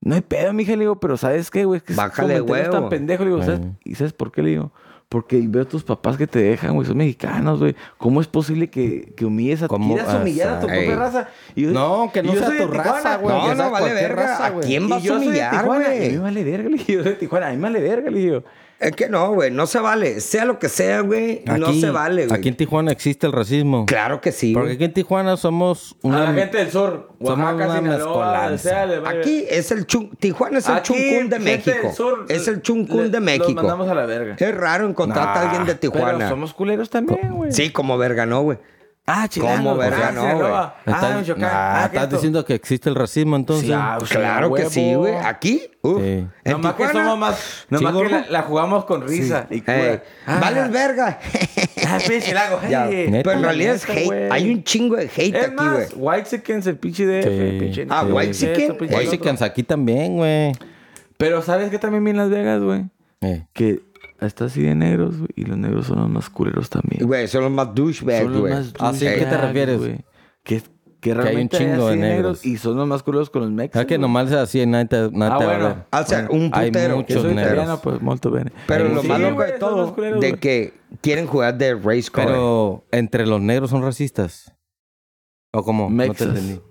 B: No hay pedo, mija, le digo, pero ¿sabes qué, güey? Es que
C: Bájale,
B: comentario es
C: huevo.
B: tan pendejo, le digo, ¿sabes? ¿Y sabes por qué le digo? Porque veo a tus papás que te dejan, güey, son mexicanos, güey. ¿Cómo es posible que, que humilles a tu
A: ¿Cómo?
B: quieras humillar a tu
C: Ey.
B: propia raza? Y yo-
A: No, que no
B: y yo
A: sea
B: soy de
A: tu
B: Tijuana,
A: raza, güey.
C: No,
A: que sea
C: no, vale
A: cualquier
C: verga.
A: raza,
C: ¿A
A: güey.
C: quién
B: Y
C: vas a
B: yo soy de
C: humillar,
B: Tijuana, y A mí
C: güey?
B: me vale verga, le digo, yo soy de Tijuana, a mí me vale verga, le digo.
C: Es que no, güey. No se vale. Sea lo que sea, güey. No
A: Aquí-
C: se vale, güey.
A: Aquí en Tijuana existe el racismo.
C: Claro que sí.
A: Porque
C: güey.
A: aquí en Tijuana somos una.
B: a la gente del sur,
A: somos una
B: Oaxaca, Sinaloa, donde
A: mezcolanza.
B: sea, le vale-
C: Aquí es el chun... Tijuana es el
B: Aquí,
C: chuncún de
B: gente del
C: México.
B: sur,
C: es el
B: le-
C: chuncún de
B: los
C: México.
B: mandamos a la verga.
C: Es raro encontrar a
A: Nah,
C: alguien de Tijuana.
B: Pero somos culeros también, güey.
C: Sí, como verga, no, güey.
B: Ah, chilangos.
C: ¿Cómo
B: pues,
C: verga
B: ah,
C: no,
B: Sinaloa.
C: güey?
B: Ah,
A: Están-
B: Michoacán.
A: Nah,
B: Ah, que
A: estás
B: esto.
A: diciendo que existe el racismo, entonces.
B: Sí, ah, pues,
C: Claro
B: a
C: que
B: huevo.
C: sí, güey. Aquí, uf.
A: Sí.
C: En
B: Nomás que
C: Tijuana,
B: somos más... Nomás que la,
A: Chingón.
B: la jugamos con risa y cura.
C: Ey,
B: Ah,
C: vales verga.
B: Ah, pinche chilango.
C: Ya,
B: hey,
A: neta.
C: Pero en
A: la
C: realidad es
B: neta,
C: hate.
B: güey.
C: Hay un chingo de
B: Es
C: hate aquí, güey.
B: más, White Chickens, el pinche de...
A: Sí.
B: pinche-
C: Ah,
B: sí,
C: White
B: esto,
C: Chicken,
B: pinche
A: Güey,
C: Ey.
A: sí,
B: otro.
A: que aquí también, güey.
B: Pero ¿sabes que también vi en Las Vegas, güey?
A: Eh.
B: Que está así de negros, güey. Y los negros son los más culeros también.
C: Güey, son los más douchebags,
B: Son los
C: güey. Ah,
B: más
A: Así, ¿qué te
B: douchebags,
A: refieres?
B: güey. Que, que
A: hay un
B: realmente
A: chingo
B: así
A: de negros.
B: Y son los más culeros con los mexicanos.
A: Es que nomás es así, nadie te, nadie
B: Ah,
A: te va a
B: bueno.
A: ver.
C: O sea, un
A: Hay
C: putero.
A: muchos
B: Yo soy
A: negros.
B: italiano, pues, molto bene.
C: Pero lo
B: Sí,
C: más loco
B: güey,
C: de
B: son los
C: todo,
B: culeros,
C: de
B: güey.
C: que quieren jugar de race car.
A: Pero entre los negros son racistas. ¿O cómo?
B: Mexas.
A: No te entendí.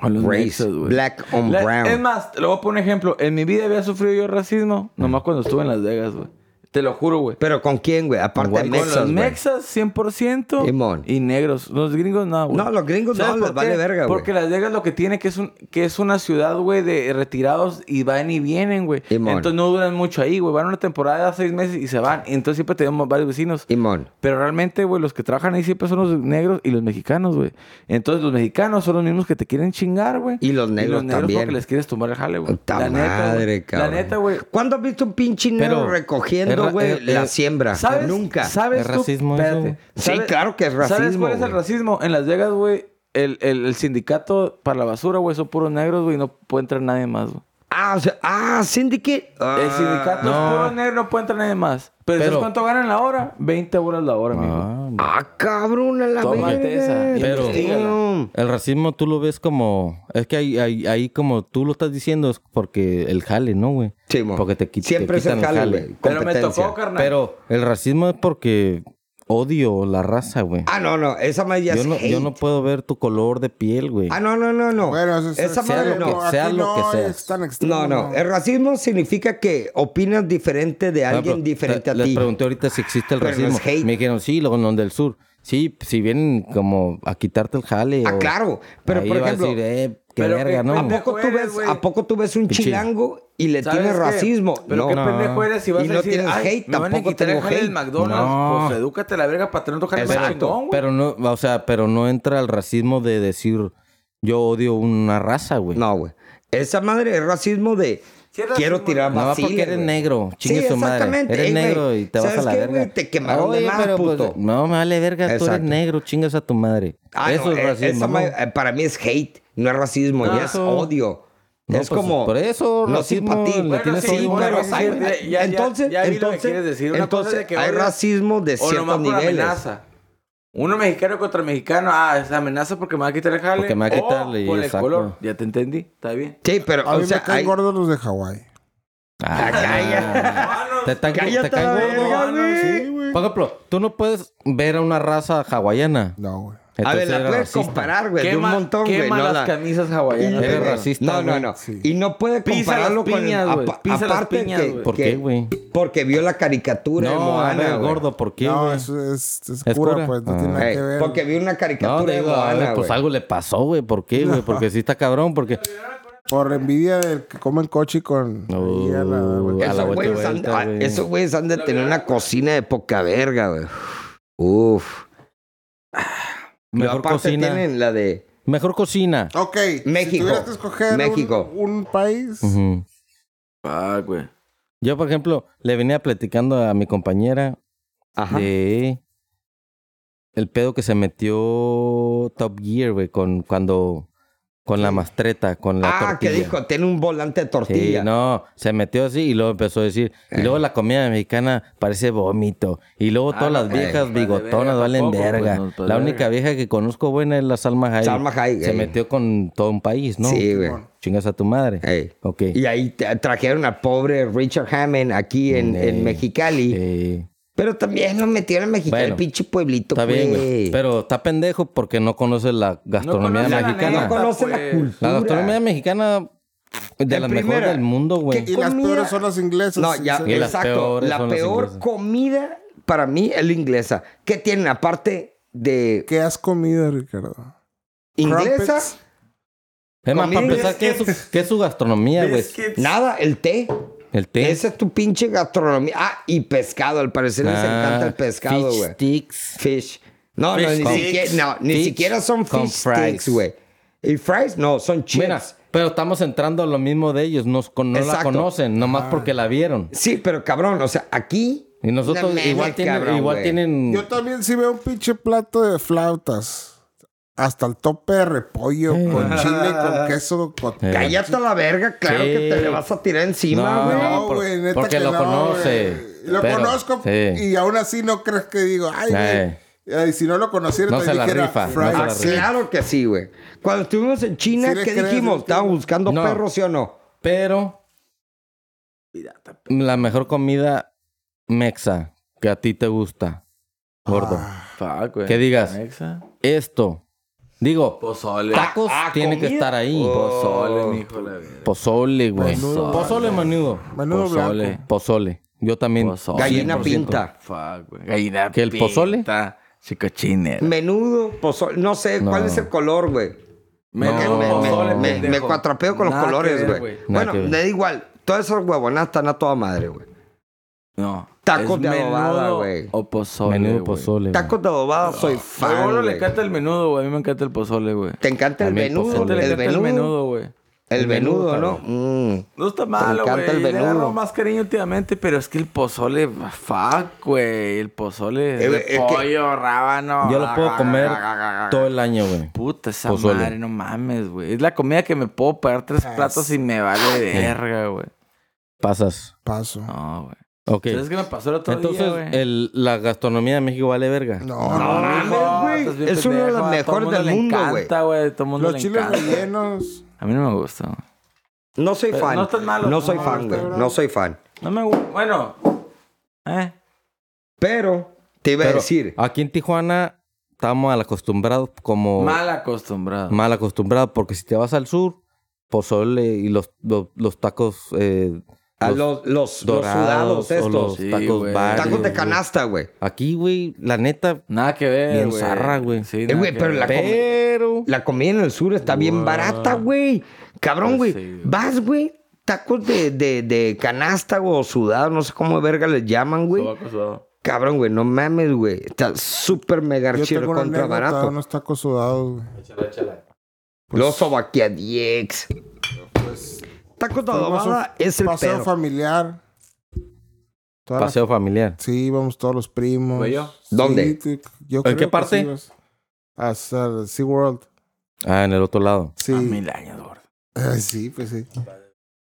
B: Con los
C: race,
B: mexas, güey.
C: black on
B: La-
C: brown.
B: Es más, te lo voy a poner un ejemplo. En mi vida había sufrido yo racismo, nomás cuando estuve en Las Vegas, güey. Te lo juro, güey.
C: Pero con quién, güey? Aparte de
A: Con
B: Con
C: mexas,
B: los
C: güey.
B: mexas, 100%.
C: Simón.
B: Y negros. Los gringos, no, güey.
C: No, los gringos
B: ¿Sabes
C: no,
B: por
C: les vale
B: qué?
C: verga, güey.
B: Porque Las Vegas lo que tiene que es un que es una ciudad, güey, de retirados y van y vienen, güey.
C: Simón.
B: Entonces no duran mucho ahí, güey. Van una temporada, seis meses y se van. Entonces siempre tenemos varios vecinos.
C: Simón.
B: Pero realmente, güey, los que trabajan ahí siempre son los negros y los mexicanos, güey. Entonces los mexicanos son los mismos que te quieren chingar, güey.
C: Y los negros también.
B: porque les quieres tomar el jale, güey.
C: Puta madre,
B: güey.
C: cabrón.
B: La neta, güey.
C: ¿Cuándo has visto un pinche negro
A: Pero
C: recogiendo
A: ra-
C: apoyando, güey,
A: es-
C: la
A: es-
C: siembra.
B: eh, ¿Sabes?
C: Nunca.
B: ¿Sabes
A: ¿Es
B: tú?
A: racismo eso,
B: Espérate.
A: güey?
C: Sí,
B: ¿Sabes-
C: claro que es
B: ¿Sabes
C: racismo,
B: cuál es el
C: güey.
B: racismo? En Las Vegas, güey, el, el- el sindicato para la basura, güey, son puros negros, güey, no puede entrar nadie más, güey.
C: Ah, o sea, ah, syndicate.
B: el
C: Ah,
B: sindicato
A: no.
B: es puro negro, no puede entrar nadie más. Pero, ¿sabes
A: Pero-
B: cuánto ganan la hora? 20 euros la hora, amigo.
A: Ah,
C: Ah, cabrón, a la
B: Tómate esa.
C: verga.
A: Pero-
C: Damn.
A: El racismo tú lo ves como. Es que ahí, ahí, ahí como tú lo estás diciendo es porque el jale, ¿no, güey?
C: Sí, mo.
A: Porque te, qui- te
C: Siempre es el
A: quitan
C: jale, güey.
B: Pero me tocó,
C: Competencia.
B: carnal.
A: Pero el racismo es porque odio la raza, güey.
C: Ah, no, no, esa madre ya
A: Yo
C: es
A: no, yo
C: hate.
A: no puedo ver tu color de piel, güey.
C: Ah, no, no, no, no.
D: Bueno, eso es-
C: esa
D: sea
C: madre
D: lo
C: no.
A: que- sea
D: aquí
A: lo que
D: no
A: sea.
D: es tan extremo,
C: No, er, no. El racismo significa que opinas diferente de
A: Por ejemplo,
C: alguien diferente a
A: le- Ah, Les
C: ti.
A: pregunté ahorita si existe el
C: Pero no es
A: racismo.
C: hate.
A: Me dijeron, sí, los, los del sur. Sí, si vienen como a quitarte el jale.
C: Ah,
A: o-
C: claro, pero
A: ahí
C: por
A: vas a
C: ejemplo,
A: decir, eh, qué
B: pero
A: verga,
B: que-
A: ¿no?
C: ¿A poco, tú
B: eres,
C: ves,
B: güey.
C: ¿A poco tú ves un
A: Pinche.
C: chilango y le
B: ¿Sabes
C: tienes
B: qué?
C: racismo?
B: Pero
C: no,
B: qué
A: no.
B: pendejo eres si vas
C: Y
B: a
C: no
B: decir,
C: tienes
B: "Ay,
C: hate,
B: me van a
C: tampoco
B: quitar el
C: tengo
B: jale del
C: hate".
B: McDonald's.
A: No.
B: Pues edúcate la verga para tener tu jale más chingón,
A: Exacto.
B: güey.
A: Pero no, o sea, pero no entra el racismo de decir yo odio una raza, güey.
C: no, güey. Esa madre es racismo de
B: Sí, es
C: quiero
B: racismo,
C: tirar
A: Nada más
C: vacile,
A: porque eres
C: güey.
A: negro, chingue
C: Sí,
A: su madre.
C: exactamente.
A: Eres
C: Ey, güey,
A: negro y te vas a
C: ¿sabes
A: la
C: qué,
A: verga.
C: güey? Te quemaron de
A: Oye,
C: más,
A: pero pues,
C: puto.
A: no me vale verga, tú eres
C: Exacto.
A: negro, chingas a tu madre.
C: Ah,
A: Eso
C: no,
A: es
C: eh,
A: racismo.
C: esa
A: ¿no?
C: ma- eh, para mí es hate, no es racismo,
B: No,
C: ya es
A: eso-
C: odio.
A: No,
C: es
A: pues,
C: como
A: por eso,
C: no
A: racismo,
C: simpatía.
A: le
B: Bueno, tienes sí, odio a una bueno, raza, sí, güey. ya- ya-
C: entonces,
B: ya vi lo que
C: entonces,
B: quieres decir. Una cosa
C: entonces
B: es de que
C: hay
B: odias-
C: racismo de
B: O nomás
C: ciertos
B: por
C: niveles.
B: amenaza. Uno mexicano contra mexicano, ah, es amenaza porque me va a quitar el jale.
A: Porque me va a
B: o
A: quitarle,
B: por el
A: exacto.
B: color. Ya te entendí, está bien.
C: Sí, pero
D: A mí
C: o sea,
D: me caen
C: hay-
D: gordos los de Hawái.
A: Ah, Te están- te
C: Cállate
A: caen
C: la
A: gordo.
C: verga, güey.
A: Por ejemplo, tú no puedes ver a una raza hawaiana.
D: No, güey.
C: A ver,
A: Entonces
C: la
A: eres
C: puedes
A: racista.
C: comparar, güey, de un
B: Quema,
C: montón, güey.
B: quema
C: No,
B: las
C: la-
B: camisas hawaianas.
A: Eres
B: güey.
A: racista,
C: No, no,
A: güey.
C: no.
D: Sí.
C: Y no puede
B: Pisa
C: compararlo
B: las piñas,
C: con...
B: güey.
C: apa-
B: Pisa las
C: aparte
B: piñas,
C: que-
B: güey.
A: ¿Por qué,
C: que-
A: güey?
C: Porque vio la caricatura de
A: No, a
C: Moana,
A: ver,
C: güey.
A: gordo, ¿por qué,
D: No,
A: güey?
D: es, es, es
A: ¿Es
D: cura,
A: cura?
D: pues no
A: Ah.
D: tiene nada
C: Ey,
D: que ver.
C: porque vi una
A: No,
C: caricatura
A: te
C: de
A: digo, a ver,
C: Moana,
A: pues
C: güey.
A: algo le pasó, güey. ¿Por qué, güey? Porque sí está cabrón, porque...
D: Por envidia del que come el coche con. ahí a la-
A: Uh, a la
C: Esos
A: vuelta,
C: güeyes han-
A: vuelta,
C: ah,
A: güey.
C: esos güeyes han de tener una cocina de poca verga, güey. Uf. Pero
A: Mejor
C: aparte
A: cocina.
C: tienen la de...
A: Mejor cocina.
D: Ok, si
C: México.
D: tuvieras que escoger un-
C: México.
D: Un, país,
A: Ujú.
B: Ah, güey.
A: Yo, por ejemplo, le venía platicando a mi compañera
C: Ajá.
A: de el pedo que se metió Top Gear, güey, con cuando con la mastreta, con la
C: Ah, que
A: tortilla.
C: dijo, tiene un volante de
A: Sí,
C: tortilla. Eh.
A: no, se metió así y luego empezó a decir, y luego la comida mexicana parece vómito, y luego
B: Ah,
A: todas
B: no,
A: las
B: pues,
A: viejas
B: vale verga
A: bigotonas valen
B: tampoco, pues,
A: verga.
B: no, pues,
A: la
B: verga.
A: única vieja que conozco buena es la Salma Hayek.
C: Salma Hayek,
A: Se
C: ey.
A: metió con todo un país, ¿no?
C: Sí, güey.
A: Chingas a tu madre.
C: Ey.
A: Ok.
C: Y ahí te- trajeron al pobre Richard Hammond aquí en, en
A: Ey,
C: Mexicali.
A: ey.
C: Pero también lo metieron en Mexicali,
A: Bueno,
C: pinche pueblito,
A: Está bien,
C: güey.
A: güey. Pero está pendejo porque no conoce la gastronomía
B: conoce la
A: mexicana.
C: no conoce
B: Pues,
C: la cultura.
A: la gastronomía mexicana de
C: En
A: las mejores
C: primera,
A: del mundo, güey.
D: Y las
C: Comida.
D: peores son las inglesas.
C: No,
D: sí,
C: ya,
D: sí.
A: Y las
C: exacto.
A: peores
C: La
A: son las
C: peor
A: inglesas.
C: comida para mí es la inglesa. ¿Qué tienen aparte de
D: ¿Qué has comido, Ricardo?
C: inglesa?
D: Crumpets.
A: Es más, para
C: comida y
A: empezar, ¿qué es, su, qué es su gastronomía, güey?
B: Biscuits.
C: Nada, el té.
A: El té.
C: Esa es tu pinche gastronomía. Ah, y pescado. Al parecer les encanta el pescado,
A: Ah, fish
C: güey.
A: sticks.
C: Fish. No, no,
B: Fish
C: ni,
B: con-
C: siquiera, no, ni
A: fish
C: siquiera son
A: con
C: fish
A: fries.
C: sticks, güey. ¿Y fries? No, son chips.
A: Mira, pero estamos entrando a lo mismo de ellos. Nos, con- no la
C: Exacto.
A: conocen, nomás porque la vieron.
C: Sí, pero cabrón, o sea, aquí...
A: Y nosotros
C: No mames,
A: igual, tienen,
C: cabrón,
A: igual
C: güey.
A: tienen...
D: Yo también sí veo un pinche plato de flautas. Hasta el tope de repollo, con chile, con queso, con...
A: Eh.
C: Cállate a la verga, claro
A: Sí.
C: que te le vas a tirar encima,
A: No,
C: güey.
A: no,
D: No,
A: por-
D: güey, neta
A: porque
D: que
A: lo
D: no,
A: conoce.
D: güey. Lo
A: Pero,
D: conozco
A: sí.
D: y aún así no crees que digo, ay, güey.
A: Eh.
D: ay, si no lo conociera,
A: No
D: te
A: se la
D: dijera
A: rifa, no
D: fried
A: se la
C: Ah,
A: rifa.
D: chicken.
C: claro que sí, güey. Cuando estuvimos en China,
D: Sí le este
C: ¿qué
D: creo, sí
C: dijimos?
D: le
C: ¿Estábamos
D: creo.
C: buscando
A: No.
C: perros, sí o no?
A: Pero la mejor comida mexa que a ti te gusta, gordo.
B: Fuck, güey.
A: Que digas.
B: Mexa.
A: Esto. Digo,
B: Pozole.
A: tacos
C: Ah, ah,
A: tiene que
C: comida.
A: estar ahí.
B: Pozole, mijo, la verga.
A: Pozole, güey.
D: Menudo.
A: Pozole, menudo.
D: Menudo
B: Pozole.
D: blanco.
A: Pozole. Yo también.
B: Pozole.
C: Gallina
A: 100%.
C: pinta.
B: Fuck, güey. Gallina.
A: ¿Que el pozole?
B: pinta, Chicochinera.
C: Menudo, pozole. No sé,
A: No.
C: ¿cuál es el color, güey?
B: Me-
C: Me-
A: No,
C: me, me-
A: pozole,
C: me-
B: pendejo.
C: me cuatrapeo con los
B: Nada que
C: colores,
B: ver,
C: güey.
A: Nada
C: Bueno,
A: que ver.
C: me da igual. Todas esas huevonadas están a toda madre, güey.
B: No.
C: Tacos
B: Es
C: de adobada,
B: menudo
C: güey.
B: O pozole.
A: Menudo
B: güey.
A: pozole. güey.
C: Tacos de adobada soy
B: A
C: fan,
B: Gordo le
C: güey.
B: encanta el menudo, güey. A mí me encanta el pozole, güey.
C: Te encanta
A: A
C: el
A: mí el
C: menudo,
A: pozole.
B: Le
C: el
B: encanta el
C: menudo.
B: menudo, güey.
C: El venudo, ¿no?
A: cabrón.
C: Mm.
B: No está malo, güey.
C: encanta el
B: Le he
C: venudo.
B: agarrado más cariño últimamente, pero es que el pozole, fuck, güey. El pozole
C: Eh,
B: de
C: es que-
B: pollo, rábano.
A: Yo lo puedo comer todo el año, güey.
B: Puta esa
A: pozole.
B: madre, no mames, güey. Es la comida que me puedo pagar tres
D: Ah,
B: platos y me vale verga, güey.
A: Pasas.
D: Paso.
B: No, güey.
A: Ok.
B: ¿Sabes qué me pasó el otro
A: Entonces,
B: día, güey?
A: el- la gastronomía de México vale verga.
D: No,
C: No,
D: no.
C: mames,
B: hijo,
C: güey.
B: estás bien
C: Es uno de
B: pendejo.
C: los
B: A todo
C: mejores
B: mundo
C: del
B: le
C: mundo,
B: encanta, güey. Todo mundo
D: Los
B: le
D: chiles
B: encanta.
D: rellenos.
B: A mí no me gusta. güey.
C: No soy
B: Pero
C: fan.
B: no están malos,
C: No
B: no
C: soy
B: mames,
C: fan, güey.
D: pero-
C: No soy fan.
B: No me gusta. Bueno. Eh.
C: Pero te iba a
A: Pero
C: decir.
A: aquí en Tijuana estamos mal acostumbrados como...
B: Mal acostumbrado.
A: mal acostumbrado, porque si te vas al sur, pozole y los, los, los tacos eh,
C: A
A: los
C: los, los, los
A: dorados
C: sudados
A: o
C: estos.
A: los
B: Sí,
A: tacos
B: güey.
A: varios,
C: Tacos de
A: güey.
C: canasta, güey.
A: Aquí, güey, la neta,
B: Nada que ver,
A: Bien
B: güey.
A: zarra, güey.
B: Sí,
A: Eh,
B: nada
C: güey,
B: que
C: pero
B: ver.
C: la com-
A: pero...
C: La comida en el sur está bien barata, güey. Cabrón,
B: Pues
C: güey.
B: sí, güey.
C: Vas, güey. Tacos de, de, de canasta güey, o sudado, no sé cómo de verga les llaman, güey.
B: Sobaco sudado.
C: Cabrón, güey, no mames, güey. Está súper mega
D: Yo
C: archivo
D: tengo una
C: contra
D: anécdota de
C: barato.
D: unos tacos sudados, güey. Pues,
C: Los sobaquiadiex. Tacos de
D: Fuimos Pues a un
C: adobada es el
D: paseo
C: pedo.
D: familiar. Toda la-
A: Paseo familiar.
D: Sí, íbamos todos los primos.
B: ¿Fue yo?
D: Sí,
C: ¿Dónde?
D: tú- yo
A: ¿En
D: creo
A: qué
D: que
A: parte?
D: sí, vas- Hasta el SeaWorld.
A: Ah, en el otro lado.
D: Sí.
B: A mil años, gordo.
D: Ay, sí, pues sí.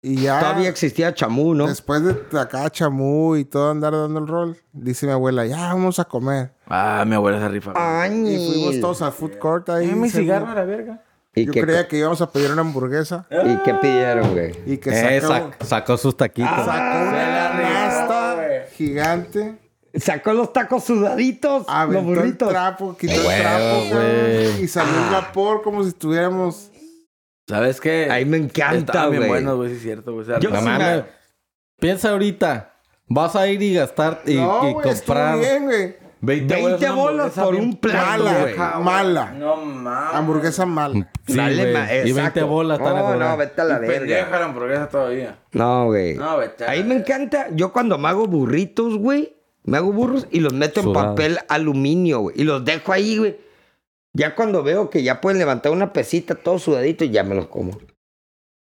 D: Y ya.
C: Todavía existía chamú, ¿no?
D: Después de acá chamú y todo andar dando el rol, dice mi abuela, ya vamos a comer.
B: Ah, mi abuela se rifa. güey.
C: Añil.
D: Y fuimos todos al food court ahí.
B: Eh, mi
D: se-
B: cigarro a la verga.
C: ¿Y
D: Yo
C: qué,
D: creía que íbamos a pedir una hamburguesa
C: ¿Y qué pidieron, güey?
D: y que
A: Eh,
D: sacó,
A: sac- sacó sus taquitos.
C: Ah,
D: sacó una canasta gigante,
C: Sacó los tacos sudaditos, los
D: aventó el
C: burritos.
D: trapo, quitó el
A: Huevo,
D: trapo güey,
A: güey. Ah.
D: y salió un vapor como si estuviéramos
B: ¿Sabes qué?
C: Ahí me encanta,
B: Estaban bien
C: güey.
B: buenos, güey, sí es cierto, güey. O sea,
C: Yo-
A: No
C: sí,
A: mames.
C: me-
A: Piensa ahorita. Vas a ir y gastar y,
D: no,
A: y
D: güey, estuvo
A: comprar.
D: bien, güey.
C: 20,
B: güey, es una
C: bolas
B: hamburguesa
C: por
B: bien
C: un plato,
D: mala,
C: güey.
D: ja- mala.
B: No mames.
D: Hamburguesa mala.
A: Sí,
C: Dale,
A: güey.
C: ma-
A: y 20
C: exacto.
A: bolas están a
C: No,
A: cobrar.
C: no, vete a la
B: Pendeja
C: verga.
B: la hamburguesa todavía.
C: No, güey.
B: No, vete.
C: Ahí me encanta. Yo cuando me hago burritos, güey, me hago burros y los meto en
A: Sudados.
C: papel aluminio, güey. Y los dejo ahí, güey. Ya cuando veo que ya pueden levantar una pesita todo sudadito, ya me los como.
D: Sí,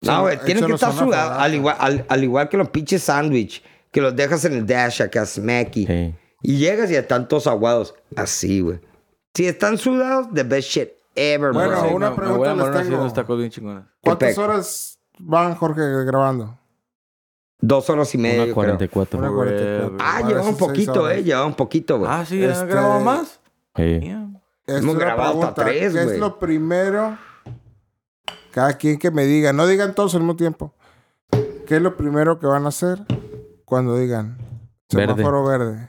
C: No, güey, tienen que
D: échalos a
C: estar
D: una
C: sudados.
D: fogata.
C: Al igual, al, al igual que los pinches sándwich, que los dejas en el dash acá, smacky.
A: Sí.
C: Y llegas y están todos aguados. Así, güey. Si están sudados, the best shit ever,
D: Bueno,
C: bro.
B: Sí,
D: una
B: me-
D: pregunta
B: me voy a
D: les
B: morir
D: tengo.
B: haciendo unos tacos bien chingones.
D: ¿Cuántas
C: pedo.
D: horas van, Jorge, grabando?
C: Dos horas y media.
A: Una
C: yo creo.
A: 44.
D: Una
B: Güey,
D: 44.
B: güey.
C: Ah,
D: Ahora
C: lleva
D: son
C: un
D: seis
C: poquito,
D: horas.
C: eh. Lleva un poquito, güey.
B: Ah, sí, ¿has
D: Este-
B: grabado más?
A: Sí.
B: Yeah.
D: Esta es
C: Hemos
D: una
C: grabado hasta
D: pregunta.
C: tres,
D: ¿Qué
C: güey.
D: es lo primero? Cada quien que me diga, no digan todos al mismo tiempo. ¿Qué es lo primero que van a hacer cuando digan
A: Verde.
D: semáforo verde?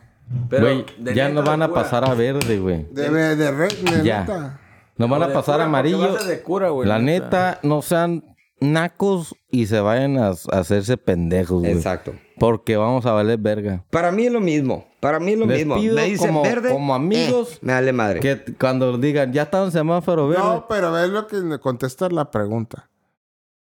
B: Pero,
A: Güey,
B: de
A: ya
B: neta
A: no van a
B: locura.
A: pasar a verde, güey.
D: De, de, de red, de
A: Ya.
D: neta.
A: Nos van
B: O
A: a
B: de
A: pasar
B: cura,
A: amarillo.
B: porque vas de cura, güey,
A: La neta, no sean nacos y se vayan a, a hacerse pendejos, güey.
C: Exacto.
A: Porque vamos a valer verga.
C: Para mí es lo mismo. Para mí es lo
A: Les
C: mismo.
A: pido
C: Me dicen
A: como-
C: verde.
A: como amigos
C: eh, me vale madre.
A: Que t- cuando digan, ya está en semáforo verde.
D: No, pero es lo que me contesta la pregunta.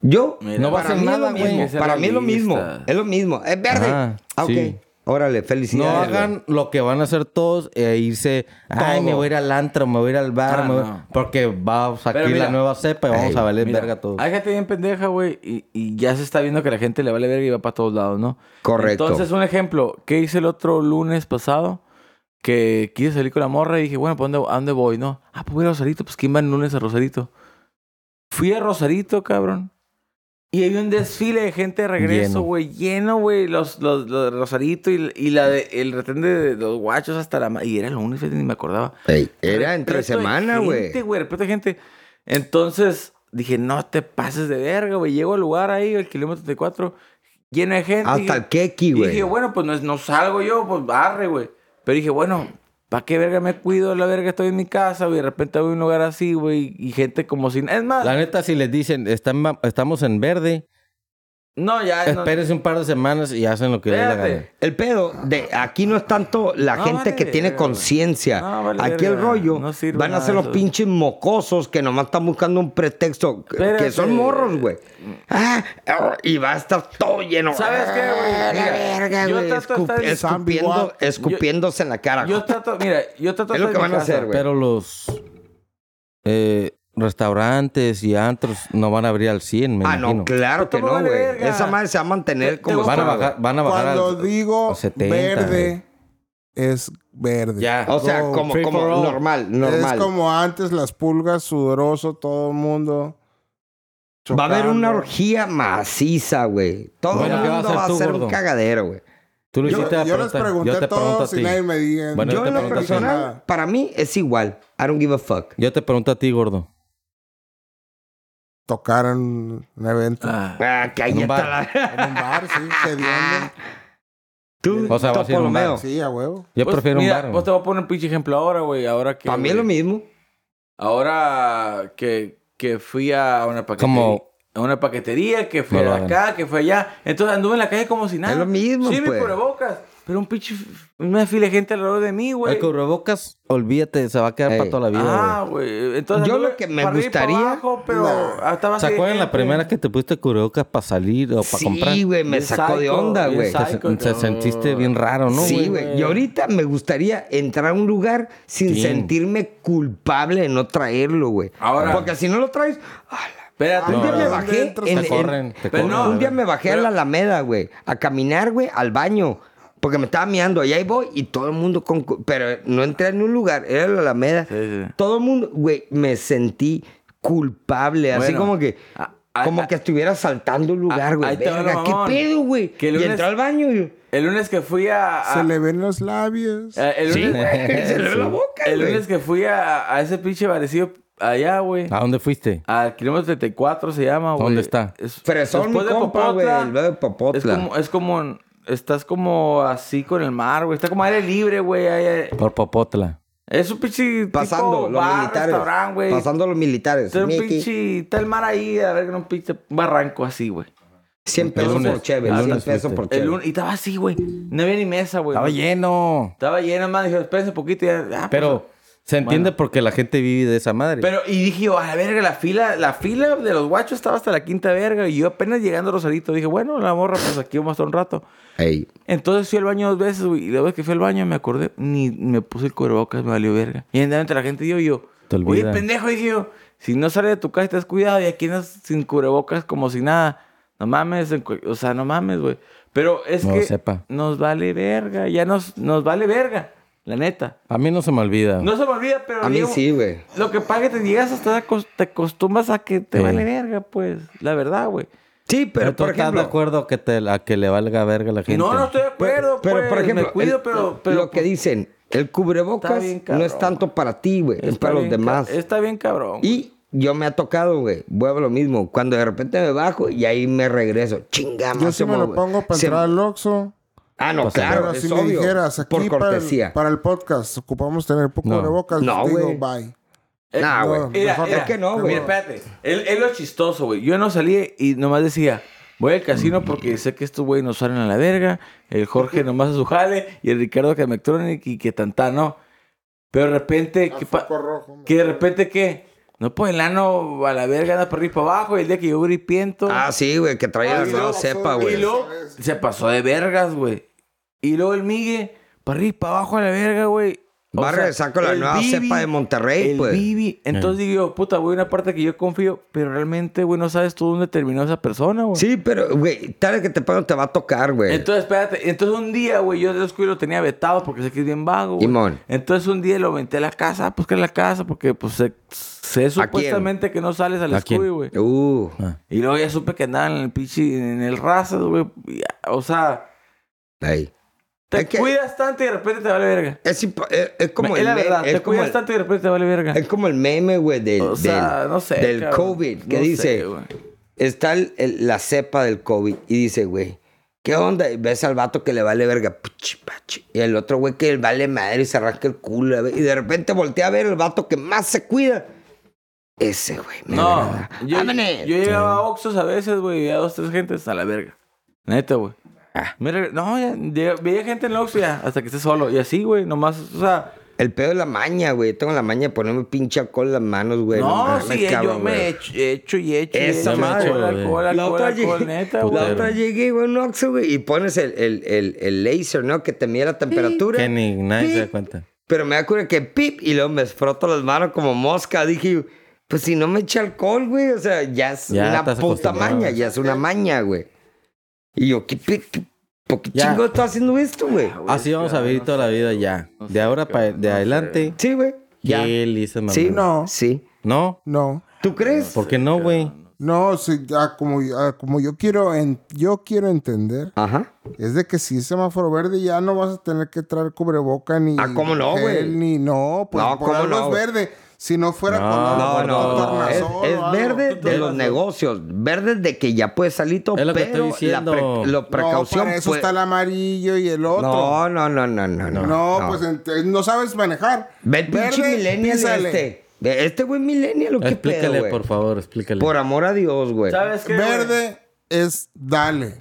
C: Yo,
B: Mira,
A: no va a
C: para
A: hacer
C: mí
A: nada,
C: es lo mismo.
A: güey.
B: Esa
C: Para
B: es la
C: mí es lo mismo.
B: lista.
C: Es lo mismo. Es verde.
A: Ajá,
C: ah, ok.
A: sí.
C: Órale,
A: No
C: felicidades. güey.
A: hagan lo que van a hacer todos e irse, ay,
C: Todo.
A: me voy a ir al antro, me voy a ir al bar,
B: Ah,
A: me voy-".
B: no.
A: porque va a
B: Pero
A: sacar
B: mira,
A: la nueva cepa y vamos
C: ey,
A: a valer
B: Mira,
A: verga todos.
B: Hay gente bien pendeja, güey, y, y ya se está viendo que la gente le vale verga y va para todos lados, ¿no?
C: Correcto.
B: Entonces, un ejemplo, ¿qué hice el otro lunes pasado? Que quise salir con la morra y dije, bueno, ¿para dónde, a dónde voy? No, ah, pues voy a Rosarito, pues ¿quién va el lunes a Rosarito? Fui a Rosarito, cabrón. Y había un desfile de gente de
A: Lleno.
B: regreso, güey, lleno, güey, los, los, los de Rosarito y, y la de, el retén de los guachos hasta la... ma- Y era el lunes, fíjate, ni me acordaba.
C: Ey, era entre
B: Repleto de
C: semana, güey.
B: gente, güey. Repleto de gente. Entonces dije, no te pases de verga, güey. Llego al lugar ahí, el kilómetro 34, lleno de gente.
C: Hasta el keki,
B: Y
C: güey.
B: dije, bueno, pues no, es- no salgo yo, pues barre, güey. Pero dije, bueno, ¿para qué verga me cuido? La verga estoy en mi casa, güey. De repente voy a un lugar así, güey. Y gente como sin. Es más,
A: La neta, si les dicen, "Están ma- estamos en verde,
B: no, ya. no-
A: espérense un par de semanas y hacen lo que les dé la
B: Espérate.
A: gana.
C: El pedo de aquí no es tanto la
B: No,
C: gente
B: Ah, vale
C: que tiene
B: verga, güey.
C: conciencia.
B: No, vale
C: aquí el
B: verga.
C: rollo
B: No sirve
C: van a
B: nada
C: ser los
B: eso.
C: pinches mocosos que nomás están buscando un pretexto que- que
B: Espérate.
C: son morros, güey. Ah, ah, y va a estar todo lleno.
B: ¿Sabes qué, güey?
C: Ah, La
B: Mira,
C: verga,
B: yo
C: güey.
B: trato de
C: escup-
B: estar en
C: escupiendo,
D: Zambiwa.
C: escupiéndose en la cara.
B: Yo trato, mira, yo trato de
C: Es lo
B: estar en
C: que
B: mi
C: van a
B: casa.
C: hacer, güey.
A: Pero los eh, restaurantes y antros no van a abrir al 100, me
C: Ah,
A: imagino.
C: no, claro que
B: Pero
C: no,
B: vale
C: güey.
B: verga.
C: Esa madre se va a mantener como.
A: Van a
C: está,
A: bajar, van a bajar al-
D: Cuando digo
A: a 70,
D: verde, es verde.
A: Ya.
C: güey. O sea,
D: Go,
C: como,
A: free
C: como
A: for all.
C: normal, normal.
D: Es como antes, las pulgas, sudoroso, todo el mundo.
C: Va a haber
D: chocando.
C: una orgía maciza, güey. Todo
A: Bueno,
C: el
A: ¿qué vas a
C: mundo
A: hacer
C: va a
A: tú,
C: ser
A: gordo?
C: un cagadero, güey.
A: Tú lo
D: Yo,
A: hiciste a
D: yo les
A: pregunta.
D: pregunté
A: yo
D: a
A: te pregunto a
D: todos
A: ti.
D: y nadie me diga.
A: Bueno,
C: Yo
A: te
C: en lo
A: pregunto a ti.
C: personal, para mí es igual. I don't give a fuck.
A: Yo te pregunto a ti, gordo.
D: Tocaron un evento.
B: Ah.
C: Ah, que ahí
A: En un
C: está
A: bar.
C: la...
D: En un bar, sí, sediando.
A: Ah.
C: Tú,
A: O sea, va a ser un bar.
C: Topolomeo.
D: Sí, a huevo.
A: Yo
B: Pues,
A: prefiero
B: mira,
A: un
B: Vos
A: bar. güey.
B: te voy a poner un pinche ejemplo ahora, güey. Ahora que.
C: Para mí es lo
B: güey,
C: mismo.
B: Ahora que, que fui a una paquetería.
A: Como-
B: A una paquetería, que fue
A: No lo
B: acá, que fue allá. Entonces anduve en la calle como si nada.
C: Es lo mismo,
B: Sí,
C: pues.
B: mi cubrebocas. Pero un pinche. Una fila de gente alrededor de mí, güey.
A: El cubrebocas, olvídate, se va a quedar
C: Ey.
A: para toda la vida.
B: Ah,
A: güey.
B: güey. Entonces
C: Yo lo
B: anduve
C: que me
B: para arriba y para
C: gustaría-
B: abajo, pero
D: Nah.
B: estaba
A: ¿Se
B: así de
A: acuerdan la
B: gente.
A: primera que te pusiste cubrebocas para salir o para comprar?
C: Sí, güey, me
B: Bien
C: sacó de
B: psycho,
C: onda,
B: bien
C: güey.
A: Te se-
B: Psycho,
A: te
B: no.
A: sentiste bien raro, ¿no?
C: sí, güey. Y ahorita me gustaría entrar a un lugar sin
A: Sí.
C: sentirme culpable de no traerlo, güey.
B: Ahora-
C: Porque si no lo traes. ah, la-
B: Espérate,
C: un día
D: no,
C: me
D: no.
C: bajé.
D: Dentro
C: en-
A: Te
D: se
C: en-
A: corren, te
B: pero
A: corren.
B: no,
A: la
C: un día
A: verdad.
C: me bajé a la Alameda, güey, a caminar, güey, al baño. Porque me estaba mirando, allá y voy, y todo el mundo con... cu- Pero no entré en un lugar, era la Alameda.
B: Sí, sí.
C: Todo el mundo, güey, me sentí culpable, así
B: Bueno,
C: como que...
B: a- a-
C: como
B: a-
C: que estuviera saltando un
B: a-
C: lugar, güey.
B: ahí te va lo
C: Verga, ¿Qué
B: mamón.
C: pedo, güey?
B: Que
C: Y
B: el lunes-
C: entré al baño y...
B: El lunes que fui a. a-
D: Se le ven los labios.
A: Ah,
B: a- el
C: Sí,
B: lunes-
C: güey, se le ve la boca,
B: El
C: güey.
B: lunes que fui a, a ese pinche barecillo allá, güey.
A: ¿A dónde fuiste?
B: Al kilómetro 34 se llama, güey.
A: ¿Dónde está?
B: Es,
C: Fresón, mi
B: después de
C: compa, güey.
B: Popotla,
C: El de Popotla.
B: Es como, es como, en- estás como así con el mar, güey. Está como aire libre, güey. ahí, ahí.
A: Por Popotla.
B: Es un pinche
C: pasando
B: tipo
C: los
B: bar,
C: militares.
B: restaurante, güey.
C: Pasando los militares.
B: Está un
C: Mickey,
B: pinche, está el mar ahí, a ver, un pinche barranco así, güey.
C: 100 pesos
A: lunes,
C: por cheve.
A: el
C: 100
A: lunes
C: pesos
A: fuiste.
C: por
B: El
C: cheve.
B: lunes- y estaba así, güey. No había ni mesa, güey. Ah,
A: Estaba lleno.
B: Estaba lleno, más. Dije, espérense un poquito. y ya, ah,
A: Pero se entiende porque la gente vive de esa madre.
B: Pero, y dije, yo, a la verga, la fila, la fila de los guachos estaba hasta la quinta verga. Y yo apenas llegando a Rosarito, dije, bueno, la morra, pues aquí vamos a estar un rato.
C: Ey.
B: Entonces fui al baño dos veces, güey. Y la vez que fui al baño me acordé, ni me puse el cubrebocas, me valió verga. Y andaba entre la gente y yo, y yo,
A: Te
B: oye,
A: olvida.
B: pendejo, dije yo, si no sales de tu casa y te has cuidado y aquí andas sin cubrebocas como si nada. No mames, en cu- o sea, no mames, güey. Pero es
A: No,
B: que
A: sepa.
B: nos vale verga, ya nos, nos vale verga, la neta.
A: a mí no se me olvida.
B: No se me olvida, pero
C: A mí
B: digo,
C: sí, güey.
B: Lo que pasa es que te llegas hasta acos- te acostumbras a que te
A: Sí.
B: vale verga, pues, la verdad, güey.
C: Sí, pero
A: Pero tú
C: por
A: estás de
C: ejemplo.
A: acuerdo que te, a que le valga verga a la gente.
B: No, no estoy de acuerdo,
C: pero,
B: pues,
C: por ejemplo,
B: me cuido,
C: el-
B: pero, pero pues
C: lo que dicen, el cubrebocas
B: Está bien,
C: no es
B: cabrón.
C: tanto para ti, güey, es
B: Está
C: para los
B: bien ca-
C: demás.
B: Está bien cabrón. güey.
C: Y yo me ha tocado, güey, vuelvo a lo mismo, cuando de repente me bajo y ahí me regreso. Chingamos.
D: Yo sí me lo pongo para entrar al Oxxo.
C: Ah, no,
A: Pues,
C: claro,
D: Pero
C: es
D: si me
C: obvio.
D: dijeras aquí
C: por
D: para,
C: cortesía.
D: el, para el podcast, ocupamos tener poco
A: No.
D: de bocas,
C: No,
D: digo,
C: güey.
D: bye.
B: Eh,
C: Nah,
D: no,
C: güey.
B: Mira,
D: mejor
B: mira,
C: es que no, güey.
B: Mira, espérate. Él, él lo chistoso, güey. Yo no salí y nomás decía, voy al casino porque sé que estos güeyes nos salen a la verga. El Jorge nomás a su jale y el Ricardo que me electronic y que tanta, ¿no? Pero de repente, ¿qué pa-
D: Foco rojo, me-
B: que de repente, ¿qué? No, pues el ano a la verga anda para arriba y para abajo. Y el día que yo gripiento,
C: Ah, sí, güey, que traía
D: Ah,
C: la
D: y
C: nueva
D: luego-
C: cepa,
D: y
C: güey.
D: luego-
B: se pasó de vergas, güey. Y luego el Migue, para arriba y para abajo a la verga, güey. O
C: Va a
B: sea,
C: regresar con la
B: el
C: nueva
B: Bibi-
C: cepa de Monterrey,
B: el
C: pues.
B: Bibi. Entonces
A: Eh.
B: digo, yo, puta, güey, una parte que yo confío, pero realmente, güey, no sabes tú dónde terminó esa persona, güey.
C: Sí, pero, güey, tarde que te pago te va a tocar, güey.
B: Entonces, espérate, entonces un día, güey, yo de oscuro lo tenía vetado porque sé que es bien vago, güey.
C: Simón.
B: Entonces un día lo venté a la casa, ah, pues que a la casa, porque pues sé, sé supuestamente que no sales al
A: ¿A quién?
B: Scooby, güey.
C: Uh,
B: Y luego ya supe que andaban en el pinche, en el Razas, güey. y ya, O sea,
C: ahí.
B: te
C: Es que-
B: cuidas tanto y de repente te vale verga.
C: Es, imp- es- es como
B: es
C: el
B: la
C: me-
B: verdad,
C: es
B: te
C: como
B: cuidas
C: el-
B: tanto y de repente te vale verga.
C: Es como el meme, güey, del,
B: O sea,
C: del-
B: no sé.
C: del
B: cabrón.
C: COVID, que
B: No
C: dice,
B: sé, güey.
C: está el- el- la cepa del COVID y dice, güey, ¿qué onda? Y ves al vato que le vale verga, pichi, pachi. y el otro güey que le vale madre y se arranca el culo, a ver, y de repente voltea a ver el vato que más se cuida. Ese, güey, me
B: No,
C: agrada.
B: yo,
C: Ámane.
B: yo llegaba a Oxxos a veces, güey, y a dos, tres gentes a la verga. Neta, güey.
C: Ah.
B: Me regre- No, ya, llega- veía gente en el Oxxo ya, hasta que esté solo. Y así, güey, nomás, o sea...
C: El pedo de la maña, güey. Tengo la maña de ponerme pinche alcohol en las manos, güey.
B: no,
C: mames,
B: sí, eh, yo
C: cabrón,
B: me
C: güey.
B: he hecho, he hecho y he hecho. y he
C: Esa
B: hecho,
C: madre,
B: alcohol,
A: güey.
B: alcohol,
C: La otra,
B: alcohol, alcohol,
C: llegué,
B: neta,
C: la
B: güey.
C: otra llegué, güey, a un Oxxo, güey, y pones el, el, el, el laser, ¿no? Que te mide la temperatura.
A: Que ni nadie se da
C: Pip.
A: cuenta.
C: Pero me da cura que pip, y luego me froto las manos como mosca. Dije, Pues si no me echa alcohol, güey, o sea, ya es
A: Ya
C: una
A: estás
C: puta
A: acostumbrado.
C: maña, ya es una maña, güey. Y yo, ¿qué, pe- qué- por qué
A: Ya.
C: chingo está haciendo esto, güey?
A: Así vamos a vivir toda la vida ya.
B: No
A: De
B: sé,
A: ahora para
B: cabrón,
A: de
B: no sé.
A: adelante.
C: Sí, güey. Ya.
A: ¿Qué le hice, mamá?
C: Sí,
D: No.
C: Sí.
A: ¿No?
D: No.
C: ¿Tú crees?
A: ¿Por qué no, güey?
D: No, sí, ah, como, ah, como yo quiero en- yo quiero entender,
C: Ajá.
D: es de que si es semáforo verde ya no vas a tener que traer cubreboca ni.
C: Ah, ¿cómo no,
D: gel,
C: güey?
D: Ni no, pues
C: No,
D: por
C: ¿cómo
D: algo
C: no,
D: es
C: güey?
D: verde. Si no fuera
A: No,
D: con pues,
C: No,
A: Por
C: no,
A: todo,
C: no. Es,
D: tornasol
C: es
D: o algo.
C: verde
A: Tú te
C: de
A: vas
C: los
A: a-
C: negocios, verde de que ya puedes salir todo,
A: Es lo que
C: pero
A: estoy diciendo.
C: la pre- lo precaución
D: no, para eso
C: puede-
D: está el amarillo y el otro.
C: no, no, no, no, no, no.
D: No, pues ent- no sabes manejar.
C: Ve el pinche
D: Verde,
C: millennial
D: písale.
C: este. De Este güey millennial, ¿o qué pedo,
A: Explícale,
C: güey?
A: por favor, explícale.
C: Por amor a Dios, güey.
B: ¿Sabes qué? güey?
D: Verde es dale.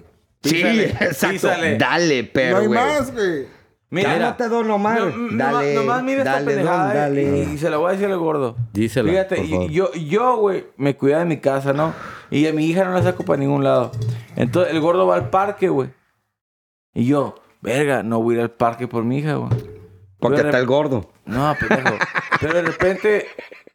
C: Sí,
B: Písale,
C: exacto.
B: písale.
C: Dale, pero,
D: no hay
C: güey.
D: más, güey.
B: Mira,
C: Ya no te doy nomás.
B: No, no,
C: dale,
B: nomás mira esta
C: dale,
B: pendejada
C: don,
B: y-
C: dale.
B: Y, se la voy a decir al gordo.
A: Dísela,
B: Fíjate,
A: por
B: y-
A: favor.
B: yo, yo, güey, me cuidaba de mi casa, ¿no? Y a mi hija no la saco para ningún lado. Entonces el gordo va al parque, güey. Y yo, verga, no voy a ir al parque por mi hija, güey. Pero
C: Porque
B: de
C: está el gordo.
B: no, pendejo. Pero de repente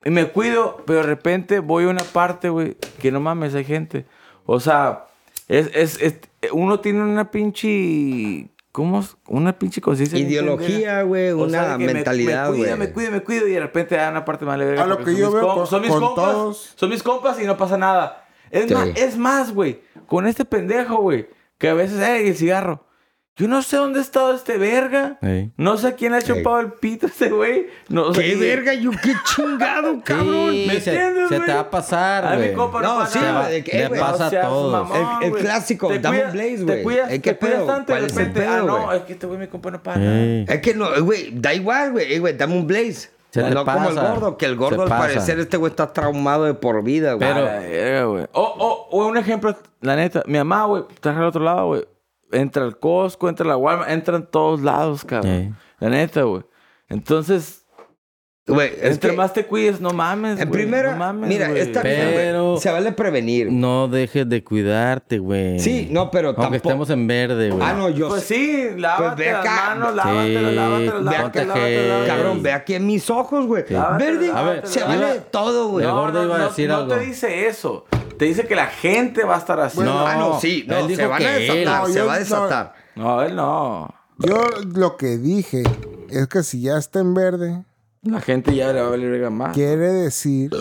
B: me cuido, pero de repente voy a una parte, güey, que no mames, hay gente. O sea, es, es, es- uno tiene una pinche. ¿Cómo? es? Una pinche conciencia. bien
C: Ideología, güey,
B: pendeja. O sea,
C: una
B: de que me-
C: mentalidad,
B: Me,
C: güey.
B: cuido, me cuido, me cuido, y de repente hay una parte más leve.
D: A lo
B: porque
D: que yo
B: mis
D: veo
B: com-
D: con-
B: son mis
D: con
B: compas.
D: todos.
B: Son mis compas y no pasa nada. Es
C: Sí.
B: más, es más, güey, con este pendejo, güey, que a veces, ¡eh, el cigarro! Yo no sé dónde ha estado este verga.
A: Ey.
B: No sé a quién le ha chupado el pito a ese güey. No, sé.
C: ¡Qué verga, yo qué chingado, cabrón!
A: Sí,
B: ¿me
A: se,
B: entiendes,
A: se
B: güey?
A: te va a
B: A
A: pasar,
B: mi
A: güey.
B: compa
C: No,
B: pasa
C: sí,
B: nada.
C: güey, de que, eh,
A: Le
C: güey,
A: pasa
B: no
A: a
B: seas
A: todos.
B: mamón,
C: El- el
B: güey.
C: clásico,
B: Te
C: Double
B: cuidas-
C: Blaze,
B: Te
C: güey.
B: cuidas,
C: Eh, ¿qué
B: te cuidas
C: pedo?
B: tanto y
C: ¿Cuál
B: de
C: es el
B: repente, ah,
C: pedo,
B: no,
C: güey?
B: es que este güey mi compa no para.
A: Ey.
C: Es que no, eh, güey, da igual, güey. Eh, güey, dame un blaze.
A: Se te
C: no como el
A: pasa.
C: gordo, que el
A: Se
C: gordo al
A: pasa.
C: parecer este güey está traumado de por vida, güey.
A: Pero-
B: A la verga, güey. O, o, o un ejemplo, la neta, mi mamá, güey, traje al otro lado, güey. Entra el Costco, entra la Walmart, entra en todos lados, cabrón.
A: Ey.
B: La neta, güey. Entonces,
C: Güey, es
B: entre
C: que-
B: más te cuides, no mames,
C: En
B: güey,
C: primera,
B: no mames,
C: mira,
B: güey.
C: esta vida, güey,
A: Pero-
C: se vale prevenir.
A: No dejes de cuidarte, güey.
C: Sí, no, pero
A: Aunque
C: tampoco-
A: estemos en verde, güey.
C: Ah, no, yo
B: Pues
C: sé.
B: sí, lávate
C: ve
B: las
C: acá.
B: manos, lávatelo,
A: Sí,
B: lávatelo,
A: ve
B: lávatelo,
A: acá,
B: lávatelo, lávatelo.
C: Cabrón, ve aquí en mis ojos, güey. Verde,
A: A ver,
C: se
A: iba-
C: vale todo, güey.
A: El No, gordo iba a decir
B: no
A: algo.
B: te dice eso. Te dice que la gente va a estar así.
A: No,
C: ah, no, sí, no,
A: él dijo
C: se van a
A: que él.
C: desatar,
D: No,
C: se
D: yo
C: va a
D: no-
C: desatar.
B: No, él no.
D: Yo lo que dije es que si ya está en verde,
B: La gente ya le va a valer verga más.
D: quiere decir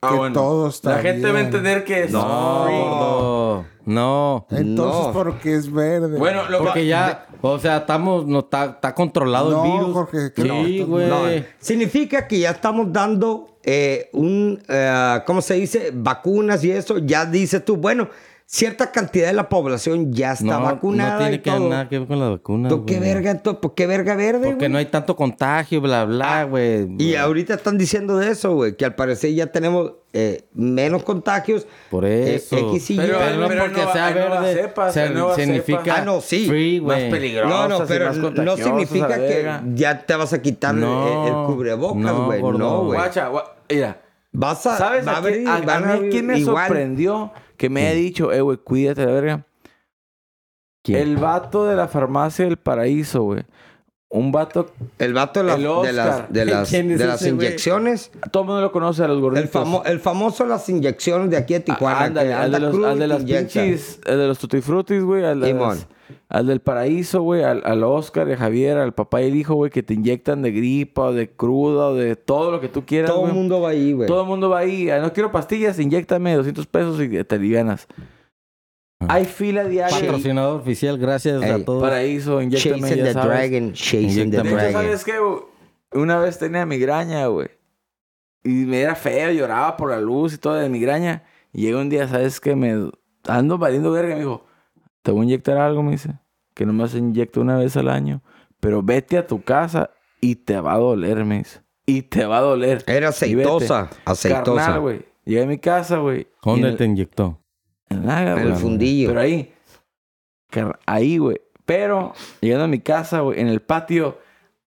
B: Ah,
D: que
B: bueno.
D: todo está
B: La gente va a
D: bien.
B: entender que es
A: No, gordo. No.
D: Entonces,
C: No.
D: porque es verde?
B: Bueno, lo
A: Porque
B: que
A: ya, o sea, estamos, no está, está controlado
D: No,
A: el virus.
D: Jorge, que no,
A: sí,
D: tú-
A: güey.
C: No, significa que ya estamos dando eh, un, eh, ¿cómo se dice? Vacunas y eso. Ya dices tú, bueno, cierta cantidad de la población ya está
A: No,
C: vacunada.
A: no tiene
C: y
A: que
C: todo.
A: nada que ver con la vacuna.
C: ¿Tú qué
A: güey.
C: verga, entonces? ¿Por qué verga verde,
A: Porque
C: güey? Ah,
A: no hay tanto contagio, bla, bla, güey.
C: Y ahorita están diciendo de eso, güey, que al parecer ya tenemos eh, menos contagios.
A: Por
C: eh,
A: eso.
C: X y Y.
A: pero,
B: Pero
A: no
B: hay
A: porque
B: nueva-
A: sea
B: hay nuevas
A: verde.
B: cepas,
A: se-
B: hay nuevas
A: significa
B: cepas.
C: Ah, no, sí.
A: free,
B: más
A: güey.
B: peligroso.
C: No, no, pero no significa que ya te vas a quitar el-
A: No,
C: el, el cubrebocas,
A: no,
C: güey.
A: gordo.
C: No, güey.
B: Guacha, gua- mira.
C: Vas a.
B: ¿Sabes
C: va
B: a, quién-
C: abrir-
B: a-
C: van
B: a mí
C: abrir
B: quién me
C: igual.
B: sorprendió? Que me ha dicho, eh, güey, cuídate de la verga.
A: ¿Quién?
B: El vato de la farmacia del paraíso, güey. Un vato,
C: El vato de las,
B: El
C: de las,
B: Oscar.
C: de las,
A: ¿Quién es
C: de las
A: ese, güey?
C: inyecciones.
B: todo el mundo lo conoce a los gorditos.
C: El, famo- el famoso las inyecciones de aquí de Tijuana.
B: Ah, ándale,
C: que
B: al de
C: anda
B: los,
C: crudo
B: al de
C: y
B: las
C: te inyecta.
B: pinches, al de los Tutti Frutis, güey, al, de
C: Simón.
B: las- al del Paraíso, güey, al, al Oscar, a Javier, al papá y el hijo, güey, que te inyectan de gripa, o de cruda, o de todo lo que tú quieras,
C: Todo
B: güey.
C: el mundo va ahí, güey.
B: Todo el mundo va ahí, "Ah, no quiero pastillas, inyectame 200 pesos y te alivianas.
C: Ah.
B: Hay fila diaria.
A: Patrocinador oficial, gracias
C: Ey,
A: a todos.
B: Paraíso, inyectame,
C: Chasing
B: ya
C: the
B: sabes.
C: Dragon, Chasing the
A: Inyectame.
B: De hecho,
C: Dragon.
B: ¿sabes qué? güey? Una vez tenía migraña, güey. Y me era feo, lloraba por la luz y todo de migraña. Y llega un día, ¿sabes qué? Me ando valiendo verga. y Me dijo, te voy a inyectar algo, me dice. Que nomás se inyecta una vez al año. Pero vete a tu casa y te va a doler, me dice. Y te va a doler. Y
C: Era
B: vete.
C: aceitosa, aceitosa.
B: Carnal, güey. Llegué a mi casa, güey. y
A: ¿Dónde
B: en-
A: te inyectó?
C: Eh,
B: en Naga,
C: En
B: güey.
C: el fundillo.
B: Pero ahí. car- Ahí, güey. Pero, llegando a mi casa, güey, en el patio.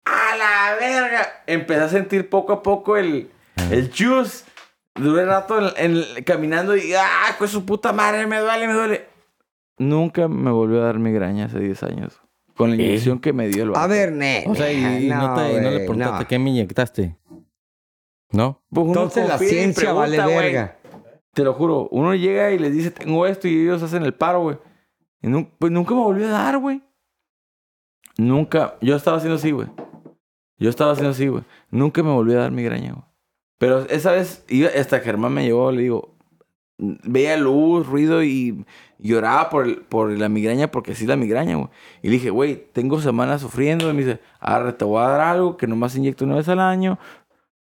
B: ¡A la verga! Empecé a sentir poco a poco el, el juice. Duré rato en- en- caminando y ¡ah! Pues su puta madre, me duele, me duele. Nunca me volvió a dar migraña hace 10 años. Con la inyección que me dio el vato.
C: Eh. A ver, ne.
A: O sea, y, y no,
C: no,
A: te, y no le
C: güey,
A: preguntaste
C: no.
A: qué me inyectaste. ¿No?
B: Pues uno
C: Entonces la
B: confía y
C: ciencia
B: pregunta,
C: vale
B: güey.
C: verga.
B: Te lo juro. Uno llega y les dice, tengo esto, y ellos hacen el paro, güey. Y nun- pues nunca me volvió a dar, güey. Nunca. Yo estaba haciendo así, güey. Yo estaba haciendo así, güey. Nunca me volvió a dar migraña, güey. Pero esa vez, iba, hasta Germán me llevó, le digo, veía luz, ruido y lloraba por, el- por la migraña porque sí la migraña, güey. Y le dije, güey, tengo semanas sufriendo. Y me dice, arre, te voy a dar algo que nomás inyecto una vez al año.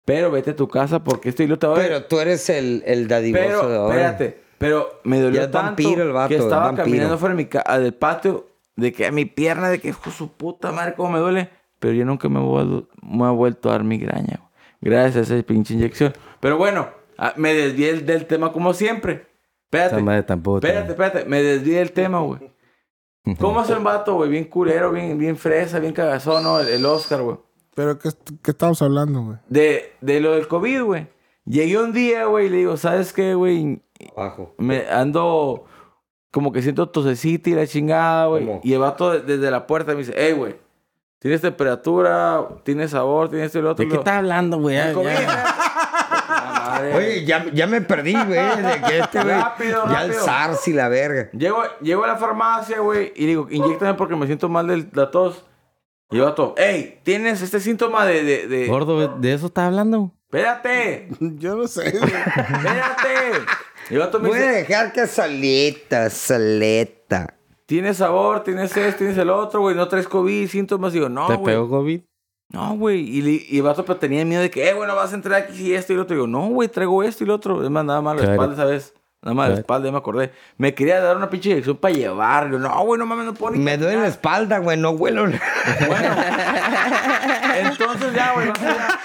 B: Pero vete a tu casa porque esto y lo te va a dar".
C: Pero tú eres el, el dadivoso de
B: Pero,
C: ahora.
B: espérate, pero me dolió
C: Ya es
B: tanto
C: vampiro el vato,
B: que
C: es
B: estaba
C: vampiro.
B: caminando fuera de mi ca- ah, del patio, de que a mi pierna, de que "Hijo de su puta madre, cómo me duele. Pero yo nunca me, he vuel- me ha vuelto a dar migraña, güey. gracias a esa pinche inyección. Pero bueno, ah, me desvié del- del tema como siempre.
A: Esa
B: Espérate,
A: madre tampoco. te-
B: espérate, espérate, me desvié del tema, güey. ¿Cómo hace un vato, güey? Bien culero, bien, bien fresa, bien cagazón, ¿no? El, el Oscar, güey.
D: Pero ¿qué, qué estamos hablando, güey?
B: De, de lo del COVID, güey. Llegué un día, güey, y le digo, ¿sabes qué, güey?
C: Abajo.
B: me ando como que siento tosecita y la chingada, güey.
C: ¿Cómo?
B: Y el vato de- desde la puerta me dice, hey, güey, tienes temperatura, tienes sabor, tienes esto y "Ah, lo otro.
A: ¿De qué estás hablando, güey? Ya, ya.
C: Oye, ya, ya me perdí, güey. De que este, güey.
B: Rápido,
C: Ya el
B: rápido.
C: SARS y la verga.
B: Llego, llego a la farmacia, güey, y digo, inyectame porque me siento mal de la tos. Y el vato, hey, tienes este síntoma de... de, de-
A: Gordo, güey, ¿de eso estás hablando?
B: Espérate,
D: Yo no sé, güey.
B: espérate. Y el vato me
C: Voy a
B: dice,
C: dejar que saleta, saleta.
B: tienes sabor, tienes esto, tienes el otro, güey, no traes COVID, síntomas. Digo, no,
A: ¿Te
B: güey.
A: pegó COVID?
B: No, güey. Y, li- y el vato pero tenía miedo de que, eh, bueno, vas a entrar aquí y esto y lo otro. Digo, no, güey, traigo esto y lo otro. Es más, nada más la
A: Claro.
B: espalda, ¿sabes? Nada más la
A: Claro.
B: espalda, ya me acordé. Me quería dar una pinche dirección para llevarlo. No, güey, no mames, no pone.
C: Me duele la espalda, güey. No huelo. nada.
B: Entonces ya, güey, más allá.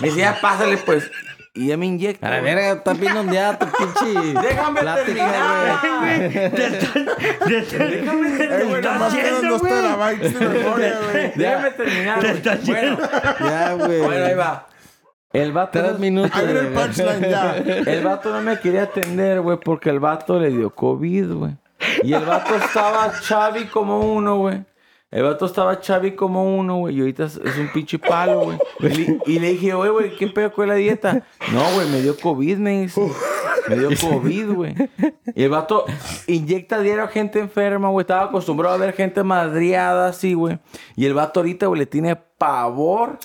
B: Me decía, pásale, pues. Y ya me inyecta.
A: A la
B: güey.
A: verga, estás bien ondeada tu pinche.
B: Déjame terminar, güey. Déjame
D: Nada más
B: terminar.
D: quedan dos terabytes de memoria, güey.
B: Déjame terminar. güey. Bueno,
A: Ya, güey.
B: bueno, ahí va. El vato.
A: Tres minutos.
D: Ahí viene el
A: güey.
D: punchline ya.
B: El vato no me quería atender, güey, porque el vato le dio COVID, güey. Y el vato estaba chavi como uno, güey. El vato estaba chavi como uno, güey. Y ahorita es es un pinche palo, güey. Y, le- y le dije, güey, güey, ¿qué pedo con la dieta? No, güey, me dio COVID, me dice. Me dio COVID, güey. Y el vato inyecta diario a gente enferma, güey. Estaba acostumbrado a ver gente madriada así, güey. Y el vato ahorita, güey, le tiene pavor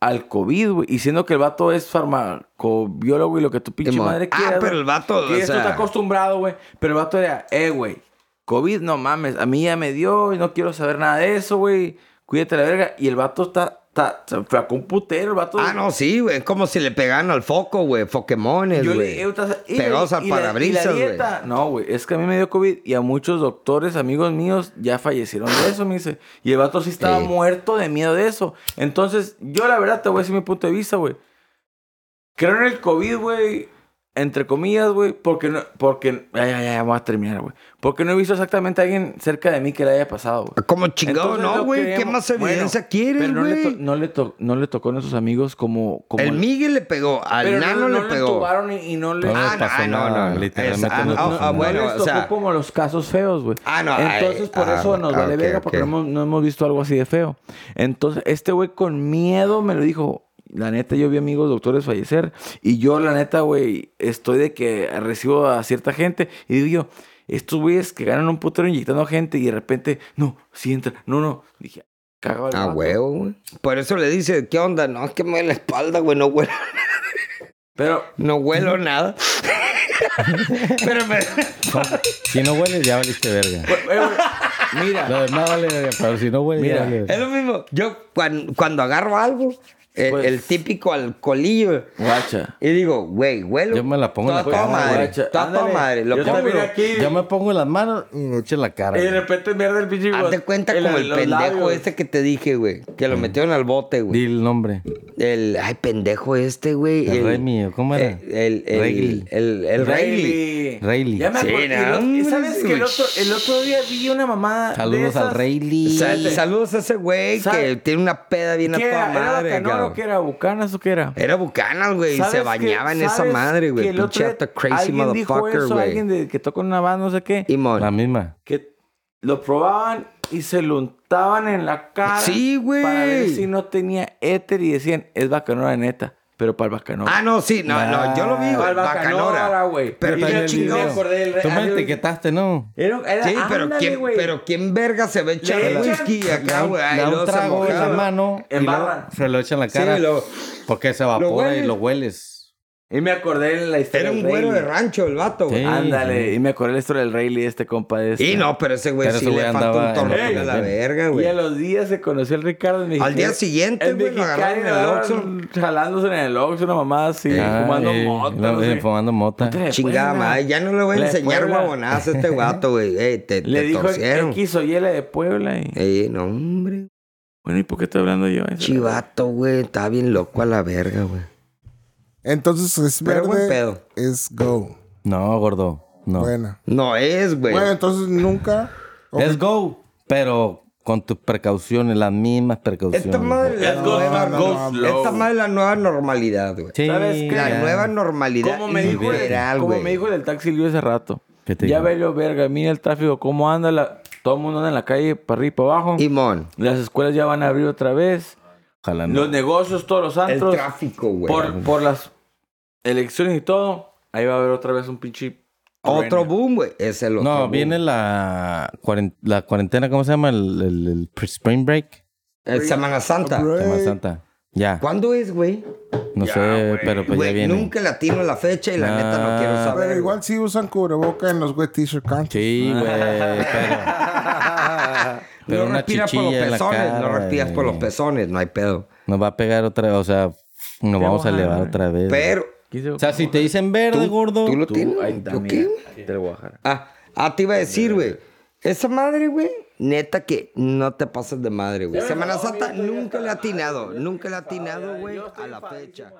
B: al COVID, güey. Y siendo que el vato es farmacobiólogo y lo que tu pinche
C: Simón.
B: madre
C: Ah,
B: quiera.
C: pero
B: güey.
C: el vato,
B: Que
C: o
B: esto
C: sea-
B: está acostumbrado, güey. Pero el vato era, eh, güey, COVID no mames. A mí ya me dio y no quiero saber nada de eso, güey. Cuídate la verga. Y el vato está, está, se enflacó un putero, el vato.
C: Ah, no, sí, güey. Es como si le pegaran al foco, güey. Foquemones,
B: Yo
C: güey.
B: le- eh, otras- y-
C: Pegados
B: y
C: al
B: la- y la
C: parabrisas, güey.
B: dieta. No, güey, es que a mí me dio COVID y a muchos doctores, amigos míos, ya fallecieron de eso, me dice. Y el vato sí estaba
C: Sí.
B: muerto de miedo de eso. Entonces, yo la verdad te voy a decir mi punto de vista, güey. Creo en el COVID, güey, entre comillas, güey, porque no, porque, ya, ya, ya, vamos a terminar, güey. Porque no he visto exactamente a alguien cerca de mí que le haya pasado, güey.
C: Como chingado,
B: Entonces,
C: no, güey. ¿Qué
B: creemos.
C: más
B: Bueno,
C: evidencia quieres,
B: Pero no le,
C: güey?
B: to- no, le to- no le tocó a sus amigos como... como
C: el Miguel le pegó, al
B: pero no-
C: Nano
B: no
C: le pegó.
B: entubaron y, y no le...
A: No le
C: Ah, no,
A: pasó
C: ah, no,
A: nada,
C: no, no.
A: Literalmente
C: Esa- ah,
A: no
C: no,
A: pasó
C: ah,
A: nada.
C: bueno.
B: no les
C: o
B: tocó
C: sea-
B: como los casos feos, güey.
C: Ah, no, ay,
B: Entonces, por
C: ah,
B: eso nos
C: ah,
B: vale
C: ok,
B: verga, porque
C: ok.
B: no hemos, no hemos visto algo así de feo. Entonces, este güey con miedo me lo dijo. La neta, yo vi amigos doctores fallecer. Y yo, la neta, güey, estoy de que recibo a cierta gente. Y digo yo, estos güeyes que ganan un putero inyectando gente y de repente, no, sí entra, no, no. Dije, cagado. el
C: Ah,
B: vato.
C: huevo, güey. Por eso le dice, ¿qué onda? No, es que me duele la espalda, güey. No huelo,
B: Pero
C: no huelo nada. pero me...
A: Si no hueles, ya valiste verga.
B: Eh, güey, Mira,
A: Lo demás vale verga, pero si no hueles,
B: Mira,
A: ya vale verga.
C: Es lo mismo. Yo cuan- cuando agarro algo, el,
B: Pues-
C: el típico alcoholillo,
B: guacha.
C: y digo, güey, huelo.
A: Yo me la pongo en la
C: Toda- toda
A: cara,
C: madre,
B: guacha.
C: toda- toda
B: Ándale.
C: madre,
B: Yo
C: lo
B: también
C: pongo.
B: aquí.
A: Yo me pongo en las manos y me echo en la cara.
B: Y de
A: güey.
B: repente pierde el pinche
C: Haz de cuenta como el pendejo este que te dije, güey. Que lo metieron al bote, güey.
A: Mm. Di el nombre.
C: El, ay, pendejo este, güey. eh,
A: El Remy, ¿o cómo era?
C: El, el, el,
A: Reilly.
C: el, el Reilly.
B: Rayleigh.
A: Reilly.
B: Ya me
C: Sí,
B: acordé.
C: no,
B: Y lo- y
C: hombre,
B: ¿Sabes que el
C: güey.
B: otro, el otro día vi una mamada. de
A: Saludos
B: esas
A: al Rayleigh.
C: Sal- saludos a ese güey que
B: Sabe-
C: tiene una peda bien a
B: ¿Qué
C: toda
B: era? ¿Era
C: madre,
B: Bacanoro?
C: cabrón.
B: ¿Qué era? ¿Bucanas o qué era?
C: Era bucanas, güey. Y se
B: ¿Sabes
C: bañaba
B: que-
C: en esa
B: sabes
C: madre, güey.
B: que el otro
C: Pinche
B: día
C: hasta crazy
B: alguien dijo
C: motherfucker,
B: eso,
C: güey.
B: Alguien de, que toca una banda, no sé qué.
C: Y mon.
A: La misma.
B: Que lo probaban y se lo untaban en la cara.
C: Sí, güey.
B: Para ver si no tenía éter y decían, es bacanora neta. pero para el bacanora.
C: Ah, no, sí, no, no, yo lo vi, güey.
B: Al Bacanora,
C: Bacanora,
B: güey.
C: Pero
B: Y
C: también
B: me
C: chingados.
B: acordé del-
A: Tú me
B: al-
A: etiquetaste, ¿no?
B: Era, era-
C: Sí, pero,
B: Ah, ándale,
C: ¿quién,
B: güey.
C: pero ¿quién verga se va a echar
B: Le echan-
C: whisky acá, güey? Ay,
A: Le da
C: luego
A: un
C: se
A: trago en la
C: mojaba.
A: mano y luego
B: Embarran.
A: se lo echan en la
C: Sí,
A: cara.
C: lo-
A: porque se evapora
C: hueles.
A: y lo hueles.
B: Y me acordé de la historia
C: Era un
B: del
C: güero de
B: Rayleigh.
C: rancho el vato, güey.
A: Sí.
B: Ándale, y me acordé la historia del Rayleigh, este compa de este.
C: Y no, pero ese güey
A: Pero
C: sí
A: ese
C: le
A: güey
C: falta
A: andaba
C: un
A: en
C: tornillo
B: la
C: a la
A: bien.
C: verga,
B: Y
C: güey.
B: a los días se conoció el Ricardo en Mexicali.
C: Al día siguiente,
B: En
C: güey, lo
B: Mexicali,
C: agarraron en el
B: lo
C: Oxxo.
B: agarraron Jalándose en el Oxxo, una mamá así,
A: Ah,
B: fumando
A: eh,
B: mota.
A: la-
B: no sé.
A: eh, fumando mota.
B: Puta de
C: Chingada
B: Puebla.
C: madre, ya no le voy a
B: La de
C: enseñar
B: Puebla.
C: guabonadas a este vato, güey. Ey, te,
B: Le
C: te
B: dijo
C: torcieron. Eh.
B: X o Y la de Puebla. y-
C: Ey, no, hombre.
B: Bueno, ¿y por qué estoy hablando yo? Eso-
C: Chivato, güey. Está bien loco a la verga, güey.
D: Entonces es
C: Pero buen
D: verde.
C: pedo.
D: Es go.
A: No, gordo. No.
D: Bueno.
C: No es, güey.
D: Bueno, entonces nunca. ok,
A: Let's go. Pero con tus precauciones, las mismas precauciones.
C: Esta madre es la
B: Let's go,
C: nueva,
B: go slow.
C: Esta madre es la nueva normalidad, güey.
A: Sí,
B: ¿Sabes qué?
A: ya.
C: La nueva normalidad
B: Como me dijo, el-
C: liberal,
B: como
C: güey.
B: me dijo el del taxi libre hace rato.
A: ¿Qué te
B: Ya
A: dijo?
B: velo, verga, mira el tráfico, cómo anda la... Todo el mundo anda en la calle, para arriba y para abajo.
C: Imón.
B: Las escuelas ya van a abrir otra vez.
A: Ojalá no.
B: Los negocios, todos los
C: El
B: antros.
C: tráfico, güey.
B: Por, por las elecciones y todo, ahí va a haber otra vez un pinche...
C: Otro
B: trueno.
C: boom, güey. Es el otro
A: no,
C: boom.
A: viene la, cuaren- la cuarentena, ¿cómo se llama? El, el- el pre- Spring Break.
C: Eh, Semana Santa.
D: Break.
A: Semana Santa. Ya.
C: ¿Cuándo es, güey?
A: No sé, pero pues ya
C: Güey,
A: viene.
C: nunca latino la fecha y la
A: Ah,
C: neta no quiero saber.
D: Pero
C: güey.
D: igual sí usan cubreboca en los güey t-shirt country.
A: Sí, güey. Pero, pero
C: no
A: una
C: respiras por los
A: chichilla en la
C: pezones,
A: cara.
C: no respiras por los
A: güey.
C: pezones, no hay pedo.
A: Nos va a pegar otra vez, o sea, nos vamos a
B: bajar,
A: elevar
B: güey.
A: otra vez.
C: Pero,
B: Quise-
A: O sea, si te dicen verde, gordo.
C: ¿tú lo
B: Tú,
C: tienes?
B: ahí está,
C: ¿Yo
B: mira,
C: qué?
B: Del Guadalajara.
C: Ah, ah, te iba a decir, güey. Esa madre, güey, neta que no te pases de madre, güey. Semana Santa nunca le ha atinado, nunca le ha atinado, güey, a la fecha.